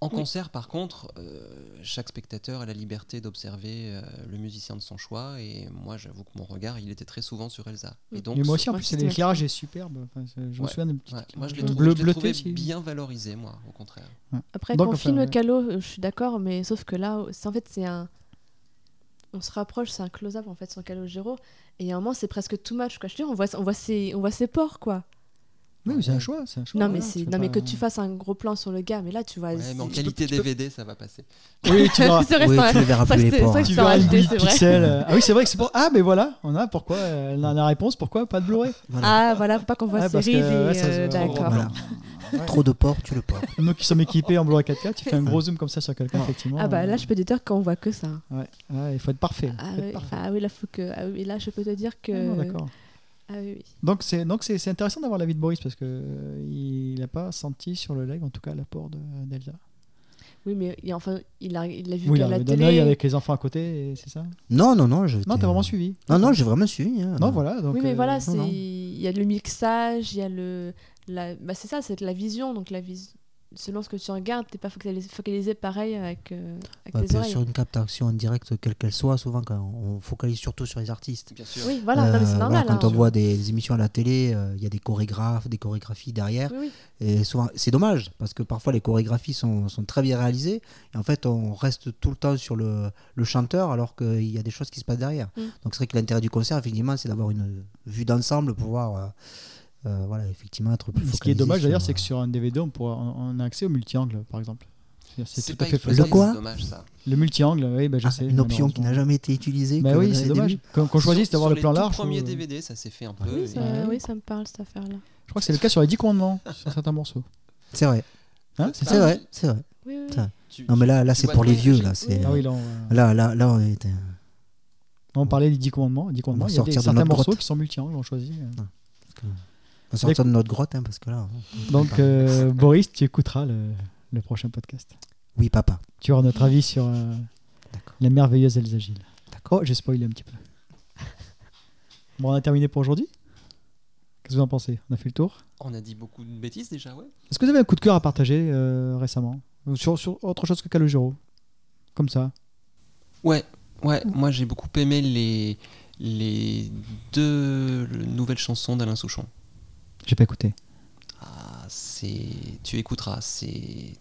Speaker 3: En
Speaker 2: Oui.
Speaker 3: concert, par contre, euh, chaque spectateur a la liberté d'observer euh, le musicien de son choix. Et moi, j'avoue que mon regard, il était très souvent sur Elsa. Et
Speaker 2: Mm.
Speaker 3: donc,
Speaker 1: Mais moi aussi, en
Speaker 2: moi,
Speaker 1: plus,
Speaker 2: c'était ma
Speaker 1: l'éclairage est superbe. Enfin, c'est- je me
Speaker 3: Ouais.
Speaker 1: souviens d'un petit
Speaker 3: ouais, moi, je l'ai
Speaker 1: éclairage
Speaker 3: trouvé, je l'ai
Speaker 1: bleu-
Speaker 3: trouvé
Speaker 1: bleuté,
Speaker 3: bien valorisé, moi, au contraire.
Speaker 2: Après,
Speaker 1: Donc,
Speaker 2: qu'on
Speaker 1: enfin,
Speaker 2: filme
Speaker 1: ouais.
Speaker 2: Calo, euh, je suis d'accord, mais sauf que là, c'est- en fait, c'est un. On se rapproche, c'est un close-up en fait sur Calogero, et à un moment, c'est presque too much. Quoi. Je te dis, on voit, on voit ses, on voit ses pores, quoi.
Speaker 1: Oui, mais c'est un choix, c'est un choix.
Speaker 2: non, mais
Speaker 1: voilà,
Speaker 2: c'est,
Speaker 1: peux
Speaker 2: non, mais que
Speaker 1: pas-
Speaker 2: tu fasses un gros plan sur le gars, mais là, tu vois.
Speaker 3: Ouais, mais en
Speaker 2: c'est-
Speaker 3: qualité
Speaker 1: tu peux-
Speaker 3: DVD, ça va passer.
Speaker 1: Oui, tu verras.
Speaker 2: c'est vrai,
Speaker 4: Oui,
Speaker 2: c'est vrai.
Speaker 4: tu le verras
Speaker 2: Ça,
Speaker 4: plus, les
Speaker 2: c'était-
Speaker 4: pores,
Speaker 2: ça,
Speaker 4: hein.
Speaker 2: que
Speaker 1: Tu
Speaker 2: c'est en
Speaker 1: verras le
Speaker 2: réalité,
Speaker 1: big
Speaker 2: c'est vrai.
Speaker 1: pixel. euh, Ah oui, c'est vrai que c'est pour. Ah, mais voilà, on a pourquoi euh, la, la réponse. Pourquoi pas de Blu-ray
Speaker 4: Voilà.
Speaker 2: Ah, voilà, faut pas qu'on voit
Speaker 1: Ah,
Speaker 2: ses
Speaker 1: parce que,
Speaker 2: rides.
Speaker 1: ouais,
Speaker 2: et,
Speaker 1: ça se-
Speaker 2: euh, d'accord.
Speaker 4: Voilà. Trop de porc, tu le porc.
Speaker 1: Nous qui sommes équipés en Blu-ray 4K, tu fais un gros zoom comme ça sur quelqu'un, effectivement.
Speaker 2: Ah, bah
Speaker 1: euh,
Speaker 2: là, je peux te dire qu'on voit que ça.
Speaker 1: ouais, ouais, il faut être parfait.
Speaker 2: Ah,
Speaker 1: faut être
Speaker 2: oui,
Speaker 1: parfait.
Speaker 2: ah oui, là, faut que. Ah oui, là, je peux te dire que.
Speaker 1: Ah, non, D'accord.
Speaker 2: Ah oui, oui.
Speaker 1: Donc c'est donc c'est c'est intéressant d'avoir l'avis de Boris parce que euh, il n'a pas senti sur le live en tout cas l'apport de euh, d'Elsa.
Speaker 2: Oui, mais il- enfin, il a, il l'a vu
Speaker 1: Oui,
Speaker 2: qu'à
Speaker 1: d'un
Speaker 2: la
Speaker 1: d'un œil
Speaker 2: télé.
Speaker 1: avec les enfants à côté, et c'est ça
Speaker 4: Non, non, non. je
Speaker 1: Non,
Speaker 4: t'ai-
Speaker 1: t'as vraiment suivi.
Speaker 4: Non, non, j'ai vraiment suivi. hein.
Speaker 1: Non, voilà. donc,
Speaker 2: oui, mais
Speaker 1: euh,
Speaker 2: voilà, c'est
Speaker 4: non.
Speaker 2: il y a le mixage, il y a le la bah c'est ça, c'est la vision donc la vis... selon ce que tu regardes, t'es pas focalisé, focalisé pareil avec, euh, avec
Speaker 1: Bah,
Speaker 4: Ouais,
Speaker 2: tes
Speaker 4: puis
Speaker 2: oreilles.
Speaker 4: sur une captation en direct, quelle qu'elle soit, souvent quand on focalise surtout sur les artistes.
Speaker 3: Bien sûr.
Speaker 2: Oui, voilà, non, mais c'est
Speaker 4: Euh,
Speaker 2: normal.
Speaker 4: voilà, quand
Speaker 2: hein.
Speaker 4: on voit des, des émissions à la télé, euh, il y a des chorégraphes, des chorégraphies derrière.
Speaker 2: Oui, oui.
Speaker 4: Et souvent, c'est dommage parce que parfois les chorégraphies sont, sont très bien réalisées et en fait on reste tout le temps sur le, le chanteur alors qu'il y a des choses qui se passent derrière.
Speaker 2: Mm.
Speaker 4: Donc c'est vrai que l'intérêt du concert effectivement c'est d'avoir une vue d'ensemble pour pouvoir euh, euh, voilà effectivement être plus.
Speaker 1: Ce qui est
Speaker 4: focalisé
Speaker 1: dommage d'ailleurs,
Speaker 4: sur,
Speaker 1: c'est que sur un DVD, on, pourra, on a accès au multi-angle, par exemple. C'est-à-dire, C'est tout
Speaker 3: pas
Speaker 1: à fait
Speaker 3: exploité,
Speaker 1: faisable.
Speaker 4: Le quoi
Speaker 3: c'est dommage, ça.
Speaker 1: Le multi-angle, oui, bah, je
Speaker 4: Ah,
Speaker 1: sais.
Speaker 4: une option qui n'a jamais été utilisée.
Speaker 1: Bah
Speaker 4: que
Speaker 1: oui,
Speaker 4: dans
Speaker 1: c'est
Speaker 4: les
Speaker 1: dommage.
Speaker 4: débuts.
Speaker 1: Quand, quand on choisit d'avoir le plan large. euh,
Speaker 3: Sur les
Speaker 1: ou-
Speaker 3: tout premiers DVD, ça s'est fait un peu.
Speaker 2: Oui,
Speaker 3: et-
Speaker 2: ça,
Speaker 1: Euh, Ouais.
Speaker 2: oui, ça me parle cette affaire là.
Speaker 1: Je crois que c'est le cas sur les 10 commandements, sur certains morceaux.
Speaker 4: C'est vrai,
Speaker 1: Hein, c'est
Speaker 3: Ah,
Speaker 4: c'est
Speaker 1: ça
Speaker 4: vrai, c'est vrai.
Speaker 2: Oui, oui.
Speaker 4: Ça-
Speaker 3: Tu-
Speaker 4: Non mais là, là
Speaker 3: tu
Speaker 4: c'est
Speaker 3: vois
Speaker 4: pour
Speaker 3: de
Speaker 4: les
Speaker 3: quoi
Speaker 4: vieux
Speaker 3: j'ai-
Speaker 4: là. C'est
Speaker 1: Ah oui, là, on, va-
Speaker 4: là, là, là on est.
Speaker 1: on parlait des 10 commandements. 10 commandements, il y a des-
Speaker 4: sortir de
Speaker 1: certains
Speaker 4: notre
Speaker 1: morceaux
Speaker 4: grotte.
Speaker 1: qui sont multi-angles, on choisit. euh.
Speaker 4: On sortir de notre grotte hein, parce que là. on-
Speaker 1: Donc, euh, Boris, tu écouteras le, le prochain podcast.
Speaker 4: Oui papa.
Speaker 1: Tu auras notre avis sur euh,
Speaker 4: D'accord.
Speaker 1: la merveilleuse Elsa Gilles. D'accord. j'ai spoilé un petit peu. Bon, on a terminé pour aujourd'hui. Qu'est-ce que vous en pensez On a fait le tour.
Speaker 3: On a dit beaucoup de bêtises déjà, ouais.
Speaker 1: Est-ce que vous avez un coup de cœur à partager euh, récemment Ou sur, sur autre chose que Calogero Comme ça.
Speaker 3: Ouais, ouais. Moi, j'ai beaucoup aimé les les deux nouvelles chansons d'Alain Souchon.
Speaker 1: J'ai pas écouté.
Speaker 3: Ah, c'est tu écouteras, c'est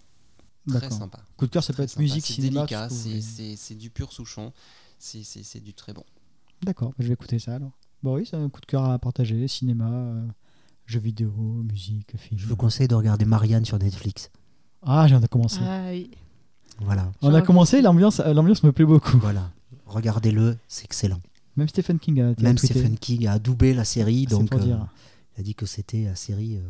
Speaker 3: très
Speaker 1: D'accord.
Speaker 3: sympa.
Speaker 1: Coup de cœur, ça peut
Speaker 3: Très
Speaker 1: être
Speaker 3: sympa.
Speaker 1: musique,
Speaker 3: c'est
Speaker 1: cinéma.
Speaker 3: délicat,
Speaker 1: tout ce que vous
Speaker 3: c'est-
Speaker 1: voulez.
Speaker 3: c'est c'est du pur Souchon, c'est c'est c'est du très bon.
Speaker 1: D'accord, bah, je vais écouter ça alors. Boris, un coup de cœur à partager cinéma, euh, jeux vidéo, musique, film.
Speaker 4: Je vous conseille de regarder Marianne sur Netflix.
Speaker 1: Ah, j'ai commencé.
Speaker 2: Ah oui.
Speaker 4: Voilà,
Speaker 1: on
Speaker 2: j'en
Speaker 1: a
Speaker 2: ai
Speaker 1: commencé, l'ambiance euh, l'ambiance me plaît beaucoup.
Speaker 4: voilà. Regardez-le, c'est excellent.
Speaker 1: Même Stephen King a a
Speaker 4: Même
Speaker 1: tweeté.
Speaker 4: Stephen King a doublé la série,
Speaker 1: C'est
Speaker 4: donc
Speaker 1: pour
Speaker 4: euh,
Speaker 1: dire.
Speaker 4: il a dit que c'était la série. euh,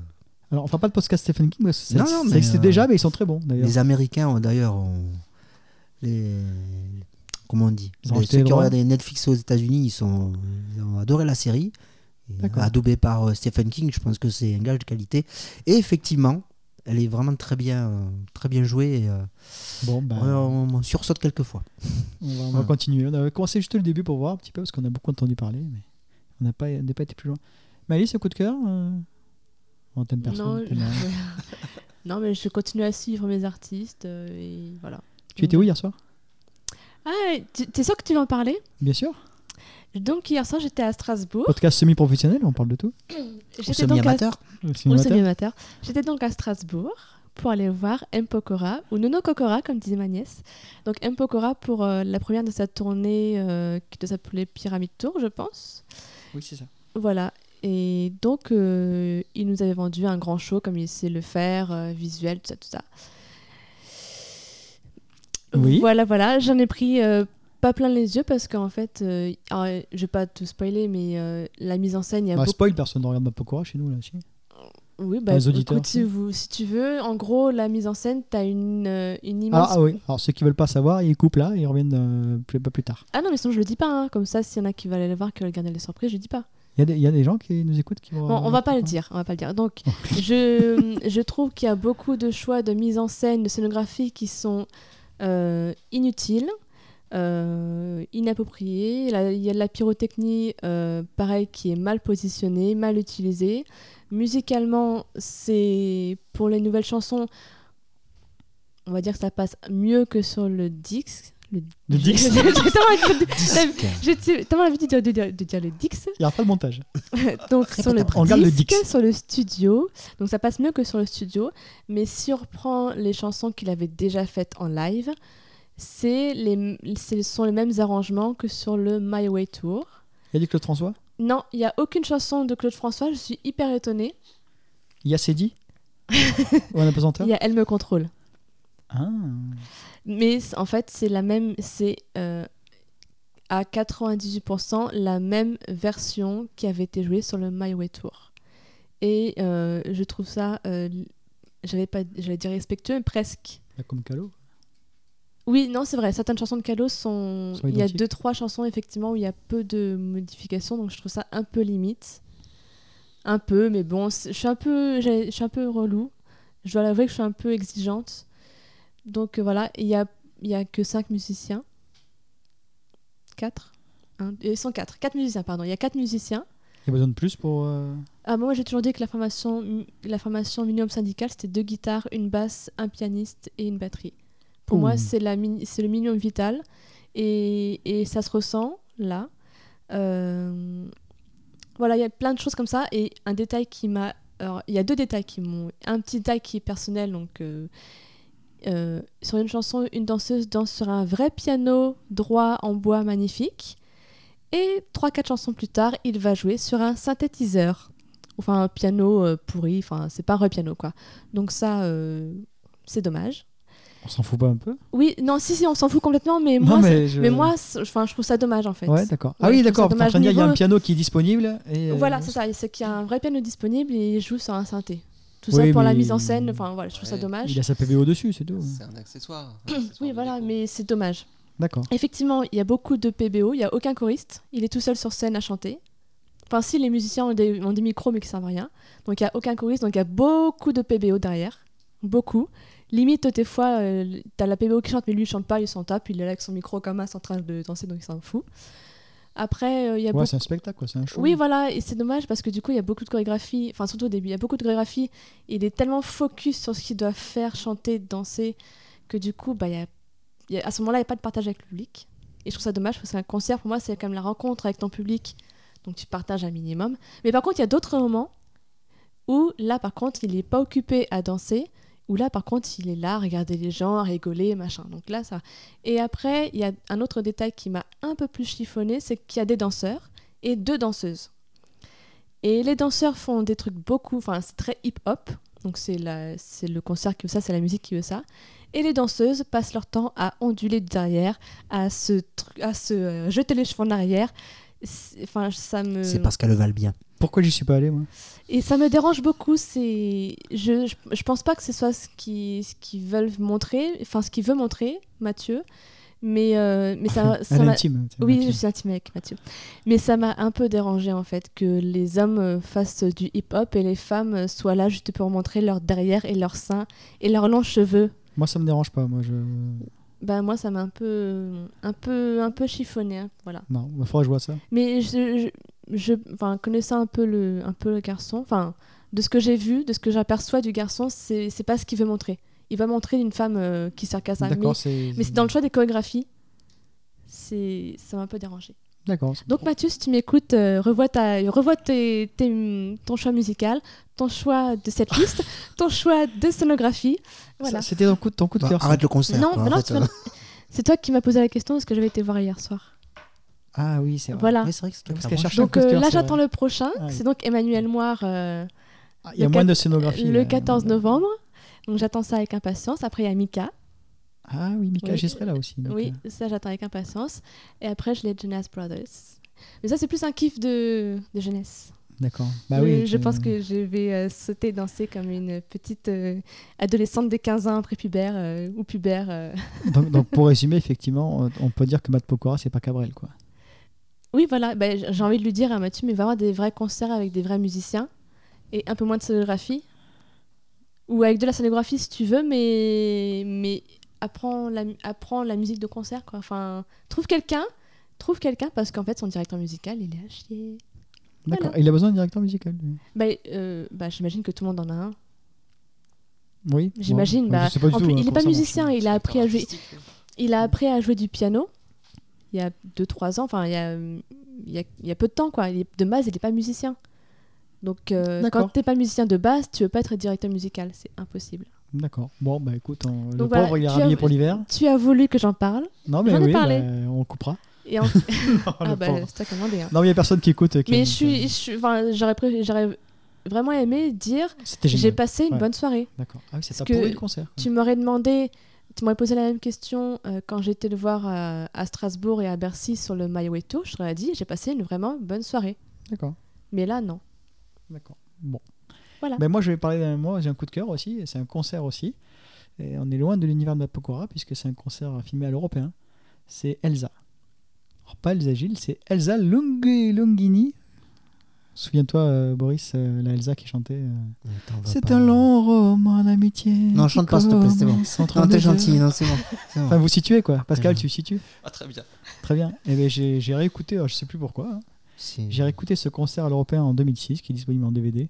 Speaker 1: Alors, on fera pas de podcast Stephen King parce que ça,
Speaker 4: Non, non,
Speaker 1: ça
Speaker 4: mais,
Speaker 1: existe
Speaker 4: euh,
Speaker 1: déjà, mais ils sont très bons d'ailleurs.
Speaker 4: Les Américains ont d'ailleurs ont- les comment on dit
Speaker 1: Ils ont
Speaker 4: Les-
Speaker 1: acheté
Speaker 4: Ceux
Speaker 1: les
Speaker 4: qui ont
Speaker 1: droits.
Speaker 4: regardé Netflix aux États-Unis, ils sont ils ont adoré la série. Et,
Speaker 1: D'accord.
Speaker 4: Adoubée par euh, Stephen King, je pense que c'est un gage de qualité. Et effectivement, elle est vraiment très bien, euh, très bien jouée. et, euh,
Speaker 1: Bon, bah,
Speaker 4: on, on sursaute quelques fois.
Speaker 1: on, va, on va
Speaker 4: ouais.
Speaker 1: continuer. On a commencé juste le début pour voir un petit peu parce qu'on a beaucoup entendu parler, mais on n'a pas, on n'a pas été plus loin. Malice, un coup de cœur euh... On t'aime personne.
Speaker 2: Non,
Speaker 1: t'aimes rien.
Speaker 2: je- non, mais je continue à suivre mes artistes euh, et voilà.
Speaker 1: Tu étais où hier soir
Speaker 2: Ah, tu- t'es sûr que tu vas en parler
Speaker 1: Bien sûr.
Speaker 2: Donc hier soir, j'étais à Strasbourg.
Speaker 1: Podcast semi-professionnel, on parle de tout.
Speaker 4: Ou
Speaker 2: J'étais donc à
Speaker 4: semi-amateur.
Speaker 2: Ou
Speaker 1: Cinémateur.
Speaker 2: semi-amateur. J'étais donc à Strasbourg pour aller voir M. Pokora, ou Nono Kokora, comme disait ma nièce. Donc M. Pokora pour euh, la première de sa tournée euh, qui doit s'appeler Pyramid Tour, je pense.
Speaker 1: Oui, c'est ça.
Speaker 2: Voilà. Et donc, euh, il nous avait vendu un grand show comme il sait le faire, euh, visuel, tout ça, tout ça.
Speaker 1: Oui.
Speaker 2: Voilà, voilà. J'en ai pris euh, pas plein les yeux parce qu'en fait, euh, alors, je vais pas tout spoiler, mais euh, la mise en scène, il y a
Speaker 1: Bah,
Speaker 2: beaucoup.
Speaker 1: spoil, personne ne regarde Mapokora chez nous là. si.
Speaker 2: Oui, bah,
Speaker 1: les auditeurs
Speaker 2: écoute, si,
Speaker 1: aussi.
Speaker 2: vous, si tu veux, en gros, la mise en scène, t'as une, euh, une
Speaker 1: Ah,
Speaker 2: immense.
Speaker 1: ah oui, alors ceux qui veulent pas savoir, ils coupent là et ils reviennent euh, plus, pas plus tard.
Speaker 2: Ah non, mais sinon, je le dis pas, hein. comme ça, s'il y en a qui veulent aller le voir, qui veulent garder les surprises, je le dis pas.
Speaker 1: Il y, a des- il y a des gens qui nous écoutent qui vont.
Speaker 2: Bon, on va pas le dire, on va pas le dire. Donc, je, je trouve qu'il y a beaucoup de choix de mise en scène, de scénographie qui sont euh, inutiles. euh, inappropriée. Là, Il y a de la pyrotechnie, euh, pareil, qui est mal positionnée, mal utilisée. Musicalement, c'est pour les nouvelles chansons, on va dire que ça passe mieux que sur le Dix. Le,
Speaker 1: Le Dix.
Speaker 2: J'ai tellement envie de-
Speaker 4: Disque.
Speaker 2: j'ai tellement envie de dire, de dire- de dire le Dix.
Speaker 1: Il n'y aura pas de montage.
Speaker 2: Donc sur le,
Speaker 4: après.
Speaker 1: On garde le
Speaker 2: disque,
Speaker 1: Dix.
Speaker 2: sur le studio, donc ça passe mieux que sur le studio, mais si on reprend les chansons qu'il avait déjà faites en live, c'est les, ce sont les mêmes arrangements que sur le My Way Tour.
Speaker 1: Il y a du Claude François
Speaker 2: Non, il n'y a aucune chanson de Claude François, je suis hyper étonnée.
Speaker 1: Il y a Cédi Ou un
Speaker 2: Il
Speaker 1: apesanteur
Speaker 2: y a Elle me contrôle.
Speaker 1: Ah.
Speaker 2: Mais c- en fait, c'est la même, c'est euh, à 98% la même version qui avait été jouée sur le My Way Tour. Et euh, je trouve ça, euh, l- j'avais pas, j'allais dire respectueux, mais presque.
Speaker 1: Bah, Comme Calo.
Speaker 2: Oui, non, c'est vrai. Certaines chansons de Kalos sont,
Speaker 1: Sont
Speaker 2: il y a
Speaker 1: identiques.
Speaker 2: deux trois chansons effectivement où il y a peu de modifications, donc je trouve ça un peu limite, un peu, mais bon, c'est- je suis un peu, j'ai- je suis un peu relou. Je dois l'avouer que je suis un peu exigeante. Donc euh, voilà, il y a, il y a que cinq musiciens, quatre, un, euh, ils sont quatre, quatre musiciens pardon. Il y a quatre musiciens.
Speaker 1: Il y a besoin de plus pour. euh,
Speaker 2: Ah bon, moi j'ai toujours dit que la formation, la formation minimum syndicale c'était deux guitares, une basse, un pianiste et une batterie. Pour
Speaker 1: Ouh.
Speaker 2: moi, c'est la mini- c'est le minimum vital. Et, et ça se ressent là. Euh, voilà, il y a plein de choses comme ça. Et un détail qui m'a. alors, Il y a deux détails qui m'ont. Un petit détail qui est personnel. Donc, euh, euh, sur une chanson, une danseuse danse sur un vrai piano droit en bois magnifique. Et 3-4 chansons plus tard, il va jouer sur un synthétiseur. Enfin, un piano euh, pourri. Enfin, c'est pas un vrai piano, quoi. Donc, ça, euh, c'est dommage.
Speaker 1: On s'en fout pas un peu
Speaker 2: Oui, non, si, si, on s'en fout complètement, mais moi, c'est-
Speaker 1: je...
Speaker 2: mais moi c'est- enfin, je trouve ça dommage en fait.
Speaker 1: Ouais, d'accord. ah
Speaker 2: Ouais,
Speaker 1: oui,
Speaker 2: je trouve
Speaker 1: d'accord.
Speaker 2: ça
Speaker 1: t'es en train de dire, Il y a un
Speaker 2: dommage
Speaker 1: piano qui est disponible. Et, euh,
Speaker 2: voilà, c'est ça, c'est qu'il y a un vrai piano disponible et il joue sur un synthé. Tout
Speaker 1: Oui,
Speaker 2: ça pour la
Speaker 1: mais-
Speaker 2: mise en scène, enfin voilà, je trouve ça
Speaker 3: Ouais.
Speaker 2: dommage.
Speaker 1: Il a sa PV au-dessus, c'est tout.
Speaker 3: C'est un accessoire. un accessoire
Speaker 2: Oui,
Speaker 3: de
Speaker 2: voilà,
Speaker 3: déco.
Speaker 2: mais c'est dommage.
Speaker 1: D'accord.
Speaker 2: Effectivement, il y a beaucoup de PBO, il n'y a aucun choriste, il est tout seul sur scène à chanter. Enfin, si les musiciens ont des, ont des micros mais qui servent à rien, donc il n'y a aucun choriste, donc il y a beaucoup de PBO derrière, beaucoup. Limite, des fois, euh, t'as la PBO qui chante, mais lui il chante pas, il s'en tape, il est là avec son micro comme un, en train de danser, donc il s'en fout. Après, euh, il y a
Speaker 1: Ouais,
Speaker 2: beaucoup
Speaker 1: c'est un spectacle, quoi. C'est un show.
Speaker 2: Oui, voilà, et c'est dommage parce que du coup, il y a beaucoup de chorégraphie, enfin surtout au début, il y a beaucoup de chorégraphie, et il est tellement focus sur ce qu'il doit faire, chanter, danser, que du coup, bah, il y a- il y a- à ce moment-là, il n'y a pas de partage avec le public. Et je trouve ça dommage parce qu'un concert, pour moi, c'est quand même la rencontre avec ton public, donc tu partages un minimum. Mais par contre, il y a d'autres moments où là, par contre, il n'est pas occupé à danser, où là, par contre, il est là à regarder les gens, à rigoler, machin. Donc là, ça. Et après, il y a un autre détail qui m'a un peu plus chiffonné, c'est qu'il y a des danseurs et deux danseuses. Et les danseurs font des trucs beaucoup, enfin c'est très hip-hop, donc c'est la- c'est le concert qui veut ça, c'est la musique qui veut ça. Et les danseuses passent leur temps à onduler de derrière, à se, tru- à se euh, jeter les cheveux en arrière. C'est- Enfin, ça me...
Speaker 4: C'est parce qu'elle le valent bien.
Speaker 1: Pourquoi j'y suis pas allé, moi
Speaker 2: Et ça me dérange beaucoup. C'est, je, je, je pense pas que ce soit ce qui, ce qu'ils veulent montrer, enfin ce qu'il veut montrer, Mathieu. Mais, euh, mais ça, ça
Speaker 1: Un
Speaker 2: m'a-
Speaker 1: intime. c'est un
Speaker 2: Oui,
Speaker 1: intime.
Speaker 2: je suis intime avec Mathieu. Mais ça m'a un peu dérangé en fait que les hommes euh, fassent du hip-hop et les femmes euh, soient là juste pour montrer leur derrière et leur sein et leurs longs cheveux.
Speaker 1: Moi, ça me dérange pas. Moi, je. Non,
Speaker 2: Ben moi, ça m'a un peu, un peu, un peu chiffonné. hein, voilà.
Speaker 1: il faudra que je vois ça.
Speaker 2: Mais je, je, je- enfin, connaissant un peu le, un peu le garçon, enfin, de ce que j'ai vu, de ce que j'aperçois du garçon, c'est c'est pas ce qu'il veut montrer. Il va montrer une femme euh, qui sert qu'à ça. Mais,
Speaker 1: D'accord, c'est.
Speaker 2: mais c'est dans le choix des chorégraphies. C'est, ça m'a un peu dérangé.
Speaker 1: D'accord. c'est-
Speaker 2: Donc Mathieu, si tu m'écoutes, euh, revois ta, revois tes, tes- ton choix musical, ton choix de cette liste, ton choix de scénographie. Voilà.
Speaker 1: Ça, C'était ton coup de ton coup de
Speaker 4: Bah,
Speaker 1: cœur. ça.
Speaker 4: arrête le concert.
Speaker 2: non,
Speaker 4: quoi, en
Speaker 2: non,
Speaker 4: fait,
Speaker 2: tu
Speaker 4: euh.
Speaker 2: m'as- c'est toi qui m'as posé la question parce que j'avais été voir hier soir.
Speaker 1: Ah oui, c'est vrai.
Speaker 2: Voilà.
Speaker 4: Ouais, c'est vrai que c'est toi
Speaker 1: Parce
Speaker 4: qui
Speaker 1: qu'elle
Speaker 4: as branché.
Speaker 1: cherche un
Speaker 2: Donc
Speaker 1: coup de
Speaker 2: euh,
Speaker 1: cœur,
Speaker 2: là,
Speaker 1: c'est vrai.
Speaker 2: j'attends le prochain.
Speaker 1: Ah oui.
Speaker 2: C'est donc Emmanuel Moire euh,
Speaker 1: Ah, Il y a
Speaker 2: le
Speaker 1: moins
Speaker 2: quat-
Speaker 1: de scénographie.
Speaker 2: le
Speaker 1: là.
Speaker 2: 14 novembre. Donc j'attends ça avec impatience. Après, il y a Mika.
Speaker 1: Ah oui, Mika,
Speaker 2: Oui.
Speaker 1: j'y serai là aussi. Mika.
Speaker 2: Oui, ça, j'attends avec impatience. Et après, je les Jonas Brothers. Mais ça, c'est plus un kiff de, de jeunesse.
Speaker 1: D'accord. Bah
Speaker 2: je,
Speaker 1: oui.
Speaker 2: je
Speaker 1: tu-
Speaker 2: pense que je vais euh, sauter danser comme une petite euh, adolescente de 15 ans, prépubère euh, ou pubère. euh.
Speaker 1: Donc, donc, pour résumer, effectivement, euh, on peut dire que Matt Pokora, c'est pas Cabrel, quoi.
Speaker 2: Oui, voilà. Ben, j- J'ai envie de lui dire à Mathieu, mais vraiment des vrais concerts avec des vrais musiciens et un peu moins de scénographie. Ou avec de la scénographie si tu veux, mais, mais apprends la, mu- apprends la musique de concert, quoi. Enfin, trouve quelqu'un, trouve quelqu'un, parce qu'en fait, son directeur musical, il est à chier.
Speaker 1: D'accord. Il a besoin d'un directeur musical. lui.
Speaker 2: Bah, euh, bah, j'imagine que tout le monde en a un.
Speaker 1: Oui.
Speaker 2: J'imagine.
Speaker 1: bon,
Speaker 2: bah,
Speaker 1: je sais pas du
Speaker 2: en
Speaker 1: tout,
Speaker 2: plus,
Speaker 1: hein,
Speaker 2: il n'est
Speaker 1: comment
Speaker 2: pas
Speaker 1: ça marche.
Speaker 2: musicien, il a appris à jouer. Il a appris à jouer du piano il y a 2-3 ans, enfin il y, a, euh, il, y a, il y a peu de temps quoi. Il est- de base, il n'est pas musicien. Donc euh,
Speaker 1: D'accord.
Speaker 2: quand tu n'es pas musicien de base, tu veux pas être directeur musical, c'est impossible.
Speaker 1: D'accord. Bon, bah écoute, on- le
Speaker 2: Donc voilà,
Speaker 1: pauvre, il est
Speaker 2: tu
Speaker 1: rhabillé
Speaker 2: as-
Speaker 1: pour l'hiver.
Speaker 2: Tu as voulu que j'en parle
Speaker 1: Non, mais
Speaker 2: J'en ai
Speaker 1: oui,
Speaker 2: parlé.
Speaker 1: bah, on coupera.
Speaker 2: et en-
Speaker 1: Le
Speaker 2: ah bah
Speaker 1: pauvre.
Speaker 2: c'est à commander. hein.
Speaker 1: Non, mais il n'y a personne qui écoute. euh, qui
Speaker 2: Mais
Speaker 1: aime,
Speaker 2: je suis,
Speaker 1: euh,
Speaker 2: je suis- enfin, j'aurais pré- j'aurais vraiment aimé dire
Speaker 1: C'était
Speaker 2: j'ai
Speaker 1: génial.
Speaker 2: passé une
Speaker 1: Ouais.
Speaker 2: bonne soirée.
Speaker 1: D'accord. Ah oui, c'est
Speaker 2: Parce
Speaker 1: pas pourri
Speaker 2: que
Speaker 1: le concert.
Speaker 2: Tu m'aurais demandé, tu m'aurais posé la même question euh, quand j'étais le voir à, à Strasbourg et à Bercy sur le My Way Tour. Je t'aurais dit, j'ai passé une vraiment bonne soirée.
Speaker 1: D'accord.
Speaker 2: Mais là, non.
Speaker 1: D'accord. Bon.
Speaker 2: Voilà.
Speaker 1: Ben moi, je vais parler d'un. Moi, j'ai un coup de cœur aussi. et C'est un concert aussi. Et on est loin de l'univers de la Pokora, puisque c'est un concert filmé à l'européen. C'est Elsa. Alors, pas Elsa Gilles, c'est Elsa Lung- Longini. Souviens-toi, euh, Boris, euh, la Elsa qui chantait. euh,
Speaker 4: Attends, on va
Speaker 1: C'est
Speaker 4: pas- euh,
Speaker 1: un long roman d'amitié.
Speaker 4: Non, chante pas, s'il te plaît, c'est bon. Non, t'es gentil,
Speaker 1: gentil.
Speaker 4: non, c'est bon. c'est bon.
Speaker 1: Enfin, vous situez quoi. Pascal,
Speaker 4: Ouais.
Speaker 1: tu situes.
Speaker 3: Ah, très bien.
Speaker 1: Très bien. Et ben, j'ai j'ai réécouté, alors, je sais plus pourquoi. hein.
Speaker 4: C'est-
Speaker 1: J'ai réécouté ce concert à l'Européen en 2006, qui est disponible en DVD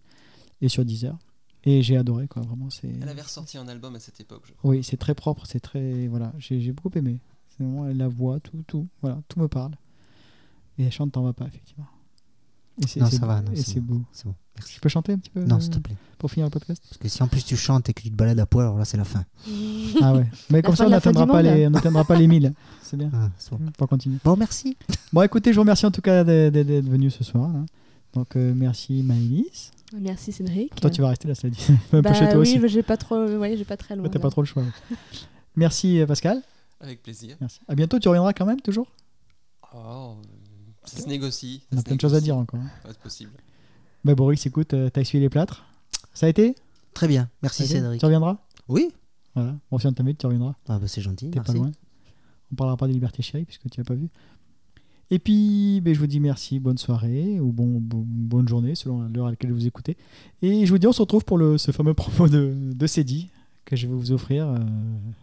Speaker 1: et sur Deezer. Et j'ai adoré, quoi. Vraiment, c'est.
Speaker 3: Elle avait ressorti un album à cette époque, je crois.
Speaker 1: Oui, c'est très propre, c'est très. Voilà, j'ai j'ai beaucoup aimé. C'est vraiment la voix, tout, tout. Voilà, tout me parle. Et elle chante, t'en vas pas, effectivement. Et c'est-
Speaker 4: Non,
Speaker 1: c'est
Speaker 4: ça
Speaker 1: beau.
Speaker 4: va, non,
Speaker 1: Et
Speaker 4: c'est
Speaker 1: c'est beau.
Speaker 4: C'est bon, merci.
Speaker 1: Je peux chanter un petit peu
Speaker 4: Non,
Speaker 1: euh,
Speaker 4: s'il te plaît.
Speaker 1: Pour finir le podcast
Speaker 4: Parce que si en plus tu chantes et que tu te balades à poil, alors là, c'est la fin.
Speaker 1: Ah ouais. Mais comme
Speaker 2: fin
Speaker 1: ça, on
Speaker 2: de la fin
Speaker 1: n'atteindra
Speaker 2: du
Speaker 1: pas,
Speaker 2: monde.
Speaker 1: les- on n'atteindra pas les 1000. C'est bien.
Speaker 4: Ah, c'est bon.
Speaker 1: Pour continuer.
Speaker 4: Bon, merci.
Speaker 1: Bon, écoutez, je vous remercie en tout cas d'être d'être venu ce soir. hein. Donc, euh, merci Maïlis.
Speaker 2: Merci Cédric.
Speaker 1: Toi, tu vas rester là, ça dit. Un peu
Speaker 2: bah,
Speaker 1: chez toi aussi.
Speaker 2: oui, mais j'ai pas trop, ouais, j'ai pas très loin.
Speaker 1: Ouais, T'as
Speaker 2: là.
Speaker 1: pas trop le choix. ouais. Merci euh, Pascal.
Speaker 3: Avec plaisir.
Speaker 1: Merci. À bientôt. Tu reviendras quand même toujours.
Speaker 3: Oh, ça se négocie. ça
Speaker 1: On a
Speaker 3: se
Speaker 1: plein de choses à
Speaker 3: négocie.
Speaker 1: dire encore. hein.
Speaker 3: Pas possible.
Speaker 1: Bah Boris, écoute, euh, t'as essuyé les plâtres. Ça a été
Speaker 4: Très bien.
Speaker 1: Ça
Speaker 4: Merci,
Speaker 1: a été
Speaker 4: Cédric.
Speaker 1: Tu reviendras.
Speaker 4: Oui
Speaker 1: Voilà. Bon, si on t'invite, tu reviendras.
Speaker 4: ah, bah, C'est gentil.
Speaker 1: T'es pas
Speaker 4: Merci.
Speaker 1: loin. On parlera pas des libertés chéries puisque tu l'as pas vu. Et puis, ben, je vous dis merci, bonne soirée ou bon, bon- bonne journée selon l'heure à laquelle vous écoutez. Et je vous dis, on se retrouve pour le, ce fameux promo de, de Cédi que je vais vous offrir. euh,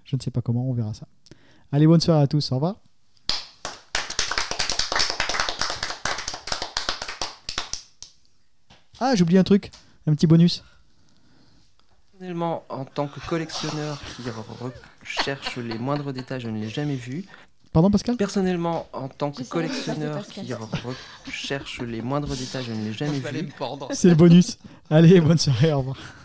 Speaker 1: je ne sais pas comment, on verra ça. Allez, bonne soirée à tous. Au revoir. Ah, j'ai oublié un truc, un petit bonus.
Speaker 7: Personnellement, en tant que collectionneur qui recherche les moindres détails, je ne l'ai jamais vu.
Speaker 1: Pardon, Pascal
Speaker 7: Personnellement, en tant que
Speaker 2: Je savais que ça, c'est
Speaker 7: collectionneur
Speaker 2: Pascal.
Speaker 7: qui recherche les moindres détails, je ne l'ai jamais
Speaker 3: Il fallait
Speaker 7: vu.
Speaker 3: me pendre.
Speaker 1: C'est le bonus. Allez, bonne soirée, au revoir.